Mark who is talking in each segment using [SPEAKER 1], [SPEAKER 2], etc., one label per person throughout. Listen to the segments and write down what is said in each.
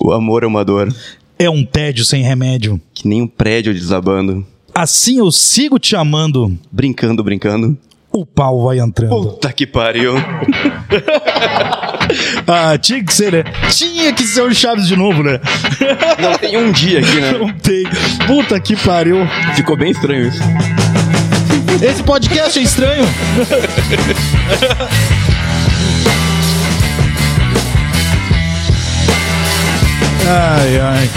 [SPEAKER 1] O amor é uma dor,
[SPEAKER 2] É um tédio sem remédio.
[SPEAKER 1] que nem um prédio desabando.
[SPEAKER 2] Assim eu sigo te amando,
[SPEAKER 1] Brincando, brincando.
[SPEAKER 2] o pau vai entrando.
[SPEAKER 1] Puta que pariu.
[SPEAKER 2] Ah, tinha que ser, né? Tinha que ser o Chaves de novo, né?
[SPEAKER 1] Não tem um dia aqui, né?
[SPEAKER 2] Não tem. Puta que pariu.
[SPEAKER 1] Ficou bem estranho isso.
[SPEAKER 2] Esse podcast é estranho. Ai, ai.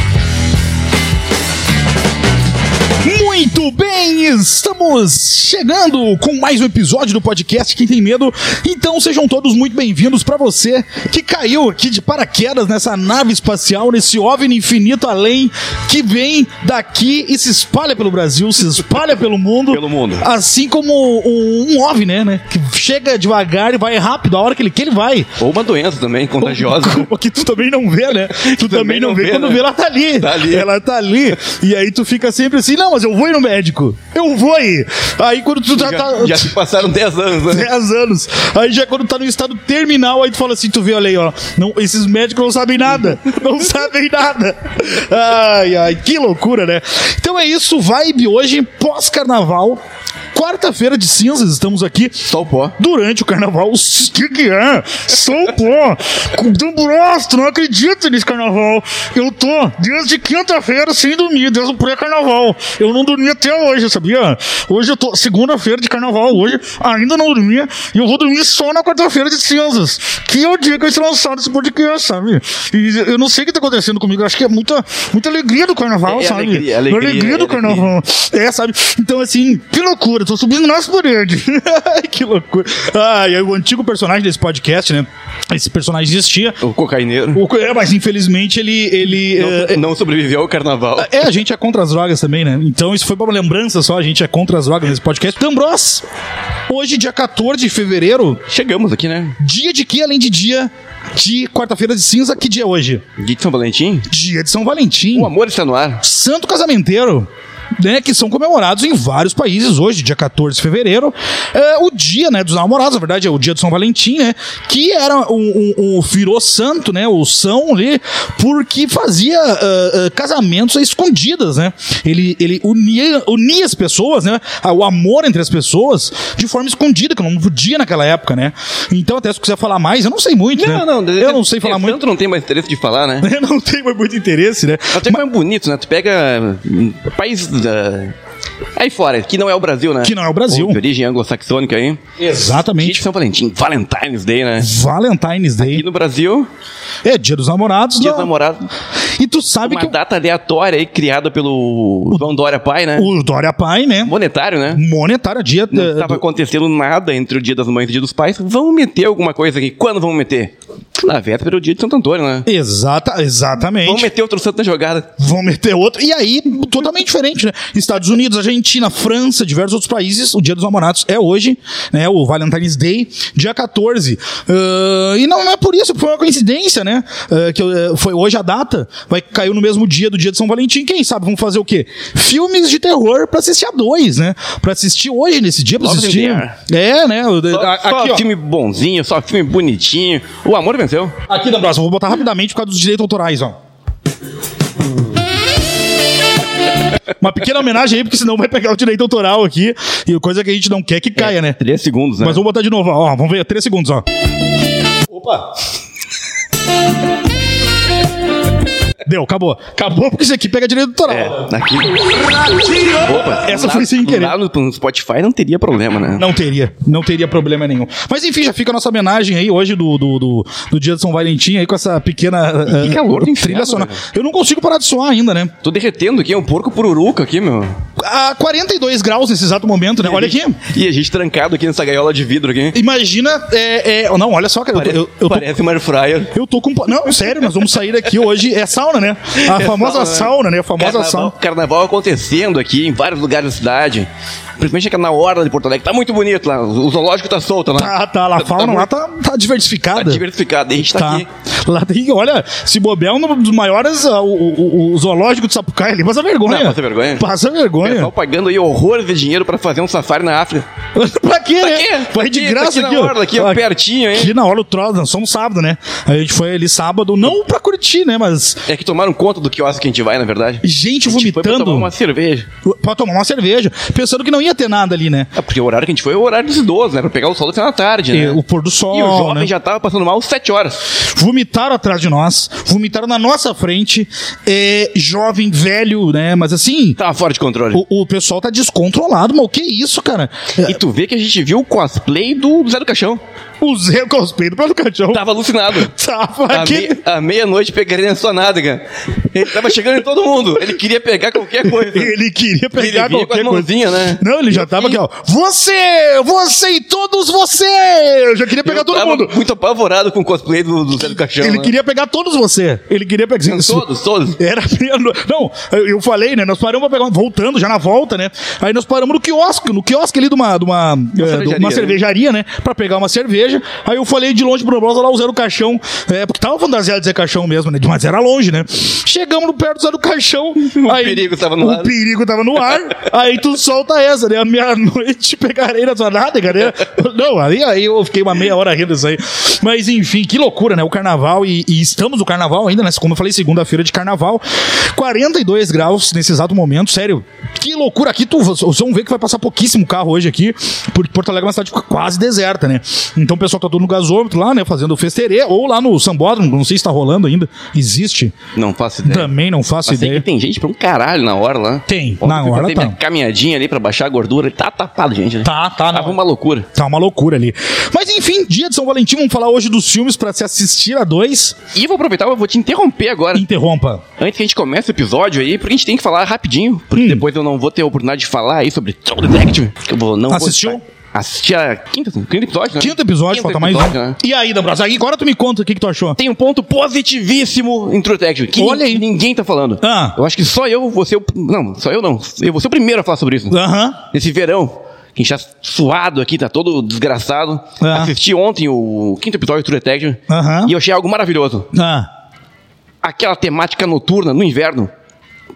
[SPEAKER 2] Muito bem, estamos chegando com mais um episódio do podcast Quem Tem Medo. Então sejam todos muito bem-vindos para você que caiu aqui de paraquedas nessa nave espacial, nesse OVNI infinito além que vem daqui e se espalha pelo Brasil, se espalha pelo mundo.
[SPEAKER 1] Pelo mundo.
[SPEAKER 2] Assim como um, um OVNI, né, né? Que chega devagar e vai rápido, a hora que ele quer, ele vai.
[SPEAKER 1] Ou uma doença também, contagiosa.
[SPEAKER 2] O que tu também não vê, né? Tu também, não vê, quando
[SPEAKER 1] né?
[SPEAKER 2] vê, ela tá ali.
[SPEAKER 1] Tá ali.
[SPEAKER 2] Ela tá ali. E aí tu fica sempre assim, não, mas eu vou ir no médico. Eu vou ir. Aí quando tu já, tá...
[SPEAKER 1] Já, já se passaram 10 anos, né?
[SPEAKER 2] 10 anos. Aí já quando tá no estado terminal, aí tu fala assim, tu vê, olha aí, ó. Não, esses médicos não sabem nada. Não sabem nada. Ai, ai, que loucura, né? Então é isso, vibe hoje, pós-carnaval. Quarta-feira de cinzas, estamos aqui
[SPEAKER 1] Só o pó.
[SPEAKER 2] durante o carnaval. O que, que é? Sou um pó. Com Dambrosco, não acredito nesse carnaval. Eu tô desde quinta-feira sem dormir, desde o pré-carnaval. Eu não dormi até hoje, sabia? Hoje eu tô segunda-feira de carnaval, hoje ainda não dormi. E eu vou dormir só na quarta-feira de cinzas, que é o dia que vai ser lançado esse podcast, sabe? E eu não sei o que tá acontecendo comigo. Eu acho que é muita, muita alegria do carnaval,
[SPEAKER 1] É
[SPEAKER 2] Ah, sabe?
[SPEAKER 1] alegria, alegria,
[SPEAKER 2] do
[SPEAKER 1] alegria.
[SPEAKER 2] carnaval. É, sabe? Então, assim, que loucura, tô subindo nas paredes. que loucura. Ah, e aí o antigo personagem desse podcast, né? Esse personagem existia.
[SPEAKER 1] O cocaineiro.
[SPEAKER 2] O- é, mas infelizmente ele. ele eh,
[SPEAKER 1] Não, não sobreviveu ao carnaval.
[SPEAKER 2] é, a gente é contra as drogas também, né? Então isso foi pra uma lembrança só, a gente é contra as drogas nesse podcast. Tambros, hoje, dia 14 de fevereiro,
[SPEAKER 1] Chegamos aqui, né?
[SPEAKER 2] dia de que, além de dia de quarta-feira de cinza, que dia é hoje?
[SPEAKER 1] Dia de São Valentim.
[SPEAKER 2] Dia de São Valentim.
[SPEAKER 1] O amor está no ar.
[SPEAKER 2] Santo Casamenteiro. Né, que são comemorados em vários países hoje, dia 14 de fevereiro. É o dia né, dos namorados, na verdade, é o dia de São Valentim, né? Que era um, um, um virou santo, né? O são ali, porque fazia ah, ah, casamentos escondidas, né? Ele, ele unia, unia as pessoas, né? ah, O amor entre as pessoas de forma escondida, que não podia naquela época, né? Então, até se quiser falar mais, eu não sei muito, né? eu não sei falar muito.
[SPEAKER 1] é Tanto não tem mais interesse de falar, né?
[SPEAKER 2] Eu não tenho mais muito interesse, né?
[SPEAKER 1] Até que é bonito, né? Tu pega hum, países da... aí fora, que não é o Brasil, né?
[SPEAKER 2] Que não é o Brasil.
[SPEAKER 1] Ou De origem anglo-saxônica aí. Dia
[SPEAKER 2] Exatamente.
[SPEAKER 1] de São Valentim, Valentine's Day, né?
[SPEAKER 2] Valentine's
[SPEAKER 1] E
[SPEAKER 2] Day.
[SPEAKER 1] no Brasil,
[SPEAKER 2] É, dia dos namorados.
[SPEAKER 1] dia
[SPEAKER 2] não.
[SPEAKER 1] dos namorados,
[SPEAKER 2] E tu sabe
[SPEAKER 1] uma
[SPEAKER 2] que o-
[SPEAKER 1] data aleatória aí criada pelo João Dória Pai, né?
[SPEAKER 2] o Dória Pai, né?
[SPEAKER 1] Monetário, né?
[SPEAKER 2] Monetário, dia...
[SPEAKER 1] Não
[SPEAKER 2] eh,
[SPEAKER 1] estava
[SPEAKER 2] do-
[SPEAKER 1] acontecendo nada entre o dia das mães e o dia dos pais. Vão meter alguma coisa aqui. Quando vão meter? Na véspera do dia de Santo Antônio, né?
[SPEAKER 2] Exata,
[SPEAKER 1] Vão
[SPEAKER 2] exatamente.
[SPEAKER 1] meter outro santo na jogada.
[SPEAKER 2] Vão meter outro. E aí, totalmente diferente, né? Estados Unidos, Argentina, França, diversos outros países. O Dia dos Namorados é hoje, né? O Valentine's Day, dia 14. Ah, e não é por isso, foi uma coincidência, né? Ah, que eh, foi hoje a data. Vai caiu no mesmo dia do dia de São Valentim. Quem sabe vamos fazer o quê? Filmes de terror pra assistir a dois, né? Pra assistir hoje, nesse dia, pra
[SPEAKER 1] Love in
[SPEAKER 2] assistir.
[SPEAKER 1] the Air.
[SPEAKER 2] É, né? O-
[SPEAKER 1] Só,
[SPEAKER 2] a-
[SPEAKER 1] só
[SPEAKER 2] Aqui, ó.
[SPEAKER 1] filme bonzinho, só filme bonitinho. O amor venceu.
[SPEAKER 2] Aqui da próxima, vou botar rapidamente por causa dos direitos autorais, ó. Uma pequena homenagem aí, porque senão vai pegar o direito autoral aqui. E coisa que a gente não quer que caia, né?
[SPEAKER 1] Três segundos, né?
[SPEAKER 2] Mas vou botar de novo, ó. Vamos ver, três segundos, ó.
[SPEAKER 1] Opa!
[SPEAKER 2] Deu, acabou. Acabou porque isso aqui pega direito
[SPEAKER 1] É,
[SPEAKER 2] autoral.
[SPEAKER 1] aqui. Opa!
[SPEAKER 2] Essa
[SPEAKER 1] É. lá-
[SPEAKER 2] foi sem querer.
[SPEAKER 1] Lá no, no Spotify não teria problema, né?
[SPEAKER 2] Não teria, não teria problema nenhum. Mas enfim, já fica a nossa homenagem aí hoje do, do, do, do dia de São Valentim aí com essa pequena
[SPEAKER 1] que
[SPEAKER 2] eh,
[SPEAKER 1] calor do
[SPEAKER 2] trilha
[SPEAKER 1] inferno,
[SPEAKER 2] sonora.
[SPEAKER 1] velho.
[SPEAKER 2] Eu não consigo parar de soar ainda, né?
[SPEAKER 1] Tô derretendo aqui, é um porco pururuca aqui, meu.
[SPEAKER 2] A 42 graus nesse exato momento, né? Olha aqui.
[SPEAKER 1] E a gente trancado aqui nessa gaiola de vidro aqui.
[SPEAKER 2] Imagina. É, é- não, olha só, cara. eu tô- eu, eu tô,
[SPEAKER 1] Parece uma air fryer.
[SPEAKER 2] eu tô com. um Não, sério, nós vamos sair daqui hoje. É sauna, né? A famosa sauna, né? A famosa
[SPEAKER 1] Carnaval,
[SPEAKER 2] sauna.
[SPEAKER 1] carnaval acontecendo aqui em vários lugares da cidade. Principalmente aqui na hora de Porto Alegre. Tá muito bonito lá. O zoológico tá solto lá.
[SPEAKER 2] Tá, tá, lá a fauna lá tá, tá diversificada.
[SPEAKER 1] Tá diversificado. E a gente tá,
[SPEAKER 2] Tá.
[SPEAKER 1] aqui.
[SPEAKER 2] Lá tem, olha, se bobear é um dos maiores, ah, o, o- o zoológico de Sapucaia ali, passa vergonha.
[SPEAKER 1] Não, passa vergonha.
[SPEAKER 2] Passa
[SPEAKER 1] O
[SPEAKER 2] vergonha.
[SPEAKER 1] pessoal pagando aí horrores de dinheiro pra fazer um safari na África.
[SPEAKER 2] pra quê,
[SPEAKER 1] Pra
[SPEAKER 2] né?
[SPEAKER 1] quê?
[SPEAKER 2] Foi de
[SPEAKER 1] Aqui,
[SPEAKER 2] graça
[SPEAKER 1] aqui
[SPEAKER 2] aqui,
[SPEAKER 1] na
[SPEAKER 2] ó.
[SPEAKER 1] orla, aqui, ó, pertinho, hein?
[SPEAKER 2] Aqui na hora o troço, nós somos sábado, né? A gente foi ali sábado, não pra curtir, né? Mas
[SPEAKER 1] É que tomaram conta do quiosque que a gente vai, na verdade.
[SPEAKER 2] gente
[SPEAKER 1] Foi pra
[SPEAKER 2] vomitando
[SPEAKER 1] tomar uma cerveja.
[SPEAKER 2] pra tomar uma cerveja, pensando que não ia ter nada ali, né?
[SPEAKER 1] É porque o horário que a gente foi é o horário dos idosos, né? Pra pegar o sol do final da tarde,
[SPEAKER 2] E
[SPEAKER 1] né?
[SPEAKER 2] o pôr do sol,
[SPEAKER 1] E o jovem
[SPEAKER 2] né?
[SPEAKER 1] já tava passando mal às 7 horas.
[SPEAKER 2] vomitaram atrás de nós, vomitaram na nossa frente, é, jovem, velho, né? Mas assim,
[SPEAKER 1] Tava fora de controle.
[SPEAKER 2] o, o pessoal tá descontrolado, mas o que é isso, cara?
[SPEAKER 1] E tu vê que a gente viu o cosplay do Zé do Caixão.
[SPEAKER 2] O Zé cospeiro pelo cachorro
[SPEAKER 1] Tava alucinado.
[SPEAKER 2] tava
[SPEAKER 1] À
[SPEAKER 2] aqui.
[SPEAKER 1] mei- À meia-noite pegaria na sua nádega. Ele tava chegando em todo mundo. Ele queria pegar qualquer coisa.
[SPEAKER 2] Ele queria
[SPEAKER 1] Ele
[SPEAKER 2] pegar
[SPEAKER 1] vinha com
[SPEAKER 2] qualquer
[SPEAKER 1] as
[SPEAKER 2] coisa.
[SPEAKER 1] mãozinhas, né?
[SPEAKER 2] Não, ele já tava aqui, ó. Você! Você e todos vocês! Eu já queria pegar
[SPEAKER 1] Eu
[SPEAKER 2] todo
[SPEAKER 1] tava
[SPEAKER 2] mundo.
[SPEAKER 1] muito apavorado com o cosplay do, do Zé do Caixão.
[SPEAKER 2] Ele
[SPEAKER 1] né?
[SPEAKER 2] queria pegar todos você. Ele queria pegar.
[SPEAKER 1] Todos, todos.
[SPEAKER 2] Era meia-noite. Não, eu- eu falei, né? Nós paramos pra pegar. um- Voltando já na volta, né? Aí nós paramos no quiosque, no quiosque ali de uma, de uma, eh, de uma cervejaria,
[SPEAKER 1] cervejaria,
[SPEAKER 2] né?
[SPEAKER 1] né?
[SPEAKER 2] Pra pegar uma cerveja. Aí eu falei de longe pro Brosa lá, o Zé do Caixão. É, porque tava fantasiado de Zé Caixão mesmo, né? Mas era longe, né? Chegamos no perto do Zé do Caixão. O
[SPEAKER 1] perigo tava no
[SPEAKER 2] o
[SPEAKER 1] ar.
[SPEAKER 2] perigo tava no ar. aí tu solta essa, né? A meia-noite pegarei na sua nádega, né? Não, aí, aí eu fiquei uma meia hora rindo isso aí. Mas enfim, que loucura, né? O carnaval e, e estamos no carnaval ainda, né? Como eu falei, segunda-feira de carnaval. 42 graus nesse exato momento, sério. Que loucura aqui, tu, vocês vão ver que vai passar pouquíssimo carro hoje aqui, porque Porto Alegre é uma cidade quase deserta, né? Então o pessoal tá todo no gasômetro lá, né? Fazendo o festerê, ou lá no Sambódromo, não sei se tá rolando ainda. Existe?
[SPEAKER 1] Não faço ideia.
[SPEAKER 2] Também não faço
[SPEAKER 1] É. Mas sei
[SPEAKER 2] ideia.
[SPEAKER 1] que tem gente pra um caralho na hora lá.
[SPEAKER 2] Tem,
[SPEAKER 1] Ontem
[SPEAKER 2] na
[SPEAKER 1] eu
[SPEAKER 2] hora
[SPEAKER 1] tentei
[SPEAKER 2] tá.
[SPEAKER 1] minha caminhadinha ali pra baixar a gordura. Tá tapado, gente. né?
[SPEAKER 2] Tá, tá,
[SPEAKER 1] Tava
[SPEAKER 2] não.
[SPEAKER 1] uma loucura.
[SPEAKER 2] Tá uma loucura ali. Mas enfim, dia de São Valentim, vamos falar hoje dos filmes pra se assistir a dois.
[SPEAKER 1] E vou aproveitar, eu vou te interromper agora.
[SPEAKER 2] Interrompa.
[SPEAKER 1] Antes que a gente comece o episódio aí, porque a gente tem que falar rapidinho. Porque
[SPEAKER 2] Hum.
[SPEAKER 1] depois eu não vou ter a oportunidade de falar aí sobre True Detective. Que eu vou, não
[SPEAKER 2] Assistiu?
[SPEAKER 1] Vou... Assisti a quinta, quinto episódio, né?
[SPEAKER 2] Quinto episódio,
[SPEAKER 1] Quinto
[SPEAKER 2] falta mais
[SPEAKER 1] episódio,
[SPEAKER 2] um.
[SPEAKER 1] né?
[SPEAKER 2] E aí, Dambros, aí agora tu me conta o que, que tu achou.
[SPEAKER 1] Tem um ponto positivíssimo em True Detective, que
[SPEAKER 2] Olha
[SPEAKER 1] nin-
[SPEAKER 2] aí.
[SPEAKER 1] ninguém tá falando.
[SPEAKER 2] Ah.
[SPEAKER 1] Eu acho que só eu vou ser o... Não, só eu não. Eu vou ser o primeiro a falar sobre isso.
[SPEAKER 2] Aham.
[SPEAKER 1] Nesse verão, que a gente tá suado aqui, tá todo desgraçado.
[SPEAKER 2] Ah.
[SPEAKER 1] Assisti ontem o quinto episódio do True Detective
[SPEAKER 2] Aham.
[SPEAKER 1] e eu achei algo maravilhoso.
[SPEAKER 2] Ah,
[SPEAKER 1] Aquela temática noturna no inverno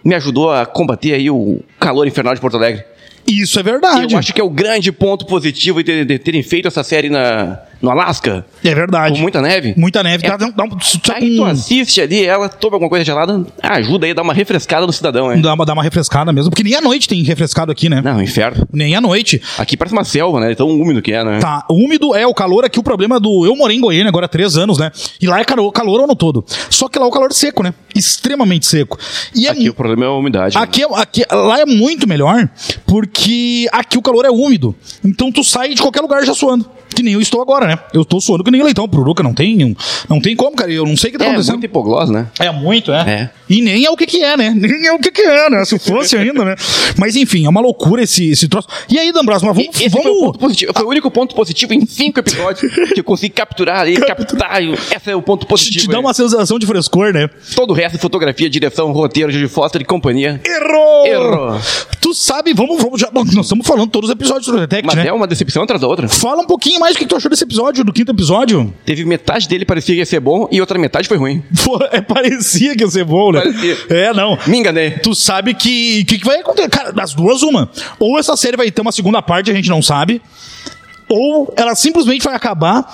[SPEAKER 1] me ajudou a combater aí o calor infernal de Porto Alegre.
[SPEAKER 2] isso é verdade.
[SPEAKER 1] Eu acho que é o grande ponto positivo de, de terem feito essa série na, no Alasca,
[SPEAKER 2] É verdade.
[SPEAKER 1] com muita neve.
[SPEAKER 2] Muita neve.
[SPEAKER 1] É-
[SPEAKER 2] Dá, dá um, só
[SPEAKER 1] Aí tu
[SPEAKER 2] um-
[SPEAKER 1] assiste ali, ela toma alguma coisa gelada, ajuda aí a dar uma refrescada no cidadão, hein?
[SPEAKER 2] dá, uma, dá uma refrescada mesmo, porque nem à noite tem refrescado aqui, né?
[SPEAKER 1] Não, inferno.
[SPEAKER 2] Nem à noite.
[SPEAKER 1] Aqui parece uma selva, né? Tão úmido que é, né?
[SPEAKER 2] Tá, úmido é o calor aqui, o problema do. Eu morei em Goiânia agora há três anos, né? E lá é calor, calor o ano todo. Só que lá é o calor seco, né? Extremamente seco. E é
[SPEAKER 1] Aqui o problema é a umidade. né?
[SPEAKER 2] Aqui, aqui, lá é muito melhor, porque aqui o calor é úmido. Então tu sai de qualquer lugar já suando. Que nem eu estou agora, né? Eu estou suando que nem leitão. Pururuca não tem, não tem como, cara. Eu não sei o que tá
[SPEAKER 1] É,
[SPEAKER 2] acontecendo.
[SPEAKER 1] muito hipoglós, né?
[SPEAKER 2] É muito,
[SPEAKER 1] É.
[SPEAKER 2] E nem é o que que é, né? Nem é o que que é, né? Se fosse ainda, né? Mas enfim, é uma loucura esse, esse troço. E aí, Dambrás, mas vamos...
[SPEAKER 1] Esse foi, o
[SPEAKER 2] vamos...
[SPEAKER 1] ponto positivo. foi o único ponto positivo em cinco episódios que eu consegui capturar e captar. Esse é o ponto
[SPEAKER 2] Te,
[SPEAKER 1] positivo.
[SPEAKER 2] te dá
[SPEAKER 1] aí.
[SPEAKER 2] uma sensação de frescor, né?
[SPEAKER 1] Todo o resto, fotografia, direção, roteiro, Júlio Foster e companhia.
[SPEAKER 2] Errou!
[SPEAKER 1] Errou.
[SPEAKER 2] Tu sabe, vamos, vamos, já, bom, nós estamos falando todos os episódios do Detect,
[SPEAKER 1] Mas
[SPEAKER 2] né?
[SPEAKER 1] é uma decepção atrás da outra.
[SPEAKER 2] Fala um pouquinho mais do que tu achou desse episódio, do quinto episódio.
[SPEAKER 1] Teve metade dele parecia que ia ser bom e outra metade foi ruim.
[SPEAKER 2] Pô, é, parecia que ia ser bom, né?
[SPEAKER 1] Parecia.
[SPEAKER 2] É, não.
[SPEAKER 1] Me enganei.
[SPEAKER 2] Tu sabe que. O que, que vai acontecer? Cara, das duas, uma. Ou essa série vai ter uma segunda parte, a gente não sabe. Ou ela simplesmente vai acabar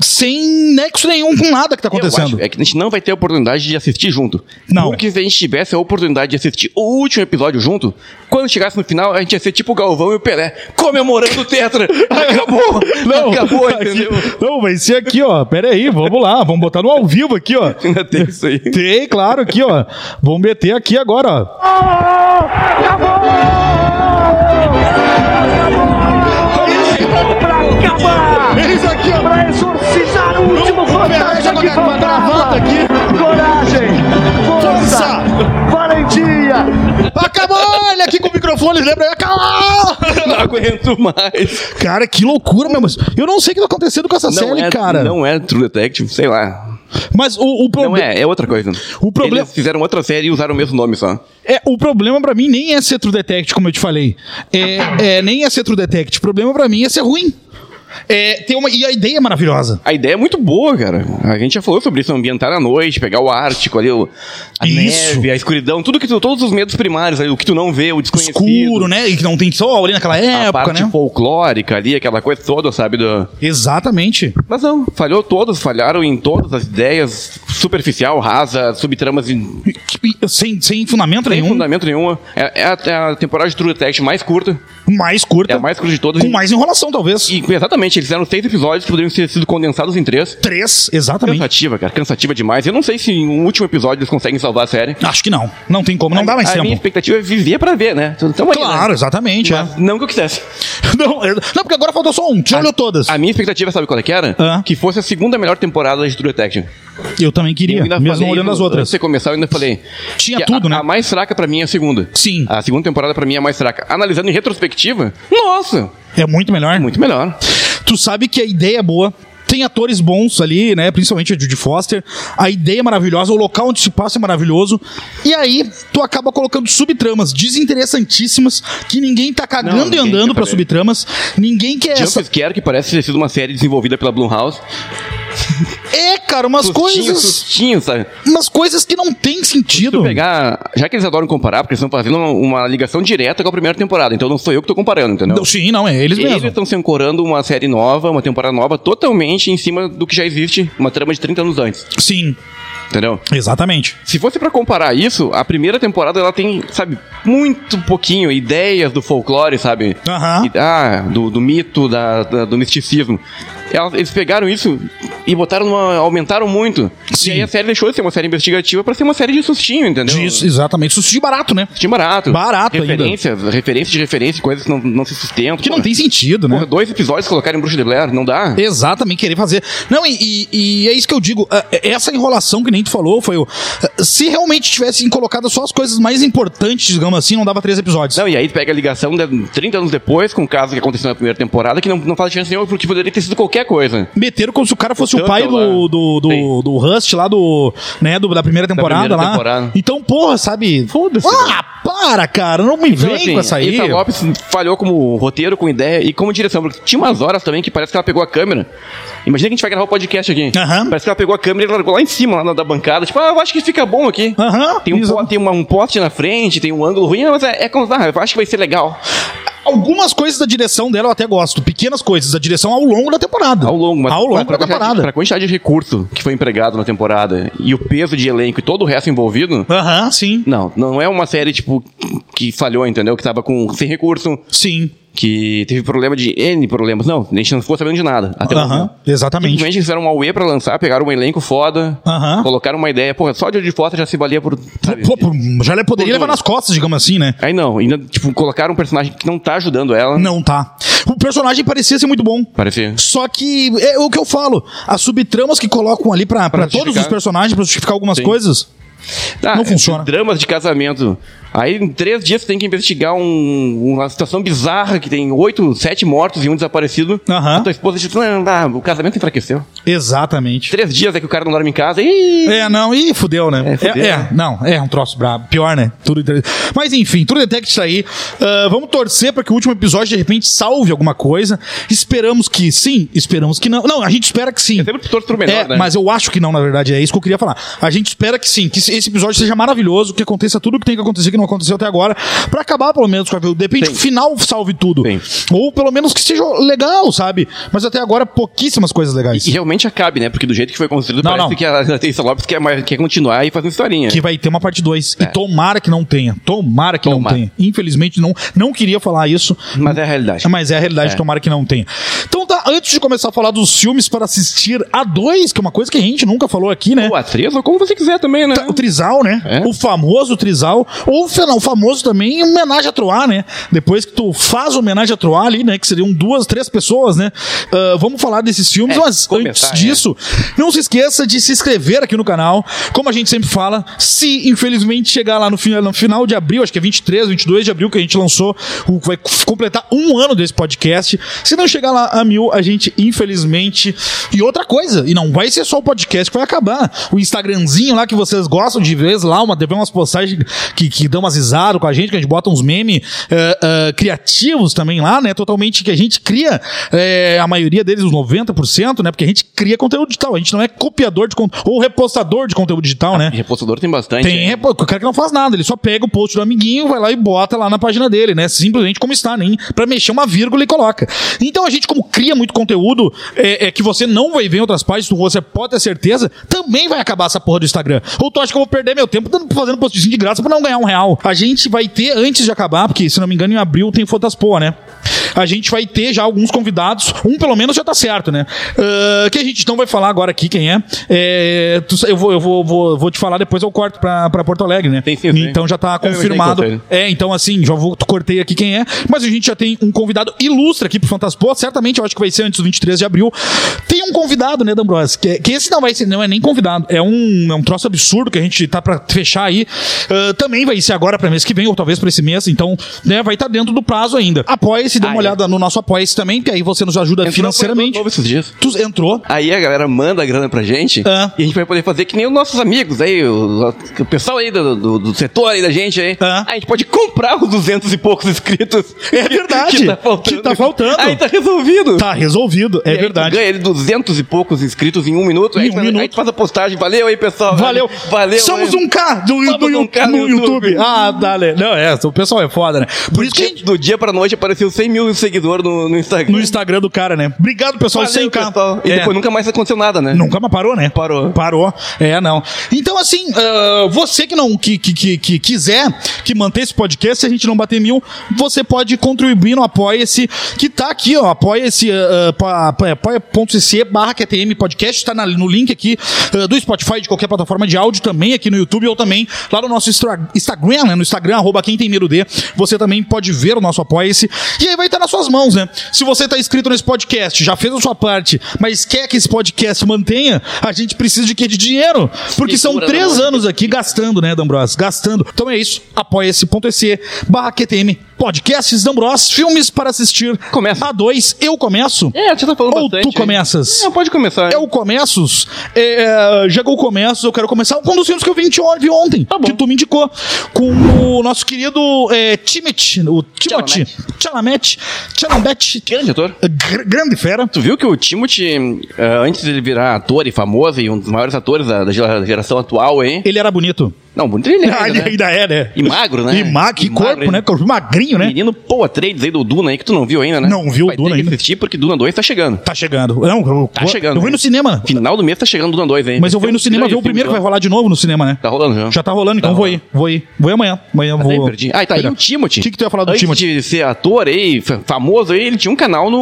[SPEAKER 2] sem nexo nenhum com nada que tá
[SPEAKER 1] Eu
[SPEAKER 2] acontecendo.
[SPEAKER 1] acho, é que a gente não vai ter a oportunidade de assistir junto.
[SPEAKER 2] Não.
[SPEAKER 1] Porque se a gente tivesse a oportunidade de assistir o último episódio junto, quando chegasse no final, a gente ia ser tipo o Galvão e o Pelé, comemorando o Tetra. Acabou! Acabou,
[SPEAKER 2] aqui-
[SPEAKER 1] entendeu?
[SPEAKER 2] não, vai ser aqui, ó. Pera aí, vamos lá. Vamos botar no ao vivo aqui, ó.
[SPEAKER 1] Ainda tem isso aí.
[SPEAKER 2] Tem, claro, aqui, ó. Vamos meter aqui agora, ó.
[SPEAKER 3] pra acabar,
[SPEAKER 2] Eles aqui, ó.
[SPEAKER 3] pra exorcizar o último fantasma que faltava. Coragem, força, valentia.
[SPEAKER 2] Acabou! Ele aqui com o microfone, lembra? Acabou!
[SPEAKER 1] Não aguento mais.
[SPEAKER 2] Cara, que loucura, meu. Mas eu não sei o que tá acontecendo com essa série,
[SPEAKER 1] é,
[SPEAKER 2] cara.
[SPEAKER 1] não é True Detective, sei lá.
[SPEAKER 2] Mas o, o
[SPEAKER 1] Não
[SPEAKER 2] problema.
[SPEAKER 1] é, é outra coisa.
[SPEAKER 2] O problema-
[SPEAKER 1] Eles fizeram outra série e usaram o mesmo nome só.
[SPEAKER 2] É, o problema pra mim nem é ser True Detect, como eu te falei. É, é, nem é ser True Detect. O problema pra mim é ser ruim. É, ter uma, e a ideia é maravilhosa.
[SPEAKER 1] A ideia é muito boa, cara. A gente já falou sobre isso, ambientar à noite, pegar o Ártico ali, o- a
[SPEAKER 2] Isso.
[SPEAKER 1] neve, a escuridão, tudo que tu, todos os medos primários ali, o que tu não vê, o desconhecido.
[SPEAKER 2] Escuro, né? E que não tem sol ali naquela
[SPEAKER 1] A
[SPEAKER 2] época,
[SPEAKER 1] parte
[SPEAKER 2] né?
[SPEAKER 1] folclórica ali, aquela coisa toda, sabe? do-
[SPEAKER 2] Exatamente.
[SPEAKER 1] Mas não, falhou todas, falharam em todas as ideias, superficial, rasa, subtramas em-
[SPEAKER 2] E- e- Sem, sem fundamento
[SPEAKER 1] sem
[SPEAKER 2] nenhum.
[SPEAKER 1] fundamento nenhuma. É, é a, é a temporada de True Detect mais curta,
[SPEAKER 2] Mais curta.
[SPEAKER 1] é a mais curta de todas.
[SPEAKER 2] Com mais enrolação, talvez.
[SPEAKER 1] E, exatamente, eles fizeram seis episódios que poderiam ter sido condensados em três.
[SPEAKER 2] Três, exatamente.
[SPEAKER 1] Cansativa, cara, cansativa demais. Eu não sei se em um último episódio eles conseguem salvar a série.
[SPEAKER 2] Acho que não. Não tem como, não dá mais
[SPEAKER 1] a minha
[SPEAKER 2] tempo.
[SPEAKER 1] expectativa é viver pra ver, né? Então, aí,
[SPEAKER 2] Claro,
[SPEAKER 1] né?
[SPEAKER 2] exatamente. é.
[SPEAKER 1] Mas não que eu quisesse.
[SPEAKER 2] Não, é- não, porque agora faltou só um. Já olhou todas.
[SPEAKER 1] A minha expectativa, sabe qual é que era?
[SPEAKER 2] Ah.
[SPEAKER 1] Que fosse a segunda melhor temporada de True Detective.
[SPEAKER 2] Eu também
[SPEAKER 1] Eu
[SPEAKER 2] queria,
[SPEAKER 1] ainda
[SPEAKER 2] mesmo
[SPEAKER 1] falei
[SPEAKER 2] olhando
[SPEAKER 1] no-
[SPEAKER 2] as outras.
[SPEAKER 1] Antes de você começar, eu ainda falei.
[SPEAKER 2] Tinha
[SPEAKER 1] que a-
[SPEAKER 2] tudo, né?
[SPEAKER 1] A mais fraca pra mim é a segunda.
[SPEAKER 2] Sim.
[SPEAKER 1] A segunda temporada pra mim é a mais fraca. Analisando em retrospectiva, nossa,
[SPEAKER 2] É muito melhor.
[SPEAKER 1] muito melhor.
[SPEAKER 2] Tu sabe que a ideia é boa. Tem atores bons ali, né? Principalmente a Judy Foster. A ideia é maravilhosa, o local onde se passa é maravilhoso. E aí, tu acaba colocando subtramas desinteressantíssimas que ninguém tá cagando
[SPEAKER 1] ninguém
[SPEAKER 2] e andando
[SPEAKER 1] quer
[SPEAKER 2] pra
[SPEAKER 1] saber.
[SPEAKER 2] subtramas. Ninguém quer essa.
[SPEAKER 1] Jump Scare, um que parece ter sido uma série desenvolvida pela Blumhouse.
[SPEAKER 2] É, cara, umas
[SPEAKER 1] Sustinho,
[SPEAKER 2] coisas. Hum.
[SPEAKER 1] sustinho, sabe?
[SPEAKER 2] Umas coisas que não tem sentido.
[SPEAKER 1] Pegar, já que eles adoram comparar, porque eles estão fazendo uma, uma ligação direta com a primeira temporada, então não sou eu que tô comparando, entendeu?
[SPEAKER 2] Não, sim, não, é eles
[SPEAKER 1] Eles
[SPEAKER 2] mesmos.
[SPEAKER 1] estão se ancorando uma série nova, uma temporada nova, totalmente em cima do que já existe, uma trama de 30 anos antes,
[SPEAKER 2] Sim,
[SPEAKER 1] entendeu?
[SPEAKER 2] exatamente.
[SPEAKER 1] Se fosse pra comparar isso, a primeira temporada ela tem, sabe, muito pouquinho ideias do folclore, sabe?
[SPEAKER 2] Aham.
[SPEAKER 1] E- ah, do, do mito, da, da- do misticismo. Elas- eles pegaram isso e botaram uma, aumentaram muito.
[SPEAKER 2] Sim.
[SPEAKER 1] E aí a série deixou de ser uma série investigativa pra ser uma série de sustinho, entendeu?
[SPEAKER 2] Disso, exatamente. Susto de barato, né?
[SPEAKER 1] Sustinho barato.
[SPEAKER 2] Barato ainda.
[SPEAKER 1] Referências, referência de referência, coisas que não, não se sustentam.
[SPEAKER 2] Que não
[SPEAKER 1] Porra,
[SPEAKER 2] tem sentido, né?
[SPEAKER 1] porra, dois episódios colocaram em Bruxa de Blair, não dá?
[SPEAKER 2] Exatamente, querer fazer. Não, e, e- e é isso que eu digo. ah, Essa enrolação que nem tu falou foi o. ah, Se realmente tivessem colocado só as coisas mais importantes, digamos assim, não dava três episódios.
[SPEAKER 1] Não, e aí tu pega a ligação de 30 anos depois com o caso que aconteceu na primeira temporada, que não, não faz chance nenhuma, porque poderia ter sido qualquer coisa.
[SPEAKER 2] Meteram como se o cara fosse o,
[SPEAKER 1] Tanto
[SPEAKER 2] pai do,
[SPEAKER 1] então lá.
[SPEAKER 2] do, do,
[SPEAKER 1] Sim.
[SPEAKER 2] do Rust lá do. né, do- da primeira temporada
[SPEAKER 1] primeira
[SPEAKER 2] lá.
[SPEAKER 1] temporada.
[SPEAKER 2] Então, porra, sabe?
[SPEAKER 1] Foda-se,
[SPEAKER 2] Ah, para, cara, não me vem
[SPEAKER 1] assim,
[SPEAKER 2] com essa aí.
[SPEAKER 1] Issa Lopes falhou como roteiro, com ideia e como direção. Porque tinha umas horas também que parece que ela pegou a câmera. Imagina que a gente vai gravar o podcast aqui.
[SPEAKER 2] Aham.
[SPEAKER 1] Parece que ela pegou a câmera e largou lá em cima, lá na- da bancada. Tipo, ah, eu acho que fica bom aqui.
[SPEAKER 2] Aham,
[SPEAKER 1] Tem, um,
[SPEAKER 2] isso.
[SPEAKER 1] po- tem uma- um poste na frente, tem um ângulo ruim, mas é, é como, ah, eu acho que vai ser legal.
[SPEAKER 2] Algumas coisas da direção dela eu até gosto. Pequenas coisas da direção ao longo da temporada.
[SPEAKER 1] Ao longo, mas
[SPEAKER 2] Ao longo
[SPEAKER 1] pra,
[SPEAKER 2] da
[SPEAKER 1] pra quantidade-
[SPEAKER 2] temporada.
[SPEAKER 1] pra quantidade de recurso que foi empregado na temporada e o peso de elenco e todo o resto envolvido,
[SPEAKER 2] Aham, sim.
[SPEAKER 1] Não, não é uma série, tipo, que falhou, entendeu? Que tava com, sem recurso,
[SPEAKER 2] Sim.
[SPEAKER 1] que teve problema de N problemas. Não, a gente não ficou sabendo de nada. Até o
[SPEAKER 2] Aham,
[SPEAKER 1] momento.
[SPEAKER 2] exatamente.
[SPEAKER 1] Simplesmente fizeram uma UE pra lançar, pegaram um elenco foda,
[SPEAKER 2] Aham.
[SPEAKER 1] colocaram uma ideia. Porra, só de de foto já se valia por. sabe?
[SPEAKER 2] Pô, pô, já le- poderia levar nas costas, digamos assim, né?
[SPEAKER 1] Aí não, ainda, tipo, colocaram um personagem que não tá ajudando ela.
[SPEAKER 2] Não tá. O personagem parecia ser muito bom.
[SPEAKER 1] Parecia.
[SPEAKER 2] Só que é o que eu falo. As subtramas que colocam ali pra, pra
[SPEAKER 1] Pra
[SPEAKER 2] todos
[SPEAKER 1] justificar.
[SPEAKER 2] os personagens, pra justificar algumas coisas.
[SPEAKER 1] Tá,
[SPEAKER 2] Não funciona.
[SPEAKER 1] Dramas de casamento. Aí em três dias você tem que investigar um- uma situação bizarra que tem oito, sete mortos e um desaparecido.
[SPEAKER 2] Aham.
[SPEAKER 1] A tua esposa diz: não, não, não, o casamento enfraqueceu.
[SPEAKER 2] Exatamente.
[SPEAKER 1] Três dias é que o cara não dorme em casa. Ih,
[SPEAKER 2] É, não, e fudeu, né? É,
[SPEAKER 1] É, fudeu,
[SPEAKER 2] é,
[SPEAKER 1] né?
[SPEAKER 2] não, é um troço brabo. Pior, né? Tudo inter- Mas enfim, tudo detect isso aí. Ah, vamos torcer pra que o último episódio, de repente, salve alguma coisa. Esperamos que sim, esperamos que não. Não, a gente espera que sim.
[SPEAKER 1] sempre torço pro melhor,
[SPEAKER 2] é,
[SPEAKER 1] né?
[SPEAKER 2] mas eu acho que não, na verdade, é isso que eu queria falar. A gente espera que sim, que esse episódio seja maravilhoso, que aconteça tudo o que tem que acontecer, que não aconteceu até agora, pra acabar pelo menos com a De repente
[SPEAKER 1] Sim.
[SPEAKER 2] o final salve tudo.
[SPEAKER 1] Sim.
[SPEAKER 2] Ou pelo menos que seja legal, sabe? Mas até agora, pouquíssimas coisas legais.
[SPEAKER 1] E realmente acabe, né? Porque do jeito que foi construído,
[SPEAKER 2] Não,
[SPEAKER 1] parece
[SPEAKER 2] não.
[SPEAKER 1] que a Thaisa Lopes quer, mais- quer continuar e fazer uma historinha.
[SPEAKER 2] Que vai ter uma parte 2. E tomara que não tenha. Tomara que não
[SPEAKER 1] É. Tomara.
[SPEAKER 2] tenha. Infelizmente, não, não queria falar isso.
[SPEAKER 1] Mas é a realidade.
[SPEAKER 2] Mas é a realidade, tomara que não tenha. Então tá, antes de começar a falar dos filmes para assistir a dois, que é uma coisa que a gente nunca falou aqui, né?
[SPEAKER 1] Ou a atriz, ou como você quiser também, né?
[SPEAKER 2] Tá, O Trizal, né?
[SPEAKER 1] É.
[SPEAKER 2] O famoso Trizal. Ou o fena- o famoso também em homenagem a Troar, né? Depois que tu faz homenagem a Troar ali, né? Que seriam duas, três pessoas, né? Ah, vamos falar desses filmes,
[SPEAKER 1] É,
[SPEAKER 2] mas
[SPEAKER 1] começar,
[SPEAKER 2] antes disso, não se esqueça de se inscrever aqui no canal. Como a gente sempre fala, se infelizmente chegar lá no final, no final de abril, acho que é 23, 22 de abril que a gente lançou, o, vai completar um ano desse podcast. Se não chegar lá a mil, a gente, infelizmente. E outra coisa, e não vai ser só o podcast que vai acabar. O Instagramzinho lá que vocês gostam de ver lá, uma, tem umas postagens que, que dão umas risadas com a gente, que a gente bota uns memes eh, eh, criativos também lá, né? Totalmente que a gente cria, eh, a maioria deles, os 90%, né? Porque a gente cria conteúdo digital. A gente não é copiador de conteúdo, ou repostador de conteúdo digital, né?
[SPEAKER 1] Repostador tem bastante. né?
[SPEAKER 2] Tem,
[SPEAKER 1] hein?
[SPEAKER 2] é, pô, o cara que não faz nada, ele só pega o post do amiguinho, vai lá e bota lá na página dele, né? Simplesmente como está, nem pra mexer uma vírgula e coloca. Então a gente, como cria muito conteúdo é, é, que você não vai ver em outras páginas, tu- você pode ter certeza, também vai acabar essa porra do Instagram. Ou tu acha que eu vou perder meu tempo dando- fazendo postzinho de graça pra não ganhar um real? A gente vai ter, antes de acabar, porque se não me engano, em abril tem Fotaspoa, né? A gente vai ter já alguns convidados, um pelo menos já tá certo, né? Ah, que a gente não vai falar agora aqui quem é. É, tu sa- eu vou, eu vou, vou, vou te falar depois, eu corto pra, pra Porto Alegre, né?
[SPEAKER 1] Tem é sim, tem.
[SPEAKER 2] Então já tá
[SPEAKER 1] Eu já
[SPEAKER 2] confirmado.
[SPEAKER 1] encontrei.
[SPEAKER 2] É, então assim, já vou, cortei aqui quem é, mas a gente já tem um convidado ilustre aqui pro Fantaspoa, certamente eu acho que vai ser antes do 23 de abril. Tem um convidado, né, D'Ambrosio? Que, que esse não vai ser, não é nem convidado, é um, é um troço absurdo que a gente tá pra fechar aí. Ah, também vai ser agora pra mês que vem, ou talvez pra esse mês, então, né, vai estar dentro do prazo ainda. Apoia-se, dê
[SPEAKER 1] Ah,
[SPEAKER 2] uma
[SPEAKER 1] é.
[SPEAKER 2] olhada no nosso apoia-se também, que aí você nos ajuda
[SPEAKER 1] Entrou
[SPEAKER 2] financeiramente.
[SPEAKER 1] um novo esses dias.
[SPEAKER 2] Tu entrou.
[SPEAKER 1] Aí a galera manda a grana pra gente
[SPEAKER 2] Ah.
[SPEAKER 1] e a gente vai poder fazer que nem os nossos amigos aí, o, o pessoal aí do, do- do setor aí da gente aí.
[SPEAKER 2] Ah.
[SPEAKER 1] Aí A gente pode comprar os duzentos e poucos inscritos. É
[SPEAKER 2] verdade,
[SPEAKER 1] Que tá faltando.
[SPEAKER 2] que tá faltando.
[SPEAKER 1] Aí tá resolvido.
[SPEAKER 2] Tá resolvido,
[SPEAKER 1] E
[SPEAKER 2] é
[SPEAKER 1] aí tu
[SPEAKER 2] verdade.
[SPEAKER 1] Ganha ele duzentos e poucos inscritos em um minuto.
[SPEAKER 2] Em
[SPEAKER 1] aí,
[SPEAKER 2] um
[SPEAKER 1] tu- aí
[SPEAKER 2] minuto.
[SPEAKER 1] tu faz a postagem. Valeu aí, pessoal.
[SPEAKER 2] Valeu.
[SPEAKER 1] Valeu.
[SPEAKER 2] Somos
[SPEAKER 1] aí.
[SPEAKER 2] um K do,
[SPEAKER 1] Somos
[SPEAKER 2] do,
[SPEAKER 1] um K
[SPEAKER 2] no
[SPEAKER 1] no
[SPEAKER 2] YouTube.
[SPEAKER 1] YouTube.
[SPEAKER 2] Ah, dale. Não, é, o pessoal é foda, né? Por isso que a gente-
[SPEAKER 1] Do dia pra noite apareceu 100 mil seguidores no, no Instagram.
[SPEAKER 2] no Instagram do cara, né? Obrigado, pessoal,
[SPEAKER 1] Valeu,
[SPEAKER 2] 100k.
[SPEAKER 1] pessoal. E
[SPEAKER 2] É.
[SPEAKER 1] depois nunca mais aconteceu nada, né?
[SPEAKER 2] Nunca mais parou, né?
[SPEAKER 1] Parou.
[SPEAKER 2] Parou. É, não. Então, assim, ah, você que não que, que, que, que quiser que manter esse podcast, se a gente não bater mil, você pode contribuir no Apoia-se, que tá aqui, ó, apoia-se, ah, ah, pa- pa- apoia.se barra QTM podcast, tá na- no link aqui ah, do Spotify, de qualquer plataforma de áudio também, aqui no YouTube, ou também lá no nosso Instra- Instagram, né, no Instagram, arroba quem tem medo de, você também pode ver o nosso Apoia-se, e aí vai estar nas suas mãos, né? Se você tá inscrito nesse podcast, já fez a sua parte, mas quer que esse podcast mantenha, a gente precisa de quê? De dinheiro. Porque são
[SPEAKER 1] Segura na
[SPEAKER 2] três
[SPEAKER 1] mão.
[SPEAKER 2] anos aqui gastando, né, D'Ambros? Gastando. Então é isso. Apoia-se.se barra QTM Podcasts D'Ambros, filmes para assistir.
[SPEAKER 1] Começa.
[SPEAKER 2] A dois, eu começo.
[SPEAKER 1] É, você tá falando
[SPEAKER 2] Ou
[SPEAKER 1] bastante. É,
[SPEAKER 2] tu
[SPEAKER 1] aí.
[SPEAKER 2] começas?
[SPEAKER 1] Não, pode começar.
[SPEAKER 2] Eu É começos, é, já que eu começo, eu quero começar com um dos filmes que eu vi, on- vi ontem,
[SPEAKER 1] Tá
[SPEAKER 2] que tu me indicou, com o nosso querido é, Timothy, o Timothy, Chalamet, Chalamet,
[SPEAKER 1] Grande ator.
[SPEAKER 2] gr- grande fera,
[SPEAKER 1] Tu viu que o Timothy, eh, antes de ele virar ator e famoso e um dos maiores atores da, da gera- geração atual, hein?
[SPEAKER 2] ele era bonito.
[SPEAKER 1] Não, bonito ele
[SPEAKER 2] Ah,
[SPEAKER 1] é,
[SPEAKER 2] ele
[SPEAKER 1] né?
[SPEAKER 2] ainda é, né?
[SPEAKER 1] E magro, né?
[SPEAKER 2] E ma que
[SPEAKER 1] E magro,
[SPEAKER 2] corpo,
[SPEAKER 1] hein?
[SPEAKER 2] né? Corpo Magrinho, né?
[SPEAKER 1] Menino Poa Trades aí do Duna aí, que tu não viu ainda, né?
[SPEAKER 2] Não viu o
[SPEAKER 1] Vai ter
[SPEAKER 2] Duna
[SPEAKER 1] que
[SPEAKER 2] ainda.
[SPEAKER 1] assistir porque Duna 2 tá chegando.
[SPEAKER 2] Tá chegando. Não, eu,
[SPEAKER 1] Tá chegando.
[SPEAKER 2] Eu vou ir
[SPEAKER 1] hein?
[SPEAKER 2] no cinema,
[SPEAKER 1] Final do mês tá chegando Duna 2, hein?
[SPEAKER 2] mas eu vou
[SPEAKER 1] Vai
[SPEAKER 2] ir no
[SPEAKER 1] ser um
[SPEAKER 2] cinema ver o
[SPEAKER 1] grande
[SPEAKER 2] primeiro que vai
[SPEAKER 1] filme,
[SPEAKER 2] rolar de novo no cinema, né?
[SPEAKER 1] Tá rolando já.
[SPEAKER 2] Já tá rolando, então
[SPEAKER 1] Tá
[SPEAKER 2] vou ir, vou ir. Vou ir amanhã. Amanhã eu
[SPEAKER 1] Até
[SPEAKER 2] vou.
[SPEAKER 1] perdi. Ah, e tá. E
[SPEAKER 2] Perdão.
[SPEAKER 1] o Timothy?
[SPEAKER 2] O que, que tu ia falar do
[SPEAKER 1] Antes
[SPEAKER 2] Timothy?
[SPEAKER 1] de ser ator aí, fa- famoso aí, ele tinha um canal no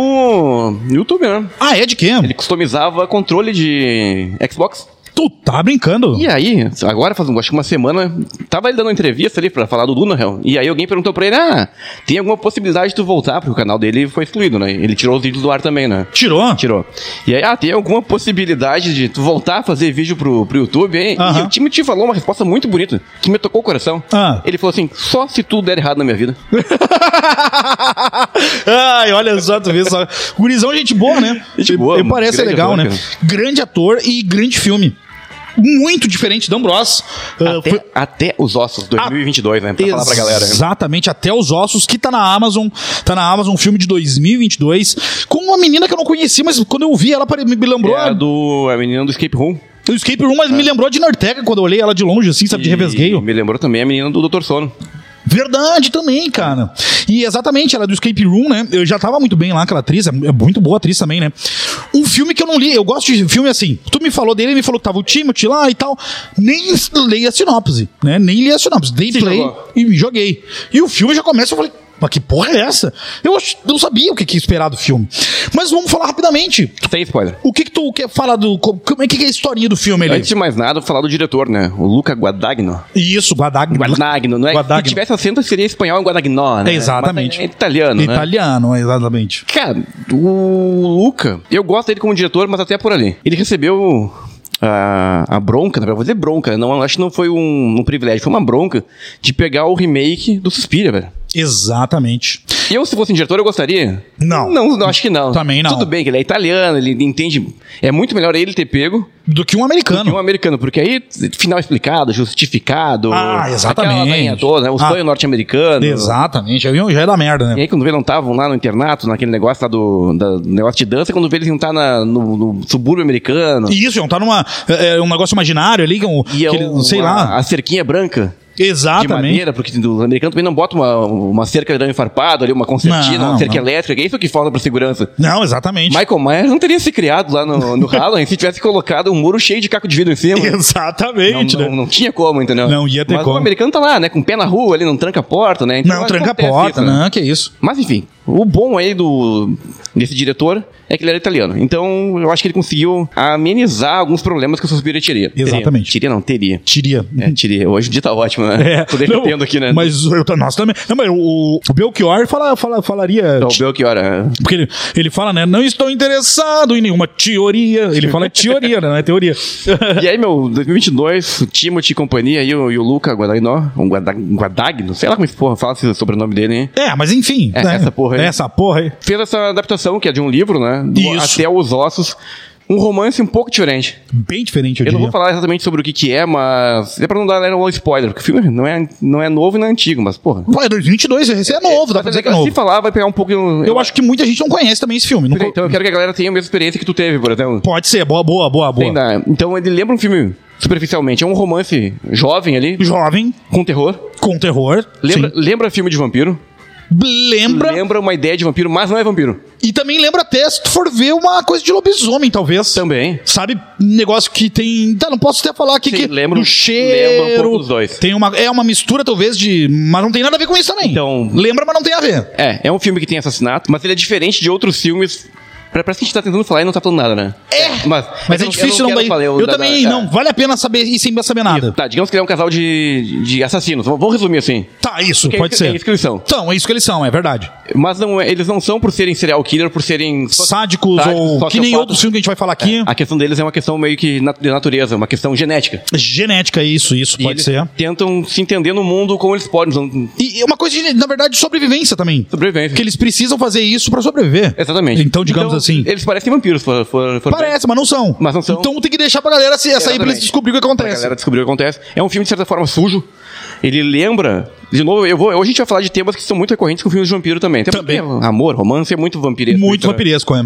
[SPEAKER 1] no YouTube, né?
[SPEAKER 2] Ah, é de quem?
[SPEAKER 1] Ele customizava controle de Xbox.
[SPEAKER 2] Tu tá brincando?
[SPEAKER 1] E aí, agora faz um- acho que uma semana, tava ele dando uma entrevista ali pra falar do Duna, real. e aí alguém perguntou pra ele, ah, tem alguma possibilidade de tu voltar, porque o canal dele foi excluído, né? Ele tirou os vídeos do ar também, né?
[SPEAKER 2] Tirou?
[SPEAKER 1] Tirou. E aí, ah, tem alguma possibilidade de tu voltar a fazer vídeo pro, pro YouTube, hein? E
[SPEAKER 2] Aham.
[SPEAKER 1] o time te falou uma resposta muito bonita, que me tocou o coração.
[SPEAKER 2] Ah.
[SPEAKER 1] Ele falou assim, só se tudo der errado na minha vida.
[SPEAKER 2] Ai, olha só, tu vê só. Gurizão, gente boa, né?
[SPEAKER 1] Gente boa, um
[SPEAKER 2] E parece
[SPEAKER 1] grande
[SPEAKER 2] legal,
[SPEAKER 1] ator,
[SPEAKER 2] né? Grande ator e grande filme. Muito diferente de Ambrose. Ah,
[SPEAKER 1] Até,
[SPEAKER 2] foi-
[SPEAKER 1] até os ossos, 2022, né? Pra falar pra galera.
[SPEAKER 2] Exatamente, até os ossos, que tá na Amazon, tá na Amazon, um filme de 2022, com uma menina que eu não conheci, mas quando eu vi ela pare- me lembrou
[SPEAKER 1] É a do, a menina do Escape Room.
[SPEAKER 2] do Escape Room, mas me lembrou de Norteca quando eu olhei ela de longe, assim, sabe, de
[SPEAKER 1] E
[SPEAKER 2] revesgueio.
[SPEAKER 1] Me lembrou também a menina do Dr. Sono.
[SPEAKER 2] Verdade também, cara. E exatamente, ela é do Escape Room, né? Eu já tava muito bem lá, aquela atriz, é é muito boa atriz também, né? Um filme que eu não li, eu gosto de filme assim. Tu me falou dele, me falou que tava o Timothy lá e tal. Nem leia a sinopse, né? Nem li a sinopse. Dei play
[SPEAKER 1] jogou.
[SPEAKER 2] e me joguei. E o filme já começa, eu falei. Mas que porra é essa? Eu ach- eu não sabia o que, que esperar do filme. Mas vamos falar rapidamente.
[SPEAKER 1] Sem spoiler.
[SPEAKER 2] O que, que tu quer falar do. co- Como é que que é a historinha do filme ali?
[SPEAKER 1] Antes de mais nada, falar do diretor, né? O Luca Guadagno.
[SPEAKER 2] Isso, Guadagno.
[SPEAKER 1] Guadagno, não é?
[SPEAKER 2] Guadagno.
[SPEAKER 1] Se tivesse acento, seria espanhol Guadagnó, né?
[SPEAKER 2] Exatamente.
[SPEAKER 1] Mas é italiano, né?
[SPEAKER 2] Italiano, exatamente.
[SPEAKER 1] Cara, o Luca, eu gosto dele como diretor, mas até por ali. Ele recebeu a, a bronca, né? Eu vou dizer bronca, não, acho que não foi um, um privilégio, foi uma bronca de pegar o remake do Suspira, velho.
[SPEAKER 2] Exatamente.
[SPEAKER 1] Eu, se fosse um diretor, eu gostaria?
[SPEAKER 2] Não.
[SPEAKER 1] Não, não, acho que não.
[SPEAKER 2] Também não.
[SPEAKER 1] Tudo bem que ele é italiano, ele entende. É muito melhor ele ter pego
[SPEAKER 2] Do que um
[SPEAKER 1] que um
[SPEAKER 2] americano.
[SPEAKER 1] americano, porque aí, final explicado, justificado.
[SPEAKER 2] Ah, exatamente.
[SPEAKER 1] aquela lenha toda, né? O
[SPEAKER 2] Ah.
[SPEAKER 1] sonho norte-americano.
[SPEAKER 2] Exatamente. Aí já é da merda,
[SPEAKER 1] E
[SPEAKER 2] né?
[SPEAKER 1] aí, quando vê, não estavam lá no internato, naquele negócio lá do da- negócio de dança, quando vê, eles não tá na- no, no subúrbio americano.
[SPEAKER 2] E isso, João, tá numa. É, é um negócio imaginário ali, que um,
[SPEAKER 1] E é
[SPEAKER 2] que ele-
[SPEAKER 1] um-
[SPEAKER 2] sei
[SPEAKER 1] a-
[SPEAKER 2] lá. Ah,
[SPEAKER 1] A cerquinha branca. de
[SPEAKER 2] Exatamente.
[SPEAKER 1] madeira, porque os americanos também não botam uma, uma cerca de arame farpado ali, uma concertina,
[SPEAKER 2] Não,
[SPEAKER 1] uma cerca
[SPEAKER 2] não.
[SPEAKER 1] elétrica, que é isso que falta pra segurança.
[SPEAKER 2] Não, exatamente.
[SPEAKER 1] Michael Myers não teria se criado lá no, no Halloween se tivesse colocado um muro cheio de caco de vidro em cima. Não,
[SPEAKER 2] Exatamente,
[SPEAKER 1] não,
[SPEAKER 2] né?
[SPEAKER 1] não tinha como, entendeu?
[SPEAKER 2] Não ia ter
[SPEAKER 1] Mas
[SPEAKER 2] como.
[SPEAKER 1] o americano tá lá, né? Com o pé na rua, ele não tranca a porta, né? Então,
[SPEAKER 2] Não,
[SPEAKER 1] mas
[SPEAKER 2] tranca a
[SPEAKER 1] acontece
[SPEAKER 2] porta,
[SPEAKER 1] isso, né?
[SPEAKER 2] não, que isso.
[SPEAKER 1] Mas enfim, o bom aí do desse diretor é que ele era italiano. Então eu acho que ele conseguiu amenizar alguns problemas que o Suspiria teria.
[SPEAKER 2] Exatamente.
[SPEAKER 1] Teria, teria não, teria.
[SPEAKER 2] Tiria. É.
[SPEAKER 1] É, teria. Hoje o dia tá ótimo, né? Tô defendendo
[SPEAKER 2] não,
[SPEAKER 1] aqui, né?
[SPEAKER 2] Mas eu, ta- nós também. Não, mas o, o Belchior fala, fala, falaria. tipo,
[SPEAKER 1] Então, o Belchior, é,
[SPEAKER 2] Porque ele, ele fala, né? Não estou interessado em nenhuma teoria. Ele fala teoria, né? Não é teoria.
[SPEAKER 1] E aí, meu, 2022, o Timothy e companhia e o, e o Luca Guadagnó, um Guada- Guadagno, sei lá como esse porra fala esse sobrenome dele, hein?
[SPEAKER 2] É, mas enfim.
[SPEAKER 1] É, essa porra aí.
[SPEAKER 2] Essa porra aí.
[SPEAKER 1] Fez essa adaptação, que é de um livro, né? Do
[SPEAKER 2] Isso.
[SPEAKER 1] Até os Ossos. Um romance um pouco diferente.
[SPEAKER 2] Bem diferente, eu,
[SPEAKER 1] Eu não
[SPEAKER 2] diria.
[SPEAKER 1] vou falar exatamente sobre o que que é, mas... É pra não dar um spoiler, porque o filme não é, não é novo e não é antigo, mas, porra...
[SPEAKER 2] Pô, é 2022, esse é novo, dá pra dizer que é
[SPEAKER 1] Se
[SPEAKER 2] novo.
[SPEAKER 1] falar, vai pegar um pouco...
[SPEAKER 2] Eu acho que muita gente não conhece também esse filme. Nunca-
[SPEAKER 1] Então eu quero que a galera tenha a mesma experiência que tu teve, por exemplo.
[SPEAKER 2] Pode ser, boa, boa, boa, boa.
[SPEAKER 1] Ainda- Então ele lembra um filme, superficialmente, é um romance jovem ali,
[SPEAKER 2] Jovem,
[SPEAKER 1] com terror.
[SPEAKER 2] com terror.
[SPEAKER 1] Lembra,
[SPEAKER 2] sim.
[SPEAKER 1] lembra filme de vampiro?
[SPEAKER 2] Lembra,
[SPEAKER 1] Lembra uma ideia de vampiro, mas não é vampiro.
[SPEAKER 2] E também lembra até se tu for ver uma coisa de lobisomem, talvez.
[SPEAKER 1] Também.
[SPEAKER 2] Sabe, um negócio que tem. Tá, não posso até falar aqui
[SPEAKER 1] Sim,
[SPEAKER 2] que.
[SPEAKER 1] lembra-
[SPEAKER 2] do cheiro.
[SPEAKER 1] lembra um pouco dos dois.
[SPEAKER 2] Tem uma, é uma mistura, talvez, de. Mas não tem nada a ver com isso também.
[SPEAKER 1] Então-
[SPEAKER 2] Lembra, mas não tem a ver.
[SPEAKER 1] É, é um filme que tem assassinato, mas ele é diferente de outros filmes. Pra- Parece que a gente tá tentando falar e não tá falando nada, né?
[SPEAKER 2] É,
[SPEAKER 1] Mas,
[SPEAKER 2] Mas é
[SPEAKER 1] eu
[SPEAKER 2] difícil não,
[SPEAKER 1] quero
[SPEAKER 2] daí.
[SPEAKER 1] falar,
[SPEAKER 2] Eu,
[SPEAKER 1] da- da-
[SPEAKER 2] também
[SPEAKER 1] é.
[SPEAKER 2] não. Vale a pena saber e sem saber nada.
[SPEAKER 1] Tá, digamos que ele é um casal de, de assassinos. Vamos vamos resumir assim.
[SPEAKER 2] Tá, isso,
[SPEAKER 1] Porque é
[SPEAKER 2] pode
[SPEAKER 1] isso-
[SPEAKER 2] ser.
[SPEAKER 1] é isso que eles são.
[SPEAKER 2] Então, é isso que eles são, é verdade.
[SPEAKER 1] Mas não é- eles não são por serem serial killer, por serem. só-
[SPEAKER 2] Sádicos
[SPEAKER 1] sádicos,
[SPEAKER 2] ou. Que nem
[SPEAKER 1] sociopatas.
[SPEAKER 2] outros filmes que a gente vai falar aqui.
[SPEAKER 1] A questão deles é uma questão meio que na- de natureza, uma questão genética.
[SPEAKER 2] Genética, isso, isso,
[SPEAKER 1] E
[SPEAKER 2] pode
[SPEAKER 1] eles
[SPEAKER 2] ser.
[SPEAKER 1] Tentam se entender no mundo como eles podem. são
[SPEAKER 2] E é uma coisa, de, na verdade, de sobrevivência também.
[SPEAKER 1] Sobrevivência.
[SPEAKER 2] Porque eles precisam fazer isso pra sobreviver.
[SPEAKER 1] Exatamente.
[SPEAKER 2] Então, digamos assim.
[SPEAKER 1] Eles parecem vampiros, for, for, for
[SPEAKER 2] Parece, mas não são.
[SPEAKER 1] Mas não são.
[SPEAKER 2] Então tem que deixar pra galera se, essa aí pra eles
[SPEAKER 1] Exatamente.
[SPEAKER 2] descobrirem o que
[SPEAKER 1] Pra
[SPEAKER 2] acontece.
[SPEAKER 1] galera descobriu o que acontece. É um filme, de certa forma, sujo. Ele lembra. De novo, eu vou, hoje a gente vai falar de temas que são muito recorrentes com filmes de vampiro também. Até porque Amor, romance é muito vampiresco.
[SPEAKER 2] Muito
[SPEAKER 1] isso, né?
[SPEAKER 2] vampiresco, é.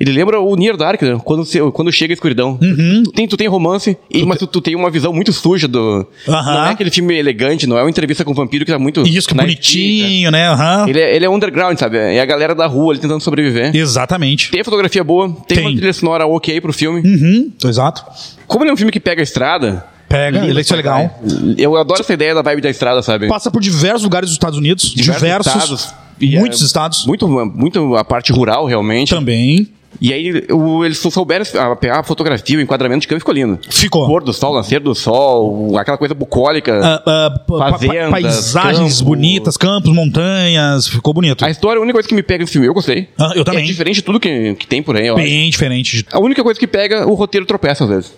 [SPEAKER 1] Ele lembra o Near Dark, né? quando, você- quando chega a escuridão.
[SPEAKER 2] Uhum.
[SPEAKER 1] Tem, tu tem romance, e- mas tu, tu tem uma visão muito suja do.
[SPEAKER 2] Aham.
[SPEAKER 1] Não é aquele filme elegante, não é uma entrevista com o vampiro que tá muito.
[SPEAKER 2] Isso, que é
[SPEAKER 1] na estica.
[SPEAKER 2] bonitinho, né? Aham.
[SPEAKER 1] Ele é, ele é underground, sabe? É a galera da rua ali tentando sobreviver.
[SPEAKER 2] Exatamente.
[SPEAKER 1] Tem fotografia boa, tem,
[SPEAKER 2] Tem.
[SPEAKER 1] uma trilha sonora ok pro filme.
[SPEAKER 2] Uhum, exato.
[SPEAKER 1] Como ele é um filme que pega a estrada.
[SPEAKER 2] Pega, ele-
[SPEAKER 1] né?
[SPEAKER 2] isso é legal.
[SPEAKER 1] Eu adoro essa ideia da vibe da estrada, sabe?
[SPEAKER 2] Passa por diversos lugares dos Estados Unidos. Diversos.
[SPEAKER 1] Diversos estados. E,
[SPEAKER 2] muitos
[SPEAKER 1] é,
[SPEAKER 2] estados.
[SPEAKER 1] Muito, muito a parte rural, realmente.
[SPEAKER 2] Então. Também.
[SPEAKER 1] E aí, o, eles só souberam ah, pegar a fotografia, o enquadramento de campo ficou lindo.
[SPEAKER 2] Ficou.
[SPEAKER 1] Pôr do sol, nascer do sol, um, aquela coisa bucólica.
[SPEAKER 2] Ah, ah, pa- pa-
[SPEAKER 1] Fazendas,
[SPEAKER 2] paisagens
[SPEAKER 1] campos.
[SPEAKER 2] bonitas, campos, montanhas. Ficou bonito.
[SPEAKER 1] A história, a única coisa que me pega nesse filme, eu gostei.
[SPEAKER 2] Ah, eu
[SPEAKER 1] É
[SPEAKER 2] também.
[SPEAKER 1] diferente de tudo que, que tem por aí, ó.
[SPEAKER 2] Bem diferente. de-
[SPEAKER 1] A única coisa que pega, o roteiro tropeça às vezes.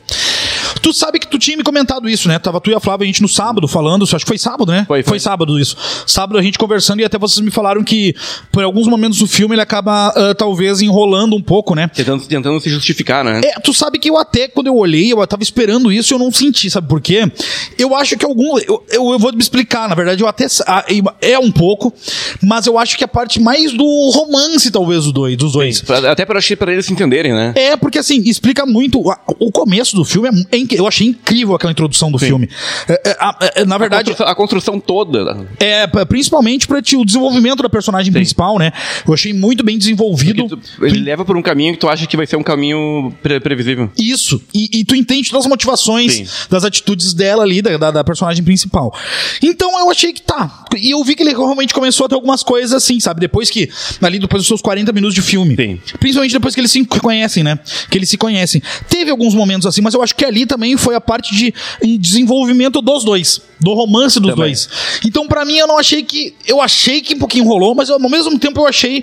[SPEAKER 2] Tu sabe que tu tinha me comentado isso, né? Tava tu e a Flávia, a gente no sábado falando, acho que foi sábado, né?
[SPEAKER 1] Foi, foi.
[SPEAKER 2] sábado isso. Sábado a gente conversando e até vocês me falaram que por alguns momentos o filme ele acaba ah, talvez enrolando um pouco, né?
[SPEAKER 1] Tentando, tentando se justificar, né?
[SPEAKER 2] É, tu sabe que eu até, quando eu olhei, eu tava esperando isso e eu não senti, sabe por quê? Eu acho que algum. Eu, eu, eu vou me explicar, na verdade, eu até. sa- ah, É um pouco, mas eu acho que a parte mais do romance, talvez, do dois, dos dois.
[SPEAKER 1] Pra- Até pra, acho que pra eles se entenderem, né?
[SPEAKER 2] É, porque assim, explica muito. a- O começo do filme é. mu- é inc- Eu achei incrível aquela introdução do filme. É, é, a- é, na
[SPEAKER 1] A
[SPEAKER 2] verdade,
[SPEAKER 1] construção, a construção toda. né?
[SPEAKER 2] é p- principalmente para o desenvolvimento da personagem principal, né? Eu achei muito bem desenvolvido.
[SPEAKER 1] Porque tu- ele leva por um caminho que tu acha que vai ser um caminho pre- previsível.
[SPEAKER 2] Isso. E, e tu entende todas as motivações,
[SPEAKER 1] Sim.
[SPEAKER 2] das atitudes dela ali, da, da- da personagem principal. Então eu achei que tá. E eu vi que ele realmente começou a ter algumas coisas assim, sabe? Depois que. Ali, depois dos seus 40 minutos de filme.
[SPEAKER 1] Sim.
[SPEAKER 2] Principalmente depois que eles se conhecem, né? Que eles se conhecem. Teve alguns momentos assim, mas eu acho que ali também foi a parte de em desenvolvimento dos dois. Do romance dos
[SPEAKER 1] Também.
[SPEAKER 2] dois. Então, pra mim, eu não achei que. Eu achei que um pouquinho rolou, mas ao mesmo tempo eu achei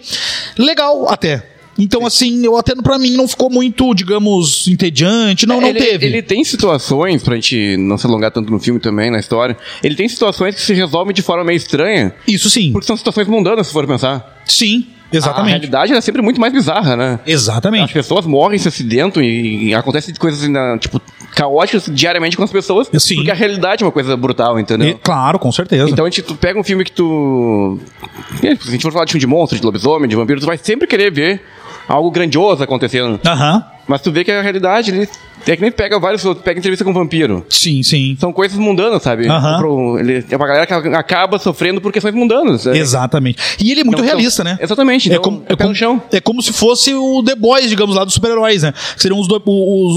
[SPEAKER 2] legal até. Então, assim, eu até pra mim não ficou muito, digamos, entediante. Não, não
[SPEAKER 1] É, ele,
[SPEAKER 2] teve.
[SPEAKER 1] Ele tem situações, pra gente não se alongar tanto no filme também, na história, ele tem situações que se resolvem de forma meio estranha,
[SPEAKER 2] Isso sim.
[SPEAKER 1] porque são situações mundanas, se for pensar.
[SPEAKER 2] Sim,
[SPEAKER 1] A
[SPEAKER 2] exatamente.
[SPEAKER 1] realidade era sempre muito mais bizarra, né? As
[SPEAKER 2] Exatamente.
[SPEAKER 1] pessoas morrem, se acidentam e, e acontecem coisas, ainda, tipo, caóticas diariamente com as pessoas.
[SPEAKER 2] Sim.
[SPEAKER 1] Porque a realidade é uma coisa brutal, entendeu?
[SPEAKER 2] E- claro, com certeza.
[SPEAKER 1] Então a gente tu pega um filme que tu. Se a gente for falar de filme de monstro, de lobisomem, de vampiro, tu vai sempre querer ver algo grandioso acontecendo.
[SPEAKER 2] Aham.
[SPEAKER 1] Mas tu vê que a realidade, ele. É que nem pega vários. tu Pega entrevista com um vampiro.
[SPEAKER 2] Sim, sim.
[SPEAKER 1] São coisas mundanas, sabe?
[SPEAKER 2] Aham.
[SPEAKER 1] Pro- ele- é uma galera que acaba sofrendo por questões mundanas. sabe?
[SPEAKER 2] Exatamente. E ele é muito
[SPEAKER 1] Então,
[SPEAKER 2] realista,
[SPEAKER 1] então,
[SPEAKER 2] né?
[SPEAKER 1] Exatamente.
[SPEAKER 2] É
[SPEAKER 1] Então,
[SPEAKER 2] como,
[SPEAKER 1] é pé
[SPEAKER 2] é, como,
[SPEAKER 1] no chão.
[SPEAKER 2] é como se fosse o The Boys, digamos lá, dos super-heróis, né? Que seriam os, do, os,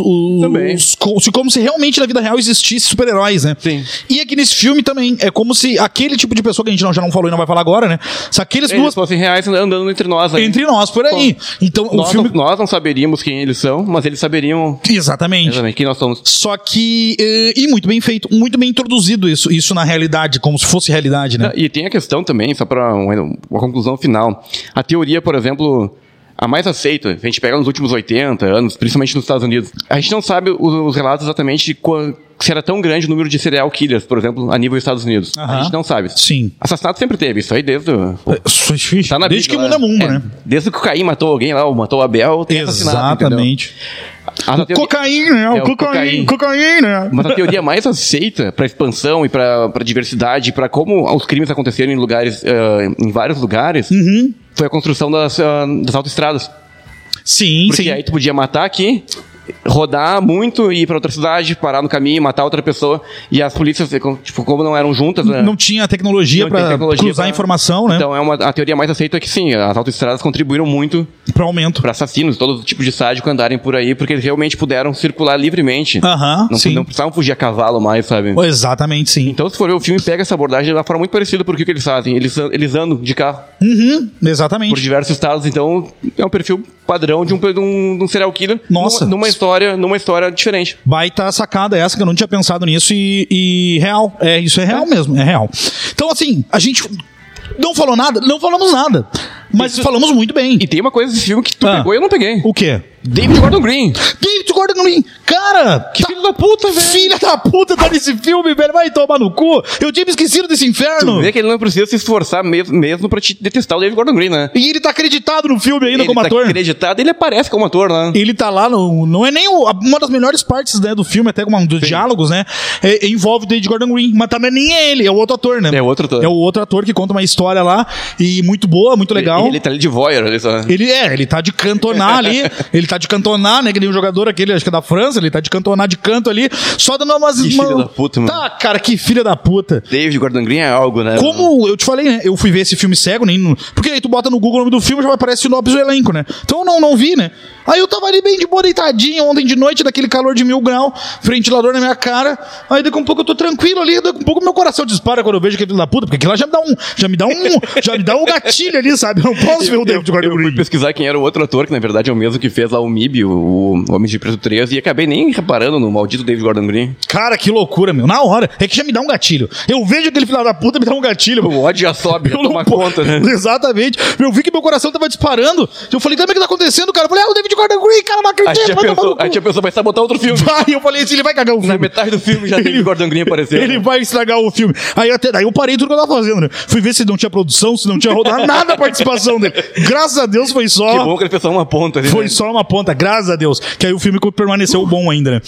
[SPEAKER 2] os,
[SPEAKER 1] Também.
[SPEAKER 2] os- co- se- como se realmente na vida real existisse super-heróis, né?
[SPEAKER 1] Sim.
[SPEAKER 2] E aqui nesse filme também, é como se aquele tipo de pessoa que a gente não, já não falou e não vai falar agora, né? Se aqueles
[SPEAKER 1] É, Eles
[SPEAKER 2] duas
[SPEAKER 1] fossem reais andando entre nós aí.
[SPEAKER 2] entre nós por aí. Então,
[SPEAKER 1] nós,
[SPEAKER 2] o filme.
[SPEAKER 1] não, nós não saberíamos quem eles são, mas eles saberiam exatamente
[SPEAKER 2] Exatamente.
[SPEAKER 1] quem nós somos.
[SPEAKER 2] Só que. eh, E muito bem feito, muito bem introduzido isso, isso na realidade, como se fosse realidade, né?
[SPEAKER 1] E tem a questão também, só para uma, uma conclusão final. A teoria, por exemplo, a mais aceita, a gente pega nos últimos 80 anos, principalmente nos Estados Unidos, a gente não sabe os, os relatos exatamente de qua- se era tão grande o número de serial killers, por exemplo, a nível dos Estados Unidos.
[SPEAKER 2] Aham.
[SPEAKER 1] A gente não sabe.
[SPEAKER 2] Sim. Eh,
[SPEAKER 1] Assassinato sempre teve, isso aí desde. o- Tá na
[SPEAKER 2] Desde que
[SPEAKER 1] Bíblia,
[SPEAKER 2] muda mundo,
[SPEAKER 1] É,
[SPEAKER 2] né?
[SPEAKER 1] Desde que o Caim matou alguém lá, ou matou o Abel, tem assassinato, entendeu?
[SPEAKER 2] Exatamente.
[SPEAKER 1] As teori-
[SPEAKER 2] Cocaína, né?
[SPEAKER 1] É, o cocaína.
[SPEAKER 2] cocaína, cocaína.
[SPEAKER 1] Mas a teoria mais aceita para expansão e para diversidade, para como os crimes aconteceram em lugares, eh, em vários lugares,
[SPEAKER 2] Uhum.
[SPEAKER 1] foi a construção das, ah, das autoestradas.
[SPEAKER 2] Sim,
[SPEAKER 1] Porque
[SPEAKER 2] sim.
[SPEAKER 1] aí tu podia matar aqui, rodar muito e ir para outra cidade, parar no caminho, matar outra pessoa. E as polícias, eh, com- tipo, como não eram juntas, né?
[SPEAKER 2] Não tinha tecnologia
[SPEAKER 1] Não tem
[SPEAKER 2] pra
[SPEAKER 1] tecnologia
[SPEAKER 2] cruzar
[SPEAKER 1] pra-
[SPEAKER 2] informação, né?
[SPEAKER 1] Então é uma, a teoria mais aceita é que sim, as autoestradas contribuíram muito
[SPEAKER 2] pra aumento.
[SPEAKER 1] para assassinos, todo tipo de sádico andarem por aí, porque eles realmente puderam circular livremente.
[SPEAKER 2] Aham,
[SPEAKER 1] não,
[SPEAKER 2] Ah, sim.
[SPEAKER 1] não precisavam fugir a cavalo mais, sabe?
[SPEAKER 2] Exatamente, sim.
[SPEAKER 1] Então, se for ver o filme, pega essa abordagem de uma forma muito parecida porque o que eles fazem. Eles, an- eles andam de carro
[SPEAKER 2] Uhum,
[SPEAKER 1] por
[SPEAKER 2] exatamente.
[SPEAKER 1] diversos estados, então é um perfil padrão de um, de um, de um serial killer
[SPEAKER 2] Nossa.
[SPEAKER 1] numa, numa história, numa história diferente.
[SPEAKER 2] Baita sacada essa, que eu não tinha pensado nisso e, e real. É, isso é real mesmo, é real. Então, assim, a gente não falou nada, não falamos nada. Mas falamos muito bem.
[SPEAKER 1] E tem uma coisa desse filme que tu
[SPEAKER 2] Ah.
[SPEAKER 1] pegou e eu não peguei.
[SPEAKER 2] O quê?
[SPEAKER 1] David Gordon Green.
[SPEAKER 2] David Gordon Green, cara, tá
[SPEAKER 1] Que filho da puta, velho.
[SPEAKER 2] Filha da puta, tá nesse filme, velho. Vai tomar no cu. Eu tinha me esquecido desse inferno.
[SPEAKER 1] Tu vê que ele não precisa se esforçar mesmo, mesmo pra te detestar o David Gordon Green, né?
[SPEAKER 2] E ele tá acreditado no filme ainda
[SPEAKER 1] ele
[SPEAKER 2] como
[SPEAKER 1] tá
[SPEAKER 2] ator.
[SPEAKER 1] acreditado, ele aparece como ator, né?
[SPEAKER 2] Ele tá lá no. Não é nem o- uma das melhores partes né, do filme, até uma, dos diálogos, né? É- envolve o David Gordon Green. Mas também nem é ele, é o outro ator, né?
[SPEAKER 1] É o outro ator.
[SPEAKER 2] É o outro ator que conta uma história lá. E muito boa, muito legal.
[SPEAKER 1] Ele, ele tá ali de voyeur, ele só...
[SPEAKER 2] Ele é, ele tá de cantonar ali. ele tá de cantonar, né? Que nem um jogador aquele, acho que é da França, ele tá de cantonar de canto ali. Só dando umas.
[SPEAKER 1] Que filha da puta, mano.
[SPEAKER 2] Tá, cara, que filha da puta.
[SPEAKER 1] David Gordon Green é algo, né?
[SPEAKER 2] Como eu te falei, né? Eu fui ver esse filme cego, nem. no- Porque aí tu bota no Google o nome do filme já aparece sinopse do elenco, né? Então eu não, não vi, né? Aí eu tava ali bem de boa deitadinho ontem de noite, daquele calor de mil grau, ventilador na minha cara. Aí daqui a um pouco eu tô tranquilo ali, daqui a um pouco meu coração dispara quando eu vejo aquele filho da puta, porque aquilo lá já me dá um. Já me dá um. já me dá um gatilho ali, sabe? Eu não posso ver o David Gordon
[SPEAKER 1] Eu fui
[SPEAKER 2] Green.
[SPEAKER 1] pesquisar quem era o outro ator, que na verdade é o mesmo que fez lá o MIB, o, o Homem de Preto 13, e acabei nem reparando no maldito David Gordon Green.
[SPEAKER 2] Cara, que loucura, meu. Na hora. É que já me dá um gatilho. Eu vejo aquele filho da puta, me dá um gatilho.
[SPEAKER 1] O ódio já sobe, já
[SPEAKER 2] Eu não
[SPEAKER 1] toma
[SPEAKER 2] po-
[SPEAKER 1] conta, né?
[SPEAKER 2] Exatamente. Eu vi que meu coração tava disparando. Eu falei, também o que tá acontecendo, cara? Eu falei, ah, o David Gordon Green, cara, não
[SPEAKER 1] A gente
[SPEAKER 2] acredito.
[SPEAKER 1] já
[SPEAKER 2] Vai tomar no
[SPEAKER 1] pensou,
[SPEAKER 2] cu.
[SPEAKER 1] a gente já pensou, vai sabotar outro filme.
[SPEAKER 2] Vai, eu falei assim, ele vai cagar o
[SPEAKER 1] Na
[SPEAKER 2] filme.
[SPEAKER 1] metade do filme já David Gordon Green apareceu.
[SPEAKER 2] Ele vai estragar o filme. Aí até daí eu parei tudo que eu tava fazendo, né? Fui ver se não tinha produção, se não tinha rodado nada a participação dele. Graças a Deus foi só.
[SPEAKER 1] Que bom que ele fez só uma ponta ali.
[SPEAKER 2] Foi
[SPEAKER 1] né?
[SPEAKER 2] só uma ponta, graças a Deus. Que aí o filme permaneceu bom ainda, né?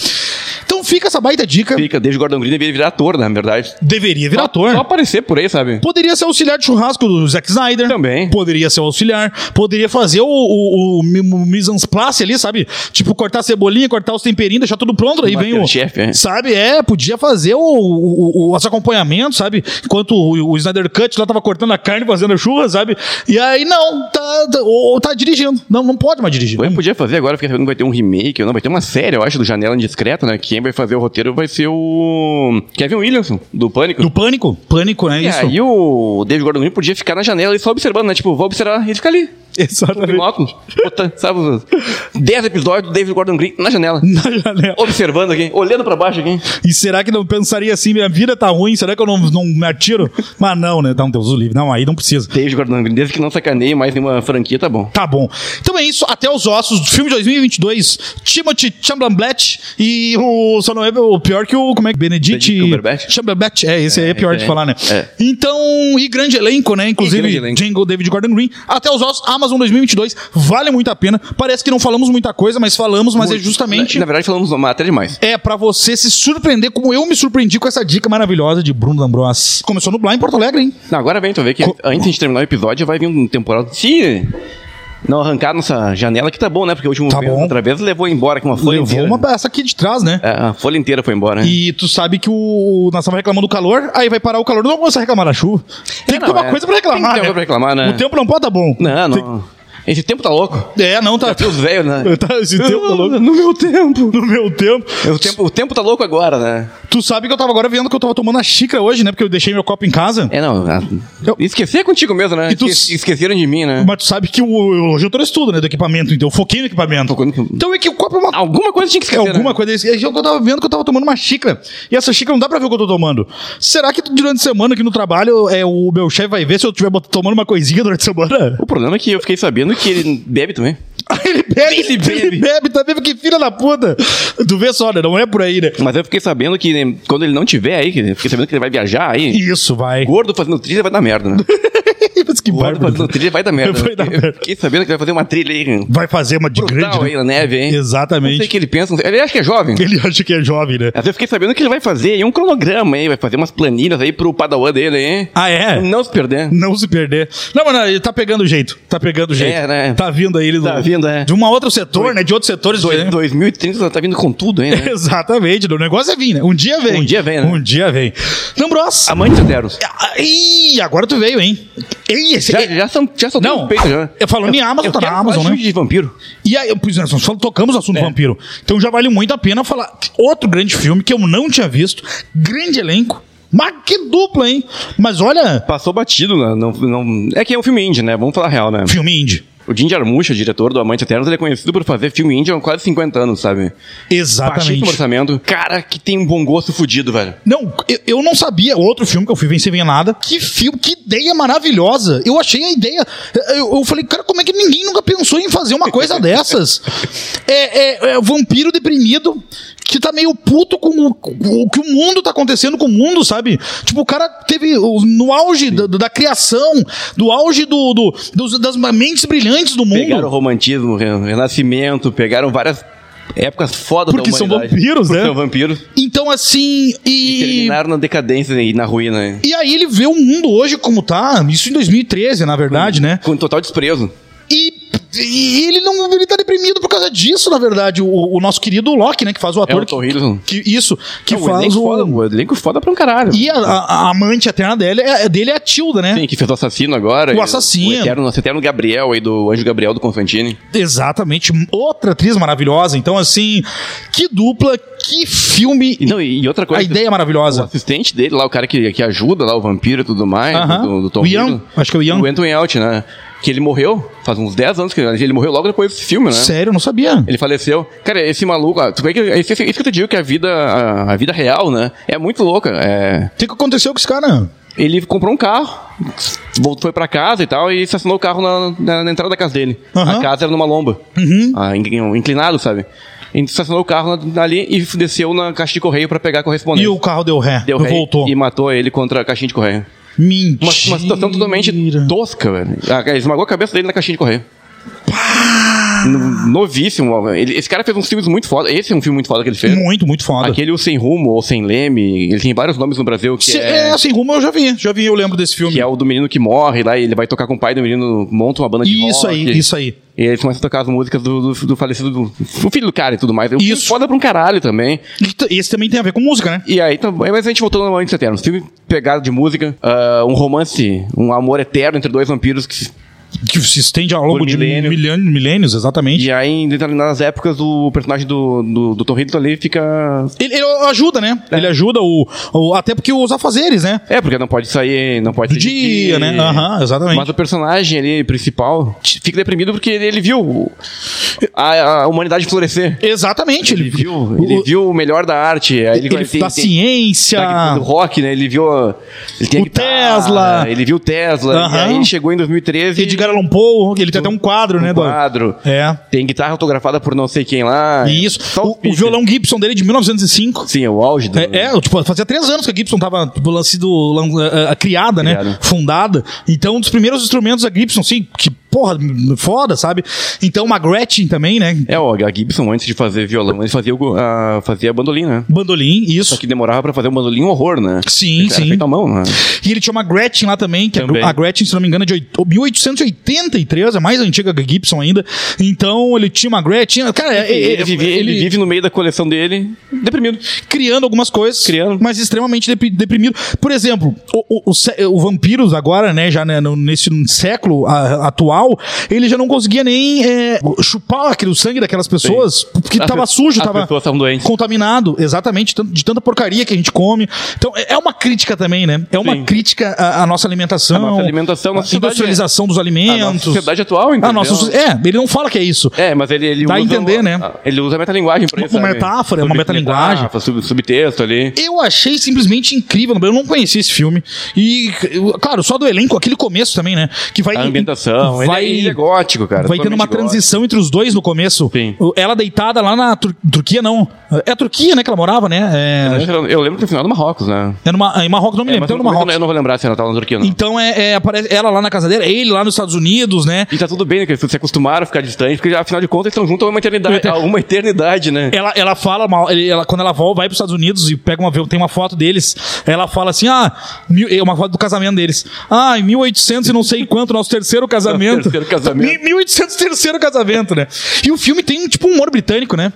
[SPEAKER 2] Então fica essa baita dica.
[SPEAKER 1] Fica, David Gordon Green deveria virar ator, na verdade.
[SPEAKER 2] Deveria virar ator.
[SPEAKER 1] Só aparecer por aí, sabe?
[SPEAKER 2] Poderia ser auxiliar de churrasco do Zack Snyder.
[SPEAKER 1] Também.
[SPEAKER 2] Poderia ser auxiliar. Poderia fazer o, o, o mi- o mise en place ali, sabe? Tipo, cortar a cebolinha, cortar os temperinhos, deixar tudo pronto. Aí vem o.
[SPEAKER 1] Masterchef, é.
[SPEAKER 2] Sabe? É, podia fazer o, o, o- os acompanhamentos, sabe? Enquanto o, o Snyder Cut lá tava cortando a carne, fazendo a churra, sabe? E aí, não, tá, tá, ou, ou tá dirigindo. Não, não pode mais dirigir.
[SPEAKER 1] Eu podia fazer agora, porque sabendo que vai ter um remake, não, vai ter uma série, eu acho, do Janela Indiscreta, né? Quem vai fazer o roteiro vai ser o Kevin Williamson, do Pânico.
[SPEAKER 2] Do pânico? Pânico, é
[SPEAKER 1] E
[SPEAKER 2] isso.
[SPEAKER 1] aí o David Gordon Green podia ficar na janela e só observando, né? Tipo, vou observar e fica ali. um
[SPEAKER 2] Exatamente.
[SPEAKER 1] binóculo, botando, sabe, os 10 episódios do David Gordon Green na janela.
[SPEAKER 2] Na janela.
[SPEAKER 1] Observando aqui, olhando pra baixo aqui.
[SPEAKER 2] E será que não pensaria assim, minha vida tá ruim, será que eu não, não me atiro? Mas não, né? Dá um Deus o livre. Não, aí não precisa.
[SPEAKER 1] David Gordon Green, desde que não sacaneie mais nenhuma franquia, tá bom.
[SPEAKER 2] Tá bom. Então é isso. Até os ossos. Filme de 2022. Timothy Chamberlain e o. Só não é o pior que o. Como é que? Benedict.
[SPEAKER 1] Benedict Cumberbatch?
[SPEAKER 2] Chamberlain. É, esse aí é
[SPEAKER 1] esse
[SPEAKER 2] pior de
[SPEAKER 1] aí.
[SPEAKER 2] falar, né?
[SPEAKER 1] É.
[SPEAKER 2] Então. E grande elenco, né? Inclusive,
[SPEAKER 1] grande elenco.
[SPEAKER 2] Jingle David Gordon Green. Até os ossos. Amazon 2022. Vale muito a pena. Parece que não falamos muita coisa, mas falamos, mas é justamente.
[SPEAKER 1] Na, na verdade, falamos uma- até demais.
[SPEAKER 2] É pra você se surpreender, como eu me surpreendi com essa dica maravilhosa de Bruno D'Ambrosio. Começou a nublar em Porto Alegre, hein?
[SPEAKER 1] Não, agora vem, tu vê que
[SPEAKER 2] Co-
[SPEAKER 1] antes de terminar o episódio vai vir um temporal. Se não arrancar nossa janela, que tá bom, né? Porque o último
[SPEAKER 2] Tá
[SPEAKER 1] vez,
[SPEAKER 2] bom.
[SPEAKER 1] outra vez levou embora com uma folha
[SPEAKER 2] Levou
[SPEAKER 1] inteira.
[SPEAKER 2] uma peça aqui de trás, né?
[SPEAKER 1] né? É, a folha inteira foi embora. né?
[SPEAKER 2] E tu sabe que o nós estamos reclamando do calor, aí vai parar o calor, não vamos começar a reclamar da chuva. Tem
[SPEAKER 1] É,
[SPEAKER 2] que
[SPEAKER 1] não,
[SPEAKER 2] ter uma
[SPEAKER 1] é.
[SPEAKER 2] coisa pra reclamar.
[SPEAKER 1] Tem que ter
[SPEAKER 2] né?
[SPEAKER 1] uma pra reclamar, né?
[SPEAKER 2] O tempo não pode tá bom.
[SPEAKER 1] Não, não. Esse tempo tá louco.
[SPEAKER 2] Tem- É, não, tá.
[SPEAKER 1] Tem os velhos, né?
[SPEAKER 2] tá esse tempo tá louco.
[SPEAKER 1] No meu tempo.
[SPEAKER 2] No meu tempo.
[SPEAKER 1] O tempo, o tempo tá louco agora, né?
[SPEAKER 2] Tu sabe que eu tava agora vendo que eu tava tomando a xícara hoje, né? Porque eu deixei meu copo em casa.
[SPEAKER 1] É, não. a-
[SPEAKER 2] Eu-
[SPEAKER 1] Esquecer contigo mesmo, né?
[SPEAKER 2] E tu-
[SPEAKER 1] Esque- Esqueceram de mim, né?
[SPEAKER 2] Mas tu sabe que o, eu- hoje eu trouxe tudo, né? Do equipamento, então eu foquei no equipamento.
[SPEAKER 1] Focou no-
[SPEAKER 2] Então é que o copo é uma
[SPEAKER 1] Alguma coisa tinha que
[SPEAKER 2] É
[SPEAKER 1] esquecer.
[SPEAKER 2] alguma
[SPEAKER 1] né?
[SPEAKER 2] coisa desse. É que eu tava vendo que eu tava tomando uma xícara. E essa xícara não dá pra ver o que eu tô tomando. Será que durante a semana aqui no trabalho é, o meu chefe vai ver se eu estiver tomando uma coisinha durante a semana?
[SPEAKER 1] O problema é que eu fiquei sabendo que ele bebe também.
[SPEAKER 2] Aí ele bebe, ele
[SPEAKER 1] Ele
[SPEAKER 2] bebe.
[SPEAKER 1] bebe.
[SPEAKER 2] também, porque filha da puta. Tu vê só, né? Não é por aí, né?
[SPEAKER 1] Mas eu fiquei sabendo que né, quando ele não tiver aí, que- fiquei sabendo que ele vai viajar aí.
[SPEAKER 2] Isso, vai.
[SPEAKER 1] Gordo fazendo trilha vai dar merda, né?
[SPEAKER 2] Mas que
[SPEAKER 1] Gordo
[SPEAKER 2] bárbaro.
[SPEAKER 1] fazendo trilha vai dar merda. né?
[SPEAKER 2] Vai dar
[SPEAKER 1] Eu
[SPEAKER 2] merda.
[SPEAKER 1] Fiquei sabendo que ele vai fazer uma trilha aí.
[SPEAKER 2] Vai fazer uma de
[SPEAKER 1] Brutal
[SPEAKER 2] grande.
[SPEAKER 1] aí né? na neve, hein? Não sei o
[SPEAKER 2] Exatamente.
[SPEAKER 1] que ele pensa. não sei- Ele acha que é jovem.
[SPEAKER 2] Ele acha que é jovem, né?
[SPEAKER 1] Mas eu fiquei sabendo que ele vai fazer aí um cronograma aí, vai fazer umas planilhas aí pro padawan dele, hein?
[SPEAKER 2] Ah, é?
[SPEAKER 1] Não se perder.
[SPEAKER 2] Não se perder. Não, mano, ele tá pegando o jeito. Tá pegando o jeito.
[SPEAKER 1] É, né?
[SPEAKER 2] Tá vindo aí ele do-
[SPEAKER 1] Tá vindo, é.
[SPEAKER 2] De um outro setor, né? De outros setores.
[SPEAKER 1] Dois-
[SPEAKER 2] né?
[SPEAKER 1] 2030 tá vindo com tudo, hein? Né?
[SPEAKER 2] Exatamente, o negócio é vir, né? Um dia vem.
[SPEAKER 1] Um dia vem, né?
[SPEAKER 2] Um dia vem. Lambros.
[SPEAKER 1] Amante de Eros.
[SPEAKER 2] Ih, agora tu veio, hein? Ei, esse...
[SPEAKER 1] Já, já, são, já soltou
[SPEAKER 2] Não,
[SPEAKER 1] o peito, já.
[SPEAKER 2] eu falando em Amazon,
[SPEAKER 1] eu
[SPEAKER 2] tá na
[SPEAKER 1] quero
[SPEAKER 2] Amazon,
[SPEAKER 1] falar
[SPEAKER 2] né?
[SPEAKER 1] de filme de vampiro. É.
[SPEAKER 2] E aí, pois é, nós só tocamos o assunto vampiro. Então já vale muito a pena falar. Outro grande filme que eu não tinha visto. Grande elenco. Mas que dupla, hein? Mas olha,
[SPEAKER 1] Passou batido, né? Não, não... É que é um filme indie, né? Vamos falar a real, né?
[SPEAKER 2] filme indie.
[SPEAKER 1] O Jim Jarmusch, o diretor do Amante Eternos, ele é conhecido por fazer filme indie há quase 50 anos, sabe? Baixíssimo
[SPEAKER 2] Exatamente.
[SPEAKER 1] orçamento. Cara, que tem um bom gosto fudido, velho.
[SPEAKER 2] Não, eu, eu não sabia. Outro filme que eu fui ver sem ver nada. Que filme, que ideia maravilhosa. Eu achei a ideia. Eu, eu falei, cara, como é que ninguém nunca pensou em fazer uma coisa dessas? É, é- é vampiro deprimido que tá meio puto com o, com o que o mundo tá acontecendo com o mundo, sabe? Tipo, o cara teve o- no auge da, da criação, do auge do, do- dos- das mentes brilhantes do mundo.
[SPEAKER 1] Pegaram o romantismo, o renascimento, pegaram várias épocas fodas
[SPEAKER 2] Porque
[SPEAKER 1] da
[SPEAKER 2] são
[SPEAKER 1] humanidade.
[SPEAKER 2] vampiros,
[SPEAKER 1] Porque é
[SPEAKER 2] né?
[SPEAKER 1] são vampiros.
[SPEAKER 2] Então, assim,
[SPEAKER 1] E
[SPEAKER 2] e.
[SPEAKER 1] terminaram na decadência e na ruína, né?
[SPEAKER 2] E aí ele vê o mundo hoje como tá, isso em 2013, na verdade, né?
[SPEAKER 1] Com total desprezo.
[SPEAKER 2] E, e ele não ele tá deprimido por causa disso, na verdade. O, o nosso querido Loki, né? Que faz o ator.
[SPEAKER 1] Elton
[SPEAKER 2] que,
[SPEAKER 1] Hiddleston.
[SPEAKER 2] que- isso, que
[SPEAKER 1] Não,
[SPEAKER 2] faz
[SPEAKER 1] É um elenco
[SPEAKER 2] o.
[SPEAKER 1] Foda, o elenco foda pra um caralho.
[SPEAKER 2] E a, a- a amante eterna dele é, dele é a Tilda, né?
[SPEAKER 1] Sim, que fez o assassino agora.
[SPEAKER 2] O
[SPEAKER 1] e
[SPEAKER 2] assassino.
[SPEAKER 1] O eterno, nosso eterno Gabriel aí, do Anjo Gabriel do Constantine.
[SPEAKER 2] Exatamente. Outra atriz maravilhosa. Então, assim, que dupla, que filme.
[SPEAKER 1] E, não, e e outra coisa.
[SPEAKER 2] a ideia é
[SPEAKER 1] O
[SPEAKER 2] maravilhosa.
[SPEAKER 1] assistente dele lá, o cara que, que ajuda lá, o vampiro e tudo mais,
[SPEAKER 2] Aham.
[SPEAKER 1] É, do, do Tom
[SPEAKER 2] O Ian,
[SPEAKER 1] Hiddleston.
[SPEAKER 2] acho que é o Ian.
[SPEAKER 1] O Anthony Out, né? Que ele morreu, faz uns 10 anos que ele ele morreu logo depois desse filme, né?
[SPEAKER 2] Sério, eu não sabia.
[SPEAKER 1] Ele faleceu. Cara, esse maluco, ah, tu vê que esse, esse- isso que eu te digo que a vida, a, a vida real, né? É muito louca. É,
[SPEAKER 2] O que que aconteceu com esse cara?
[SPEAKER 1] ele comprou um carro, voltou, foi pra casa e tal, e estacionou o carro na, na- na entrada da casa dele.
[SPEAKER 2] Aham. Uhum.
[SPEAKER 1] A casa era numa lomba. Ah, in- inclinado, sabe? Ele estacionou o carro na- ali e desceu na caixa de correio pra pegar a correspondência.
[SPEAKER 2] E o carro deu ré.
[SPEAKER 1] Deu ré
[SPEAKER 2] voltou.
[SPEAKER 1] e matou ele contra a caixinha de correio.
[SPEAKER 2] Mentira.
[SPEAKER 1] Uma, uma situação totalmente tosca, velho. Ah, Esmagou a cabeça dele na caixinha de correio. No- Novíssimo, ó, velho. Ele- esse cara fez uns filmes muito foda. Esse é um filme muito foda que ele fez.
[SPEAKER 2] Muito, muito foda.
[SPEAKER 1] Aquele O Sem Rumo ou Sem Leme, ele tem vários nomes no Brasil, que,
[SPEAKER 2] Se- é...
[SPEAKER 1] é,
[SPEAKER 2] assim, rumo eu já vi. Já vi, eu lembro desse filme.
[SPEAKER 1] que é o do menino que morre lá, e ele vai tocar com o pai do menino, monta uma banda de
[SPEAKER 2] Isso
[SPEAKER 1] rock.
[SPEAKER 2] aí, isso aí.
[SPEAKER 1] E ele começa a tocar as músicas do, do, do falecido, do, do filho do cara e tudo mais. É um filme
[SPEAKER 2] Isso.
[SPEAKER 1] foda pra um caralho também.
[SPEAKER 2] E t- Esse também tem a ver com música, né?
[SPEAKER 1] E aí, então, mas a gente voltou no um Antes Eterno. Filme pegado de música, ah, um romance, um amor eterno entre dois vampiros que se-
[SPEAKER 2] que se estende ao longo
[SPEAKER 1] Por
[SPEAKER 2] de
[SPEAKER 1] milênio.
[SPEAKER 2] milênio- milênios, exatamente.
[SPEAKER 1] E aí, em determinadas épocas, o personagem do, do, do Tom Hiddleston ali fica...
[SPEAKER 2] Ele, ele ajuda, né? Ele ajuda o, o- Até porque os afazeres, né?
[SPEAKER 1] É, porque não pode sair, não pode sair
[SPEAKER 2] Do
[SPEAKER 1] de
[SPEAKER 2] dia, né? Aham, exatamente.
[SPEAKER 1] Mas o personagem ali, principal, t- fica deprimido porque ele, ele viu o- a, a humanidade florescer.
[SPEAKER 2] Exatamente.
[SPEAKER 1] Ele
[SPEAKER 2] Ele,
[SPEAKER 1] viu,
[SPEAKER 2] o-
[SPEAKER 1] ele viu o melhor da arte. Aí ele,
[SPEAKER 2] ele
[SPEAKER 1] vai- tem-
[SPEAKER 2] da
[SPEAKER 1] tem-
[SPEAKER 2] ciência.
[SPEAKER 1] da- do rock, né? Ele viu a- ele tem a
[SPEAKER 2] O Tesla.
[SPEAKER 1] Ele viu o Tesla. E
[SPEAKER 2] Aham.
[SPEAKER 1] aí ele chegou em 2013.
[SPEAKER 2] Edgar Allan Poe, que ele tem até um quadro, né?
[SPEAKER 1] um
[SPEAKER 2] do-
[SPEAKER 1] quadro.
[SPEAKER 2] É.
[SPEAKER 1] Tem guitarra autografada por não sei quem lá. é
[SPEAKER 2] E isso.
[SPEAKER 1] Só
[SPEAKER 2] O, o
[SPEAKER 1] Peter.
[SPEAKER 2] violão Gibson dele é de 1905.
[SPEAKER 1] Sim, é o auge do...
[SPEAKER 2] É, é, tipo, fazia três anos que a Gibson tava tipo, lan- sido lan- ah, ah, criada, né?
[SPEAKER 1] Criada.
[SPEAKER 2] Fundada. Então, um dos primeiros instrumentos da Gibson, assim, que porra, foda, sabe? Então, uma Gretchen também, né?
[SPEAKER 1] É, ó, a Gibson, antes de fazer violão, ele fazia, o, a, fazia bandolim, né?
[SPEAKER 2] Bandolim, isso.
[SPEAKER 1] Só que demorava pra fazer um bandolim um horror, né?
[SPEAKER 2] Sim,
[SPEAKER 1] Era
[SPEAKER 2] sim.
[SPEAKER 1] feito à mão, né?
[SPEAKER 2] E ele tinha uma Gretchen lá também, que
[SPEAKER 1] Também.
[SPEAKER 2] a Gretchen, se não me engano, é de oit- 1883, é mais antiga que a Gibson ainda. Então, ele tinha uma Gretchen. Cara, é- é- é-
[SPEAKER 1] ele, vive, ele vive no meio da coleção dele, deprimido.
[SPEAKER 2] criando algumas coisas,
[SPEAKER 1] Criando.
[SPEAKER 2] mas extremamente dep- deprimido. Por exemplo, o, o- o sé- o Vampiros agora, né, já né, no- nesse século a- atual, ele já não conseguia nem é, chupar aquele, o sangue daquelas pessoas, porque
[SPEAKER 1] As
[SPEAKER 2] tava
[SPEAKER 1] pe-
[SPEAKER 2] sujo,
[SPEAKER 1] as
[SPEAKER 2] tava
[SPEAKER 1] pessoas estavam doentes.
[SPEAKER 2] contaminado, exatamente, tanto- de tanta porcaria que a gente come. Então, é é uma crítica também, né? É uma
[SPEAKER 1] Sim.
[SPEAKER 2] crítica à, à nossa alimentação,
[SPEAKER 1] A nossa alimentação, a nossa é-
[SPEAKER 2] à industrialização dos
[SPEAKER 1] A
[SPEAKER 2] alimentos.
[SPEAKER 1] nossa sociedade atual, entendeu?
[SPEAKER 2] A nossa- é, ele não fala que é isso.
[SPEAKER 1] É, mas ele, ele
[SPEAKER 2] Dá a
[SPEAKER 1] usa... Ah,
[SPEAKER 2] entender, né?
[SPEAKER 1] Ele usa a metalinguagem pra
[SPEAKER 2] Uma
[SPEAKER 1] isso, sabe?
[SPEAKER 2] metáfora, é uma
[SPEAKER 1] Sub-
[SPEAKER 2] metalinguagem.
[SPEAKER 1] metáfora, sub- subtexto ali.
[SPEAKER 2] Eu achei simplesmente incrível, eu não conhecia esse filme. E, eu- claro, só do elenco, aquele começo também, né? Que vai.
[SPEAKER 1] A ambientação.
[SPEAKER 2] Vai,
[SPEAKER 1] ele, é, ele é gótico, cara.
[SPEAKER 2] vai tendo
[SPEAKER 1] totalmente
[SPEAKER 2] uma
[SPEAKER 1] gótico.
[SPEAKER 2] transição entre os dois no começo.
[SPEAKER 1] Sim.
[SPEAKER 2] O- Ela deitada lá na Tur- Turquia, não. É a Turquia, né? Que ela morava, né? É,
[SPEAKER 1] Eu lembro que no final do Marrocos, né?
[SPEAKER 2] é numa, em Marrocos, não me lembro.
[SPEAKER 1] mas
[SPEAKER 2] então
[SPEAKER 1] eu,
[SPEAKER 2] no
[SPEAKER 1] não, né?
[SPEAKER 2] Marrocos.
[SPEAKER 1] eu não vou lembrar se ela tava no Turquia ou não.
[SPEAKER 2] Então é, é, aparece ela lá na casa dela, ele lá nos Estados Unidos, né?
[SPEAKER 1] E tá tudo bem, né? Que eles se acostumaram a ficar distante, porque afinal de contas eles estão juntos há uma eternidade,
[SPEAKER 2] Eter-
[SPEAKER 1] há uma eternidade né?
[SPEAKER 2] Ela, ela fala mal, ele- ela, quando ela volta, vai para os Estados Unidos e pega uma, tem uma foto deles, ela fala assim: ah, mil- é uma foto do casamento deles. Ah, em 1800 e não sei quanto, nosso terceiro casamento.
[SPEAKER 1] Terceiro casamento.
[SPEAKER 2] Mi- 1800 terceiro casamento, né? E o filme tem tipo um humor britânico, né?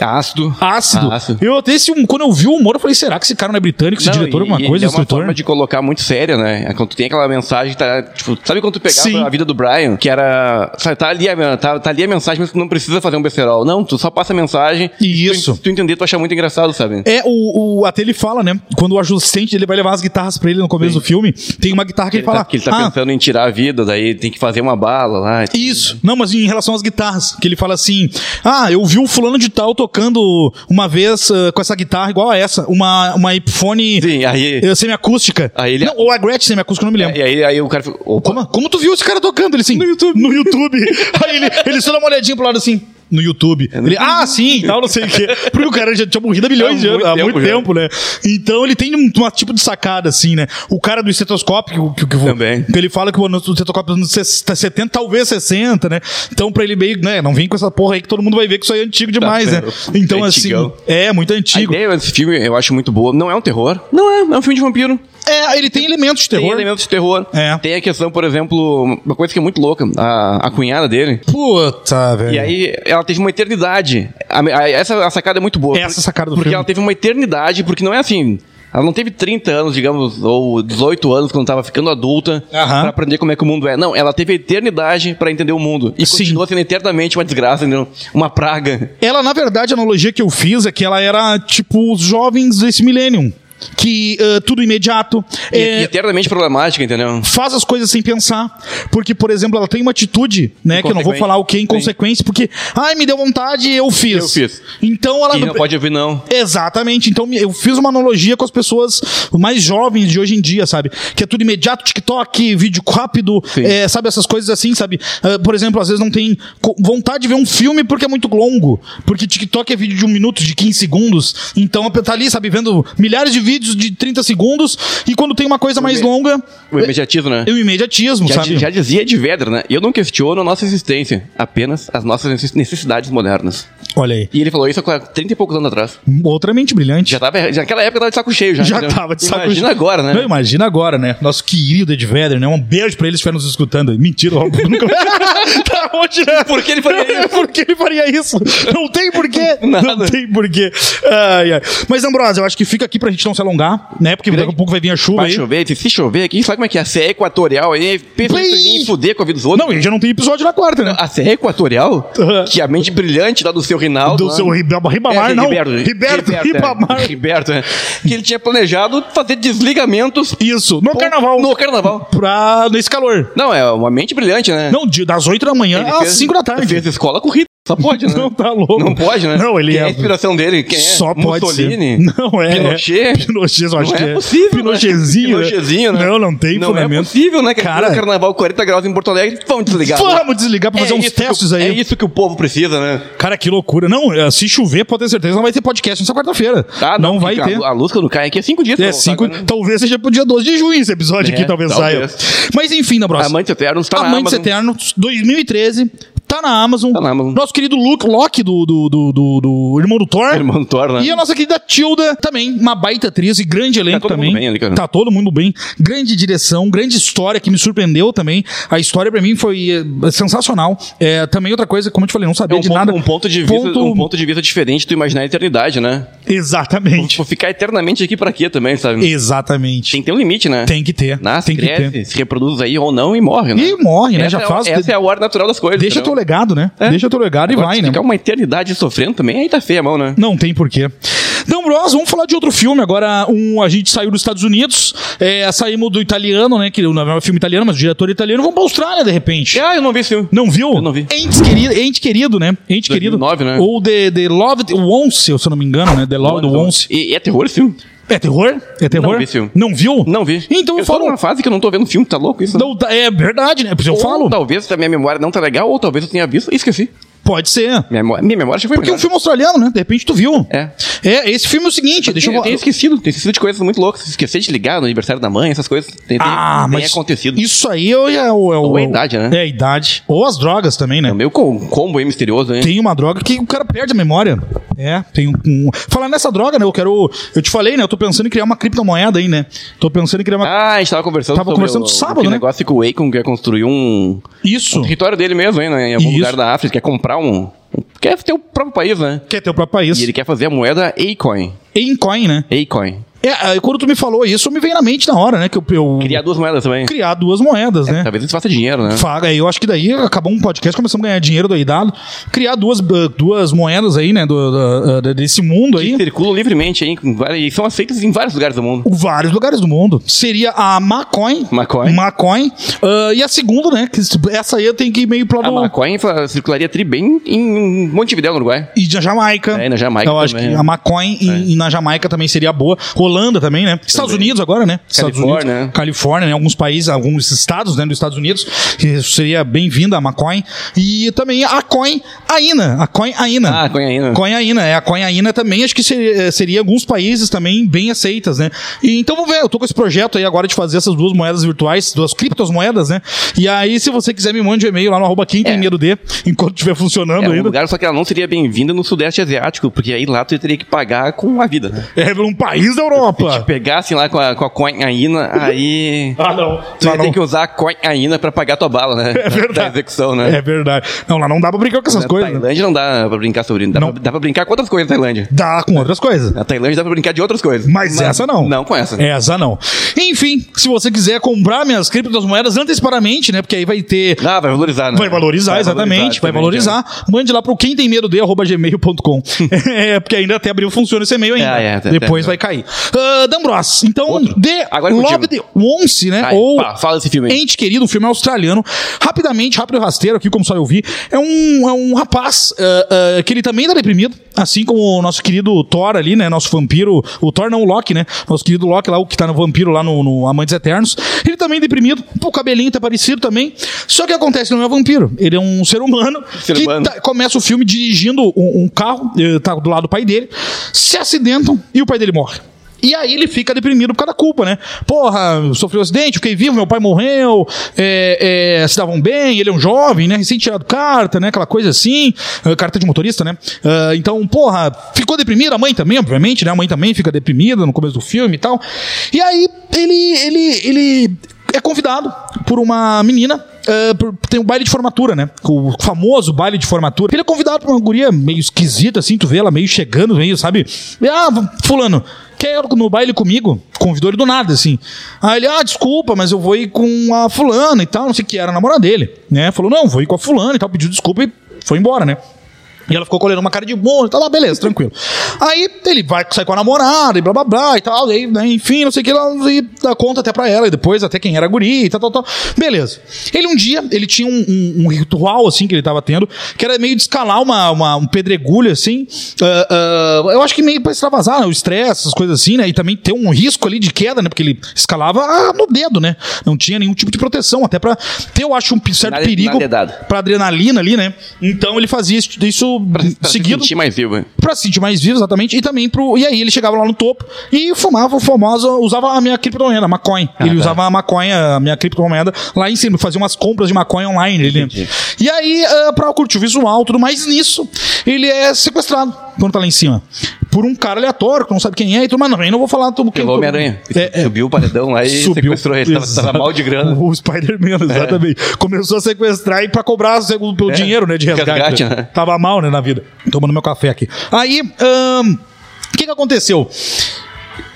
[SPEAKER 1] Ácido.
[SPEAKER 2] Ácido.
[SPEAKER 1] Ah, Ácido.
[SPEAKER 2] Eu até esse, um, quando eu vi o humor, eu falei: será que esse cara não é britânico? Esse diretor é
[SPEAKER 1] e-
[SPEAKER 2] uma
[SPEAKER 1] e
[SPEAKER 2] coisa,
[SPEAKER 1] é uma
[SPEAKER 2] instrutor?
[SPEAKER 1] forma de colocar muito séria, né? Quando tu tem aquela mensagem, tá, tipo, sabe quando tu pegava
[SPEAKER 2] Sim.
[SPEAKER 1] a vida do Brian, que era, sabe, tá ali, a, tá, tá ali a mensagem, mas tu não precisa fazer um besterol. Não, tu só passa a mensagem.
[SPEAKER 2] E
[SPEAKER 1] tu-
[SPEAKER 2] isso.
[SPEAKER 1] Se tu entender, tu acha muito engraçado, sabe?
[SPEAKER 2] É, o, o- até ele fala, né? Quando o assistente dele vai levar as guitarras pra ele no começo do filme, tem uma guitarra que ele,
[SPEAKER 1] Ele
[SPEAKER 2] fala.
[SPEAKER 1] tá, que ele tá
[SPEAKER 2] "Ah,
[SPEAKER 1] pensando em tirar a vida, daí tem que fazer uma bala lá.
[SPEAKER 2] Isso. Não, mas em relação às guitarras, que ele fala assim: Ah, eu vi o fulano de tal tocando uma vez ah, com essa guitarra igual a essa, uma, uma iPhone
[SPEAKER 1] Sim, aí.
[SPEAKER 2] eh, semiacústica.
[SPEAKER 1] Aí ele-
[SPEAKER 2] Não, ou a Gretchen semiacústica, eu não me lembro.
[SPEAKER 1] E aí, aí o cara fica. Opa,
[SPEAKER 2] Como, assim, como tu viu esse cara tocando? Ele assim. No YouTube. No YouTube. Aí ele, ele só dá uma olhadinha pro lado assim. No YouTube.
[SPEAKER 1] É
[SPEAKER 2] Ele, ah, sim, e tal, não sei o quê. Porque o cara já tinha morrido há milhões
[SPEAKER 1] Há
[SPEAKER 2] de anos,
[SPEAKER 1] muito
[SPEAKER 2] há muito
[SPEAKER 1] tempo já.
[SPEAKER 2] tempo, né? Então ele tem um, um tipo de sacada, assim, né? O cara do estetoscópio, que, que, que,
[SPEAKER 1] Também.
[SPEAKER 2] que ele fala que o anúncio do estetoscópio é dos anos 60, 70, talvez 60, né? Então pra ele meio, né? Não vem com essa porra aí que todo mundo vai ver que isso aí é antigo demais, né?
[SPEAKER 1] certo.
[SPEAKER 2] Então,
[SPEAKER 1] É
[SPEAKER 2] assim.
[SPEAKER 1] antigão. né?
[SPEAKER 2] É, muito
[SPEAKER 1] A
[SPEAKER 2] antigo.
[SPEAKER 1] ideia desse filme eu acho muito boa. Não é um terror. Não é, é um filme de vampiro.
[SPEAKER 2] É, ele tem elementos de
[SPEAKER 1] Tem
[SPEAKER 2] terror.
[SPEAKER 1] elementos de terror.
[SPEAKER 2] É.
[SPEAKER 1] Tem a questão, por exemplo, uma coisa que é muito louca. A, a cunhada dele.
[SPEAKER 2] Puta, velho.
[SPEAKER 1] E aí ela teve uma eternidade. A- a- essa a sacada é muito boa.
[SPEAKER 2] Essa sacada do
[SPEAKER 1] Porque
[SPEAKER 2] filme.
[SPEAKER 1] ela teve uma eternidade, porque não é assim. Ela não teve 30 anos, digamos, ou 18 anos quando tava ficando adulta
[SPEAKER 2] Aham.
[SPEAKER 1] pra aprender como é que o mundo é. Não, ela teve a eternidade pra entender o mundo. E
[SPEAKER 2] Sim.
[SPEAKER 1] continua sendo eternamente uma desgraça, entendeu? uma praga.
[SPEAKER 2] Ela, na verdade, a analogia que eu fiz é que ela era tipo os jovens desse milênio. Que ah, tudo imediato.
[SPEAKER 1] E-
[SPEAKER 2] é,
[SPEAKER 1] e eternamente problemática, entendeu?
[SPEAKER 2] Faz as coisas sem pensar. Porque, por exemplo, ela tem uma atitude, né? Que eu não vou
[SPEAKER 1] Inconsequente.
[SPEAKER 2] falar o que é
[SPEAKER 1] Sim.
[SPEAKER 2] inconsequência, porque. Ai, me deu vontade eu fiz.
[SPEAKER 1] Eu fiz.
[SPEAKER 2] Então ela.
[SPEAKER 1] E não pode ouvir, não.
[SPEAKER 2] Exatamente. Então eu fiz uma analogia com as pessoas mais jovens de hoje em dia, sabe? Que é tudo imediato, TikTok, vídeo rápido,
[SPEAKER 1] Sim.
[SPEAKER 2] é, sabe? Essas coisas assim, sabe? Ah, por exemplo, às vezes não tem co- vontade de ver um filme porque é muito longo. Porque TikTok é vídeo de um minuto, de 15 segundos. Então tá ali, sabe? Vendo milhares de vídeos de 30 segundos. E quando tem uma coisa mais
[SPEAKER 1] ime-
[SPEAKER 2] longa,
[SPEAKER 1] O imediatismo, né?
[SPEAKER 2] é o imediatismo,
[SPEAKER 1] Já,
[SPEAKER 2] sabe?
[SPEAKER 1] di- já dizia de Vedra, né? Eu não questiono a nossa existência, apenas as nossas necess- necessidades modernas.
[SPEAKER 2] Olha aí.
[SPEAKER 1] E ele falou isso há 30 e poucos anos atrás.
[SPEAKER 2] Outra mente brilhante.
[SPEAKER 1] Já tava, já naquela época tava de saco cheio já.
[SPEAKER 2] Já
[SPEAKER 1] entendeu?
[SPEAKER 2] tava de saco
[SPEAKER 1] Imagina
[SPEAKER 2] cheio.
[SPEAKER 1] agora,
[SPEAKER 2] Não,
[SPEAKER 1] né?
[SPEAKER 2] imagina agora, né? Nosso querido Ed Vedder, né? Um beijo pra eles que estiveram nos escutando. Mentira, Rob. Nunca... tá onde, né?
[SPEAKER 1] Por que ele faria isso?
[SPEAKER 2] Por que ele faria isso? Não tem porquê.
[SPEAKER 1] Nada.
[SPEAKER 2] Não tem porquê. Ai, ai. Mas, Ambrosio, eu acho que fica aqui pra gente não se alongar, né? Porque daqui a pouco vai vir a chuva
[SPEAKER 1] Vai
[SPEAKER 2] aí.
[SPEAKER 1] chover, se chover aqui, sabe como é que é? A CE equatorial aí, pensa
[SPEAKER 2] Play.
[SPEAKER 1] em fuder com a vida dos outros.
[SPEAKER 2] Não, e já não tem episódio na quarta, né?
[SPEAKER 1] A CE equatorial,
[SPEAKER 2] Aham.
[SPEAKER 1] que é a mente brilhante lá do seu Rinaldo.
[SPEAKER 2] Do
[SPEAKER 1] lá-
[SPEAKER 2] seu Riba- Ribamar,
[SPEAKER 1] tá É,
[SPEAKER 2] não.
[SPEAKER 1] Riberto,
[SPEAKER 2] Riberto,
[SPEAKER 1] Riberto,
[SPEAKER 2] Ribamar.
[SPEAKER 1] é. Riberto, é. Que ele tinha planejado fazer desligamentos
[SPEAKER 2] Isso, no
[SPEAKER 1] Pô,
[SPEAKER 2] carnaval.
[SPEAKER 1] No carnaval.
[SPEAKER 2] Pra... Nesse calor.
[SPEAKER 1] Não, é uma mente brilhante, né?
[SPEAKER 2] Não, de- das 8 da manhã
[SPEAKER 1] Ele
[SPEAKER 2] às
[SPEAKER 1] fez-
[SPEAKER 2] 5 da tarde.
[SPEAKER 1] Fez escola com Rita. Só pode, né?
[SPEAKER 2] Não, tá louco.
[SPEAKER 1] Não pode, né?
[SPEAKER 2] Não, ele
[SPEAKER 1] Quem é.
[SPEAKER 2] é-
[SPEAKER 1] a inspiração dele? Quem é?
[SPEAKER 2] Só pode
[SPEAKER 1] Mussolini?
[SPEAKER 2] ser. Não é.
[SPEAKER 1] Pinochet?
[SPEAKER 2] Pinochet, eu acho
[SPEAKER 1] não
[SPEAKER 2] que
[SPEAKER 1] é,
[SPEAKER 2] é.
[SPEAKER 1] possível. né?
[SPEAKER 2] Pinochetzinho. né?
[SPEAKER 1] Pinochetzinho, né?
[SPEAKER 2] Não, não tem
[SPEAKER 1] Não é
[SPEAKER 2] fundamento.
[SPEAKER 1] possível, né? Que
[SPEAKER 2] Cara-
[SPEAKER 1] cara... carnaval 40 graus em Porto Alegre, vão desligar. né?
[SPEAKER 2] Vamos desligar pra fazer
[SPEAKER 1] É
[SPEAKER 2] uns
[SPEAKER 1] isso que o-
[SPEAKER 2] testes aí.
[SPEAKER 1] É isso que o povo precisa, né?
[SPEAKER 2] Cara, que loucura. Não, eh, se chover, pode ter certeza, não vai ter podcast nessa quarta-feira.
[SPEAKER 1] Ah,
[SPEAKER 2] não, vai
[SPEAKER 1] fica-
[SPEAKER 2] ter.
[SPEAKER 1] A, a luz quando cai aqui é cinco dias.
[SPEAKER 2] É,
[SPEAKER 1] pra voltar,
[SPEAKER 2] cinco,
[SPEAKER 1] né?
[SPEAKER 2] talvez seja pro dia 12 de junho esse episódio
[SPEAKER 1] É,
[SPEAKER 2] aqui, talvez,
[SPEAKER 1] talvez.
[SPEAKER 2] saia. Mas enfim, na próxima.
[SPEAKER 1] Amantes Eternos tá na
[SPEAKER 2] Amantes
[SPEAKER 1] Amazon.
[SPEAKER 2] Eternos, 2013, tá na Amazon.
[SPEAKER 1] Tá na Amazon.
[SPEAKER 2] Nosso querido Luke Locke, do, do, do, do- do Irmão do Thor.
[SPEAKER 1] Irmão do Thor, né? Tá
[SPEAKER 2] E a nossa querida Tilda também, uma baita atriz e grande elenco
[SPEAKER 1] todo mundo
[SPEAKER 2] também.
[SPEAKER 1] bem ali, cara.
[SPEAKER 2] Tá todo mundo bem. Grande direção, grande história que me surpreendeu também. A história pra mim foi eh, sensacional. É, também outra coisa, como eu te falei, não
[SPEAKER 1] É
[SPEAKER 2] sabia
[SPEAKER 1] um
[SPEAKER 2] de
[SPEAKER 1] ponto,
[SPEAKER 2] nada.
[SPEAKER 1] um ponto de vista,
[SPEAKER 2] Ponto-
[SPEAKER 1] um ponto de vista diferente tu imaginar a eternidade, né?
[SPEAKER 2] Exatamente.
[SPEAKER 1] Tipo, ficar eternamente aqui pra quê também, sabe?
[SPEAKER 2] Exatamente.
[SPEAKER 1] Tem que ter um limite, né?
[SPEAKER 2] Tem que ter.
[SPEAKER 1] Nasce,
[SPEAKER 2] tem que
[SPEAKER 1] cresce,
[SPEAKER 2] ter.
[SPEAKER 1] se reproduz aí ou não e morre, né?
[SPEAKER 2] E morre, né?
[SPEAKER 1] Essa
[SPEAKER 2] Já
[SPEAKER 1] é,
[SPEAKER 2] faz.
[SPEAKER 1] Essa é a ordem natural das coisas.
[SPEAKER 2] Deixa teu
[SPEAKER 1] entendeu?
[SPEAKER 2] legado, né?
[SPEAKER 1] É.
[SPEAKER 2] Deixa teu legado e
[SPEAKER 1] Agora,
[SPEAKER 2] vai,
[SPEAKER 1] se
[SPEAKER 2] né?
[SPEAKER 1] Ficar uma eternidade sofrendo também, aí tá feia a mão, né?
[SPEAKER 2] Não tem porquê. Então, Bros, vamos falar de outro filme agora. Um, a gente saiu dos Estados Unidos, é, saímos do italiano, né? Que não é um filme italiano, mas o diretor é italiano. Vamos pra Austrália, de repente.
[SPEAKER 1] Ah, eu não vi esse filme.
[SPEAKER 2] Não viu?
[SPEAKER 1] não vi.
[SPEAKER 2] Entes querido, ente querido, né? Ente querido.
[SPEAKER 1] 2009, né?
[SPEAKER 2] Ou The, the Loved Once, se eu não me engano, né? The Loved Once.
[SPEAKER 1] E, e é terror esse filme?
[SPEAKER 2] É terror? É terror?
[SPEAKER 1] Não vi esse filme.
[SPEAKER 2] Não viu?
[SPEAKER 1] Não vi.
[SPEAKER 2] Então eu,
[SPEAKER 1] eu tô
[SPEAKER 2] falo.
[SPEAKER 1] numa fase que eu não tô vendo filme, tá louco isso? né?
[SPEAKER 2] Não, tá- é verdade, né? Porque eu
[SPEAKER 1] Ou
[SPEAKER 2] falo.
[SPEAKER 1] Talvez a minha memória não tá legal, ou talvez eu tenha visto e esqueci.
[SPEAKER 2] Pode ser.
[SPEAKER 1] Minha, memó- minha memória já foi
[SPEAKER 2] Porque é um
[SPEAKER 1] melhor.
[SPEAKER 2] filme australiano, né? De repente tu viu.
[SPEAKER 1] É.
[SPEAKER 2] É, esse filme é o seguinte, deixa eu...
[SPEAKER 1] tenho esquecido, tenho esquecido de coisas muito loucas. Esquecer de ligar no aniversário da mãe, essas coisas. Tem, tem-
[SPEAKER 2] Ah,
[SPEAKER 1] tem
[SPEAKER 2] mas
[SPEAKER 1] acontecido.
[SPEAKER 2] isso aí é, o- é, o- é, o-
[SPEAKER 1] Ou a idade, né?
[SPEAKER 2] É a idade. Ou as drogas também, né?
[SPEAKER 1] É meio com um combo aí misterioso, hein?
[SPEAKER 2] Tem uma droga que o cara perde a memória. É, tem um. um- Falando nessa droga, né? Eu quero. Eu te falei, né? Eu tô pensando em criar uma criptomoeda aí, né? Tô pensando em criar uma.
[SPEAKER 1] Ah, a gente tava conversando
[SPEAKER 2] Tava conversando
[SPEAKER 1] o,
[SPEAKER 2] sábado,
[SPEAKER 1] aquele
[SPEAKER 2] né?
[SPEAKER 1] negócio que o Akon quer construir um
[SPEAKER 2] Isso.
[SPEAKER 1] território dele mesmo, hein, né? Em algum
[SPEAKER 2] Isso.
[SPEAKER 1] lugar da África, quer comprar um... um- Quer ter o próprio país, né?
[SPEAKER 2] Que é teu próprio país.
[SPEAKER 1] E ele quer fazer a moeda Acoin.
[SPEAKER 2] Em coin, né?
[SPEAKER 1] Acoin.
[SPEAKER 2] É, aí quando tu me falou isso, me veio na mente na hora, né? Que eu, eu
[SPEAKER 1] Criar É, duas moedas também.
[SPEAKER 2] criar duas moedas, né?
[SPEAKER 1] Talvez isso faça dinheiro, né?
[SPEAKER 2] Faga, aí eu acho que daí acabou um podcast, começamos a ganhar dinheiro doidado. Criar duas, uh, duas moedas aí, né? Do, da- da- desse mundo aí.
[SPEAKER 1] Que circulam livremente, hein? com várias- E são aceitas em vários lugares do mundo.
[SPEAKER 2] vários lugares do mundo. Seria a Macoin.
[SPEAKER 1] Macoin.
[SPEAKER 2] Macoin. Ah, e a segunda, né? Que se- essa aí eu tenho que ir meio pro
[SPEAKER 1] A
[SPEAKER 2] lado.
[SPEAKER 1] maconha fa- circularia tri bem em Montevidéu, no Uruguai.
[SPEAKER 2] E na Jamaica. Então,
[SPEAKER 1] É, e na Jamaica
[SPEAKER 2] Eu acho
[SPEAKER 1] também,
[SPEAKER 2] que
[SPEAKER 1] né?
[SPEAKER 2] a Macoin e, e na Jamaica também seria boa. Holanda também, né? Estados Unidos agora, né? Estados
[SPEAKER 1] Califórnia,
[SPEAKER 2] Unidos.
[SPEAKER 1] né?
[SPEAKER 2] Califórnia, né? Alguns países, alguns estados, né? Dos Estados Unidos. que seria bem-vinda a Macoin. E também a Coin Aina. A Coin Aina.
[SPEAKER 1] Ah, Conhaína.
[SPEAKER 2] Conhaína, é. A Conhaína também acho que seria, eh, seria alguns países também bem aceitas, né? E, então vamos ver, eu tô com esse projeto aí agora de fazer essas duas moedas virtuais, duas criptomoedas, né? E aí, se você quiser, me mande um e-mail lá no arroba quem tem
[SPEAKER 1] É.
[SPEAKER 2] medo de, enquanto estiver funcionando
[SPEAKER 1] É um
[SPEAKER 2] ainda.
[SPEAKER 1] lugar, só que ela não seria bem-vinda no Sudeste Asiático, porque aí lá tu teria que pagar com a vida, né?
[SPEAKER 2] É um país
[SPEAKER 1] Te
[SPEAKER 2] da Europa.
[SPEAKER 1] pegassem lá com a, com a coinhaína, aí...
[SPEAKER 2] Ah, não.
[SPEAKER 1] Tu
[SPEAKER 2] Lá
[SPEAKER 1] ia ter
[SPEAKER 2] não.
[SPEAKER 1] Então, que usar a coinhaína pra pagar tua bala, né?
[SPEAKER 2] É verdade.
[SPEAKER 1] Da execução, né?
[SPEAKER 2] É verdade. Não, lá não dá pra brincar com essas
[SPEAKER 1] Na
[SPEAKER 2] coisas. né?
[SPEAKER 1] Tailândia não dá pra brincar sobre isso. Dá,
[SPEAKER 2] Não.
[SPEAKER 1] pra, dá pra brincar com outras coisas na Tailândia.
[SPEAKER 2] Dá com outras coisas.
[SPEAKER 1] Na Tailândia dá pra brincar de outras coisas.
[SPEAKER 2] Mas essa não. É,
[SPEAKER 1] Não com essa.
[SPEAKER 2] Essa não. Enfim, se você quiser comprar minhas criptomoedas antecipadamente, né? Porque aí vai ter
[SPEAKER 1] Ah, vai valorizar, é. né?
[SPEAKER 2] Vai valorizar, exatamente. vai valorizar. Mande lá pro quem tem medo de arroba gmail.com. é, porque ainda até abril funciona esse e-mail ainda.
[SPEAKER 1] É, é, até-
[SPEAKER 2] Depois
[SPEAKER 1] até-
[SPEAKER 2] vai cair. Ah, D'Ambros, então,
[SPEAKER 1] Outro.
[SPEAKER 2] The
[SPEAKER 1] Agora é
[SPEAKER 2] Love the
[SPEAKER 1] contigo.
[SPEAKER 2] Once, né?
[SPEAKER 1] Aí,
[SPEAKER 2] Ou
[SPEAKER 1] pá, fala esse filme aí.
[SPEAKER 2] Ente Querido, um filme australiano. Rapidamente, rápido e rasteiro aqui, como só eu vi. É um, é um rapaz ah, ah, que ele também tá deprimido, assim como o nosso querido Thor ali, né? Nosso vampiro. O Thor não, o Loki, né? Nosso querido Loki lá, o que tá no vampiro lá no, no Amantes Eternos. Ele também deprimido, pô, o cabelinho tá parecido também. Só que acontece, ele não é vampiro. Ele é um ser humano
[SPEAKER 1] Ser
[SPEAKER 2] que
[SPEAKER 1] humano.
[SPEAKER 2] tá- começa o filme dirigindo um, um carro, eh, tá do lado do pai dele, se acidentam e o pai dele morre. E aí ele fica deprimido por causa da culpa, né? Porra, eu sofri um acidente, fiquei vivo, meu pai morreu, é, é, se davam bem, ele é um jovem, né? Recém tirado carta, né? Aquela coisa assim, eh, carta de motorista, né? Ah, então, porra, ficou deprimido, a mãe também, obviamente, né? A mãe também fica deprimida no começo do filme e tal. E aí ele, ele, ele é convidado por uma menina. eh, por- tem um baile de formatura, né? O famoso baile de formatura. Ele é convidado por uma guria meio esquisita, assim, tu vê ela meio chegando, meio, sabe? E, Ah, fulano, quer ir no baile comigo? Convidou ele do nada, assim. Aí ele, ah, desculpa, mas eu vou ir com a fulana e tal, não sei o que, era a namorada dele, né? Falou, não, vou ir com a fulana e tal, pediu desculpa e foi embora, né? E ela ficou colhendo uma cara de bom, tá lá, beleza, tranquilo. Aí ele vai sair com a namorada e blá blá blá e tal, e aí, né, enfim, não sei o que lá, e dá conta até pra ela, e depois até quem era guri e tal, tal, tal. Beleza. Ele um dia, ele tinha um, um- um ritual assim que ele tava tendo, que era meio de escalar uma, uma- um pedregulho assim, ah, ah, eu acho que meio pra extravasar né, o estresse, essas coisas assim, né, e também ter um risco ali de queda, né, porque ele escalava ah, no dedo, né, não tinha nenhum tipo de proteção, até pra ter, eu acho, um certo
[SPEAKER 4] Nada-
[SPEAKER 2] perigo
[SPEAKER 4] nada de dado.
[SPEAKER 2] pra adrenalina ali, né? Então ele fazia isso, isso
[SPEAKER 1] Pra se
[SPEAKER 2] seguido
[SPEAKER 1] sentir mais vivo.
[SPEAKER 2] pra se sentir mais vivo, exatamente, e também pro. E aí ele chegava lá no topo e fumava o famoso. Usava a minha criptomoeda, a maconha.
[SPEAKER 1] Ah, tá.
[SPEAKER 2] ele usava a maconha, a minha criptomoeda, lá em cima, fazia umas compras de maconha online. Ele, e aí, ah, pra curtir o visual, tudo mais, nisso, ele é sequestrado quando tá lá em cima. Por um cara aleatório, que não sabe quem é, e tudo, mas não, eu não vou falar tudo
[SPEAKER 1] Pelo Homem-Aranha.
[SPEAKER 2] É, é.
[SPEAKER 4] Subiu o paredão lá e
[SPEAKER 2] Subiu.
[SPEAKER 4] sequestrou ele. Tava,
[SPEAKER 2] Exato.
[SPEAKER 4] tava mal de grana. É.
[SPEAKER 2] O Spider-Man, exatamente. Começou a sequestrar e pra cobrar o segu- pelo dinheiro, né? De resgate.
[SPEAKER 4] Resgate, né?
[SPEAKER 2] Tava mal, né, na vida. Tomando meu café aqui. Aí, ahn, o que que aconteceu?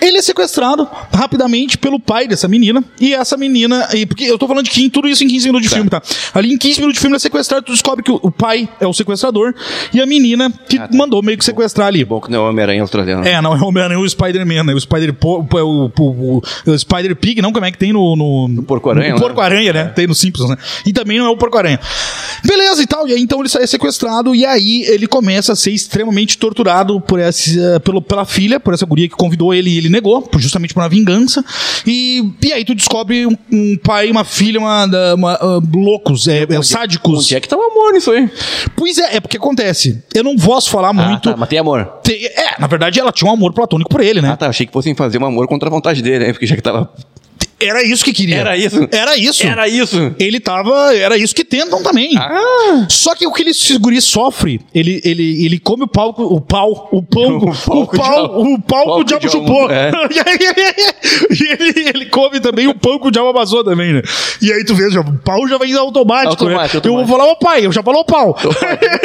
[SPEAKER 2] Ele é sequestrado rapidamente pelo pai dessa menina. E essa menina. E porque eu tô falando de quem, tudo isso em 15 minutos de filme, tá? Ali em 15 minutos de filme ele é sequestrado, tu descobre que o, o pai é o sequestrador e a menina que
[SPEAKER 4] Ah, tá.
[SPEAKER 2] mandou meio que sequestrar ali.
[SPEAKER 1] Bom que não é o Homem-Aranha australiano.
[SPEAKER 2] É, não é o Homem-Aranha, é o Spider-Man, né? O Spider po, po- o, o, o- o Spider Pig, não, como é que tem no. No,
[SPEAKER 1] Porco-Aranha,
[SPEAKER 2] no
[SPEAKER 1] né?
[SPEAKER 2] Porco-Aranha, né? Tem no Simpsons, né? E também não é o Porco-Aranha. Beleza e tal. E aí então ele sai sequestrado e aí ele começa a ser extremamente torturado por essa, pelo, pela filha, por essa guria que convidou ele e ele negou, por- justamente por uma vingança. E, e aí tu descobre um, um pai, uma filha, uma, uma, ah, loucos, é, é, sádicos.
[SPEAKER 1] Onde é que tá o amor nisso aí?
[SPEAKER 2] Pois é, é porque acontece. Eu não posso falar
[SPEAKER 4] Ah,
[SPEAKER 2] muito.
[SPEAKER 4] tá, mas tem amor.
[SPEAKER 2] Tem- É, na verdade ela tinha um amor platônico por ele, né?
[SPEAKER 1] Ah, tá. Achei que fossem fazer um amor contra a vontade dele, né? Porque já que tava.
[SPEAKER 2] Era isso que queria.
[SPEAKER 1] Era isso?
[SPEAKER 2] Era isso.
[SPEAKER 1] Era isso!
[SPEAKER 2] Ele tava. Era isso que tentam também.
[SPEAKER 1] Ah!
[SPEAKER 2] Só que o que ele esse guri sofre, ele, ele, ele come o pau, o pau, o pão, o,
[SPEAKER 1] O pau
[SPEAKER 2] pau,
[SPEAKER 1] que o diabo-
[SPEAKER 2] o pau que o
[SPEAKER 1] pau que o
[SPEAKER 2] diabo
[SPEAKER 1] diabo-
[SPEAKER 2] chupou.
[SPEAKER 1] é.
[SPEAKER 2] E aí- e ele, ele come também o pão que o diabo amassou também, né? E aí tu vê, já, o pau já vem automático,
[SPEAKER 4] Automático,
[SPEAKER 2] né? Eu vou
[SPEAKER 4] automático.
[SPEAKER 2] falar, ô pai, eu já falo ô pau.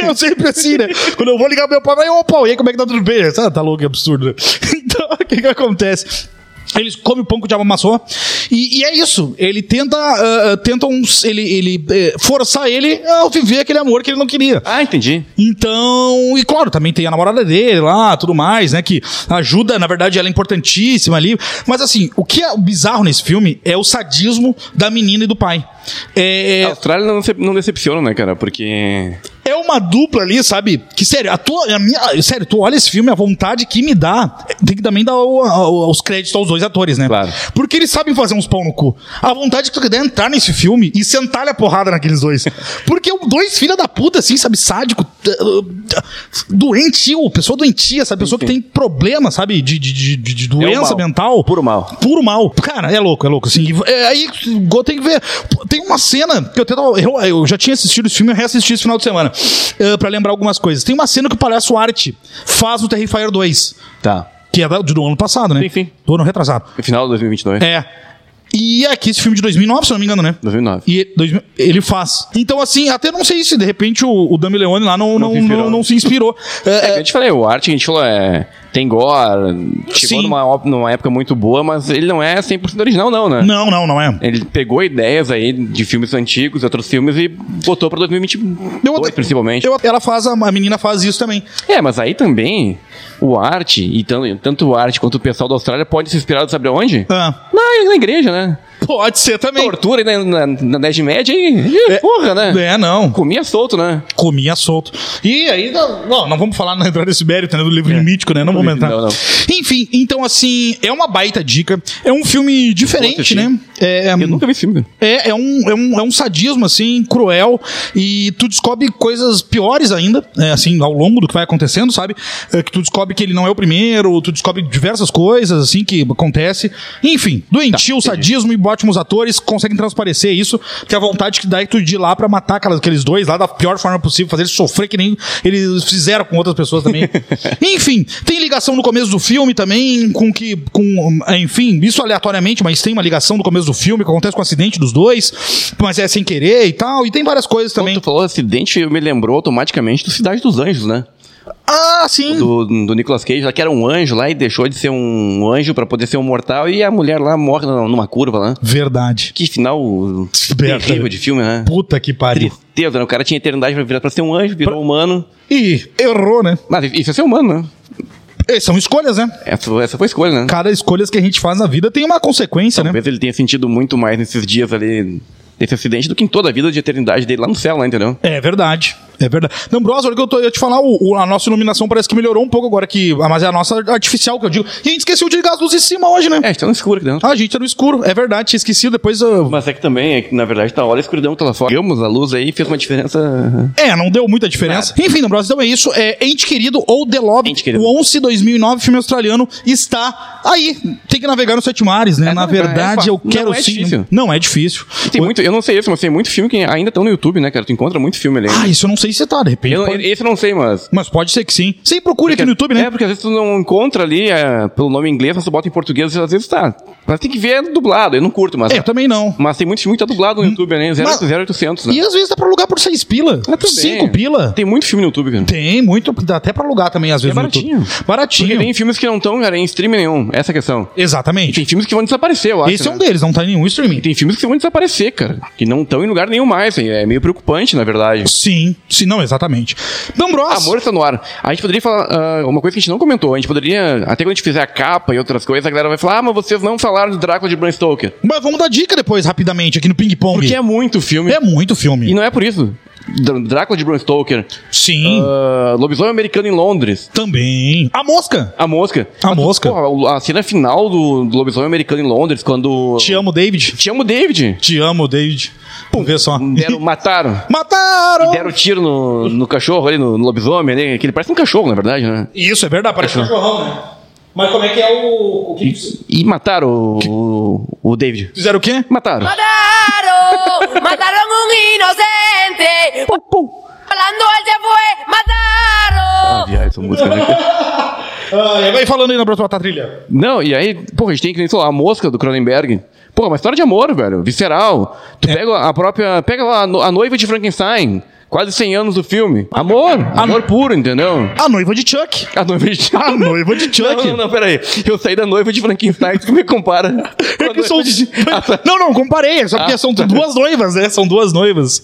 [SPEAKER 2] eu sempre assim, né? Quando eu vou ligar pro meu pai, vai, ô pau, e aí como é que tá tudo bem? Ah, tá louco, que absurdo, né? Então, o que que acontece? Eles comem o pão que o diabo amassou. E, e é isso. Ele tenta. ah, ah, tentam ele, ele, eh, forçar ele a viver aquele amor que ele não queria.
[SPEAKER 1] Ah, entendi.
[SPEAKER 2] Então, e claro, também tem a namorada dele lá, tudo mais, né? Que ajuda, na verdade, ela é importantíssima ali. Mas assim, o que é bizarro nesse filme é o sadismo da menina e do pai. É,
[SPEAKER 1] A
[SPEAKER 2] é-
[SPEAKER 1] Austrália não, decep- não decepciona, né, cara? Porque.
[SPEAKER 2] é uma dupla ali, sabe? Que sério, a tua, a minha, sério, tu olha esse filme, a vontade que me dá, tem que também dar o- a- os créditos aos dois atores, né?
[SPEAKER 1] Claro.
[SPEAKER 2] Porque eles sabem fazer uns pão no cu. A vontade que tu quer é entrar nesse filme e sentar a porrada naqueles dois. Porque o- dois filha da puta, assim, sabe? Sádico, t- t- doentio, pessoa doentia, sabe? Pessoa que tem problema, sabe? De, de, de, de- de doença
[SPEAKER 4] mal.
[SPEAKER 2] mental.
[SPEAKER 4] Puro mal.
[SPEAKER 2] Puro mal. Cara, é louco, é louco. Assim, E, é, aí go- tem que ver. Pô, Tem uma cena que eu tento. Eu, eu já tinha assistido esse filme, eu reassisti esse final de semana. eh, pra lembrar algumas coisas. Tem uma cena que o palhaço Arte faz no Terrifier 2.
[SPEAKER 4] Tá.
[SPEAKER 2] Que é da- do ano passado, né?
[SPEAKER 1] Sim, sim.
[SPEAKER 2] Do ano retrasado.
[SPEAKER 1] No final de 2022.
[SPEAKER 2] É. E aqui esse filme de 2009, se eu não me engano, né?
[SPEAKER 1] 2009.
[SPEAKER 2] E dois mil- ele faz. Então, assim, até não sei se de repente o, o Dami Leone lá não, não,
[SPEAKER 1] se
[SPEAKER 2] não-
[SPEAKER 1] inspirou.
[SPEAKER 2] não se inspirou. É,
[SPEAKER 1] É, que eu te falei, o Art, a gente falou, é, tem gore,
[SPEAKER 2] Sim.
[SPEAKER 1] chegou numa, op- numa época muito boa, mas ele não é 100% original não, né?
[SPEAKER 2] Não, não, não é.
[SPEAKER 1] Ele pegou ideias aí de filmes antigos, outros filmes e botou pra 2022,
[SPEAKER 2] Eu até-
[SPEAKER 1] principalmente.
[SPEAKER 2] eu- ela faz, a, a menina faz isso também.
[SPEAKER 1] É, mas aí também, o Art, e tanto, tanto o Art quanto o pessoal da Austrália pode se inspirar, sabe onde?
[SPEAKER 2] Ah.
[SPEAKER 1] Na, na igreja, né?
[SPEAKER 2] Pode ser também.
[SPEAKER 1] Tortura né, na, na, na Idade Média e. e porra, né?
[SPEAKER 2] É, não.
[SPEAKER 1] Comia solto, né?
[SPEAKER 2] Comia solto. E aí, não, não, não vamos falar na entrada desse mérito, né? Do livro mítico, né? Não vamos entrar.
[SPEAKER 1] É. Não, não.
[SPEAKER 2] Enfim, então, assim, é uma baita dica. É um filme diferente,
[SPEAKER 1] assistir.
[SPEAKER 2] né? É, é,
[SPEAKER 1] Eu nunca vi esse filme. cara.
[SPEAKER 2] é, é um, é, um, é um sadismo, assim, cruel. E tu descobre coisas piores ainda, é, assim, ao longo do que vai acontecendo, sabe? É, que tu descobre que ele não é o primeiro, tu descobre diversas coisas, assim, que acontece. Enfim, doentio,
[SPEAKER 1] Tá,
[SPEAKER 2] sadismo e ótimos atores conseguem transparecer isso, que a vontade que dá é tu ir lá pra matar aquelas- aqueles dois lá da pior forma possível, fazer eles sofrer que nem eles fizeram com outras pessoas também. enfim, tem ligação no começo do filme também, com que. com Enfim, isso aleatoriamente, mas tem uma ligação no começo do filme, que acontece com o acidente dos dois, mas é sem querer e tal, e tem várias coisas
[SPEAKER 1] Quando
[SPEAKER 2] também.
[SPEAKER 1] tu falou acidente, me lembrou automaticamente do Cidade dos Anjos, né?
[SPEAKER 2] Ah, sim!
[SPEAKER 1] Do, do Nicolas Cage, lá que era um anjo lá e deixou de ser um anjo pra poder ser um mortal e a mulher lá morre na- numa curva lá.
[SPEAKER 2] Verdade.
[SPEAKER 1] Que final
[SPEAKER 2] Desperta.
[SPEAKER 1] terrível de filme, né?
[SPEAKER 2] Puta que pariu.
[SPEAKER 1] Tristeza, né? O cara tinha eternidade pra, virar, pra ser um anjo, virou humano.
[SPEAKER 2] Ih, errou, né?
[SPEAKER 1] Mas isso é ser humano, né?
[SPEAKER 2] Eh, São escolhas, né?
[SPEAKER 1] Essa, essa foi a escolha, né?
[SPEAKER 2] Cada escolhas que a gente faz na vida tem uma consequência, né?
[SPEAKER 1] Talvez ele tenha sentido muito mais nesses dias ali, nesse acidente, do que em toda a vida de eternidade dele lá no céu, lá, entendeu?
[SPEAKER 2] É verdade. É verdade. Não, Bros, olha que eu, tô, eu ia te falar, o- o- a nossa iluminação parece que melhorou um pouco agora que. ah, Mas é a nossa artificial que eu digo. E a gente esqueceu de ligar as luzes em cima hoje, né?
[SPEAKER 1] É, está no escuro aqui dentro.
[SPEAKER 2] A gente era no escuro, é verdade, tinha esquecido, depois. ah, eu-
[SPEAKER 1] Mas é que também, é que, na verdade, tá, olha a escuridão que tá lá fora. Digamos, a luz aí fez uma diferença.
[SPEAKER 2] É, não deu muita diferença. Enfim, Bros, então é isso. É Ente Querido ou The Lobby,
[SPEAKER 1] Ente Querido.
[SPEAKER 2] o 11 2009, filme australiano, está aí. Tem que navegar nos sete mares, né?
[SPEAKER 1] É,
[SPEAKER 2] Na
[SPEAKER 1] não,
[SPEAKER 2] verdade,
[SPEAKER 1] é,
[SPEAKER 2] eu
[SPEAKER 1] não
[SPEAKER 2] quero
[SPEAKER 1] é
[SPEAKER 2] sim.
[SPEAKER 1] difícil.
[SPEAKER 2] Não é difícil.
[SPEAKER 1] Tem muito, eu não sei isso, mas tem muito filme que ainda estão no YouTube, né, cara? Tu encontra muito filme ali.
[SPEAKER 2] Ah, isso eu não sei se tá, de repente.
[SPEAKER 1] Eu-
[SPEAKER 2] pode-
[SPEAKER 1] Esse eu não sei, mas.
[SPEAKER 2] Mas pode ser que sim. Sim, procure aqui no YouTube, né?
[SPEAKER 1] É, porque às vezes tu não encontra ali é, pelo nome em inglês, mas tu bota em português, às vezes tá. Mas tem que ver dublado, eu não curto, mas.
[SPEAKER 2] É, eu também não.
[SPEAKER 1] Mas tem muito filme que tá dublado no YouTube, né? 0800,
[SPEAKER 2] Mas-
[SPEAKER 1] 0800, né?
[SPEAKER 2] E às vezes dá pra alugar por seis pila.
[SPEAKER 1] Ah, tudo
[SPEAKER 2] cinco
[SPEAKER 1] bem.
[SPEAKER 2] pila. Tem,
[SPEAKER 1] Tem muito filme no YouTube, cara.
[SPEAKER 2] muito. Dá até pra alugar também, às vezes. no
[SPEAKER 1] é baratinho.
[SPEAKER 2] YouTube.
[SPEAKER 1] Porque
[SPEAKER 2] Baratinho.
[SPEAKER 1] tem filmes que não estão, cara, em streaming nenhum. Essa é a questão.
[SPEAKER 2] Exatamente.
[SPEAKER 1] Tem filmes que vão desaparecer, eu acho.
[SPEAKER 2] Esse é um
[SPEAKER 1] né?
[SPEAKER 2] deles, não tá em nenhum streaming.
[SPEAKER 1] Tem filmes que vão desaparecer, cara. Que não estão em lugar nenhum mais. hein? É meio preocupante, na verdade.
[SPEAKER 2] Sim, sim, não, exatamente. Dambros.
[SPEAKER 1] Ah, Amor está no ar. A gente poderia falar ah, uma coisa que a gente não comentou. A gente poderia, até quando a gente fizer a capa e outras coisas, a galera vai falar: ah, mas vocês não falaram do Drácula de Bram Stoker.
[SPEAKER 2] Mas vamos dar dica depois, rapidamente, aqui no Ping Pong.
[SPEAKER 1] Porque é muito filme.
[SPEAKER 2] É muito filme.
[SPEAKER 1] E não é por isso. Dr- Drácula de Bram Stoker,
[SPEAKER 2] Sim,
[SPEAKER 1] ah, Lobisomem Americano em Londres,
[SPEAKER 2] também. A mosca.
[SPEAKER 1] A Mosca.
[SPEAKER 2] A Mosca.
[SPEAKER 1] Porra, a cena final do, do Lobisomem Americano em Londres, quando.
[SPEAKER 2] Te amo, David.
[SPEAKER 1] Te amo, David.
[SPEAKER 2] Te amo, David. Vamos ver só.
[SPEAKER 1] Deram, mataram.
[SPEAKER 2] Mataram!
[SPEAKER 1] Deram tiro no, no cachorro ali, no, no lobisomem ali, que ele parece um cachorro, na verdade, né?
[SPEAKER 2] Isso, é verdade, parece um cachorrão, né? Mas como é que é o. o que...
[SPEAKER 1] E mataram o, o, o David.
[SPEAKER 2] Fizeram o quê?
[SPEAKER 1] Mataram.
[SPEAKER 4] Mataron, mataron un inocente.
[SPEAKER 1] Pum, pum.
[SPEAKER 4] Hablando él se fue, mataron.
[SPEAKER 1] Ah, viado, essa música, né?
[SPEAKER 2] Ah, vai falando aí na próxima trilha.
[SPEAKER 1] Não, e aí, porra, a gente tem que, sei lá, a mosca do Cronenberg. Porra, uma história de amor, velho. Visceral. Tu pega a própria. Pega lá a no- a noiva de Frankenstein. Quase 100 anos do filme. Amor. Amor puro, entendeu?
[SPEAKER 2] A noiva de Chuck.
[SPEAKER 1] A noiva de.
[SPEAKER 2] A noiva de Chuck.
[SPEAKER 1] Não, não, não, peraí. Eu saí da noiva de Frankenstein, tu me compara. com a
[SPEAKER 2] É que são...
[SPEAKER 1] noiva de- Ah, tá.
[SPEAKER 2] Não, não, comparei. é Só porque
[SPEAKER 1] Ah,
[SPEAKER 2] são
[SPEAKER 1] tá.
[SPEAKER 2] duas noivas, né? São duas noivas.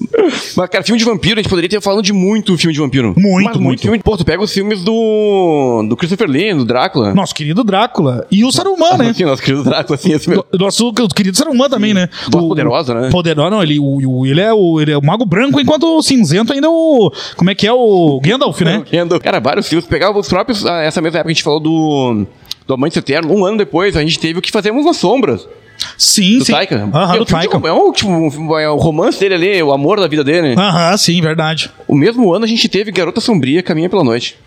[SPEAKER 1] Mas, cara, filme de vampiro, a gente poderia ter falado de muito filme de vampiro.
[SPEAKER 2] Muito,
[SPEAKER 1] Mas
[SPEAKER 2] muito.
[SPEAKER 1] Filme, pô, tu pega os filmes do. do Christopher Lee, do Drácula.
[SPEAKER 2] Nosso querido Drácula. E o Saruman, né?
[SPEAKER 1] Assim, nosso querido Drácula, assim, esse mesmo.
[SPEAKER 2] Do- Nosso querido Saruman também, né?
[SPEAKER 1] Voz poderosa, né?
[SPEAKER 2] Poderosa, não. Ele, o, o- ele, é o, ele é o Mago Branco, enquanto o Cinzento ainda é o... Como é que é? O Gandalf, né?
[SPEAKER 1] Entendo. Cara, vários filmes. Pegava os próprios. ah, Essa mesma época que a gente falou do. Do Amante Eterno, um ano depois, a gente teve o que fazemos nas sombras.
[SPEAKER 2] Sim,
[SPEAKER 1] Do
[SPEAKER 2] sim.
[SPEAKER 1] Taika.
[SPEAKER 2] Aham,
[SPEAKER 1] É
[SPEAKER 2] do
[SPEAKER 1] um filme de-
[SPEAKER 2] Taika.
[SPEAKER 1] É um, tipo, um- é o romance dele ali, o amor da vida dele.
[SPEAKER 2] Aham, sim, verdade.
[SPEAKER 1] O mesmo ano a gente teve Garota Sombria, Caminha pela Noite.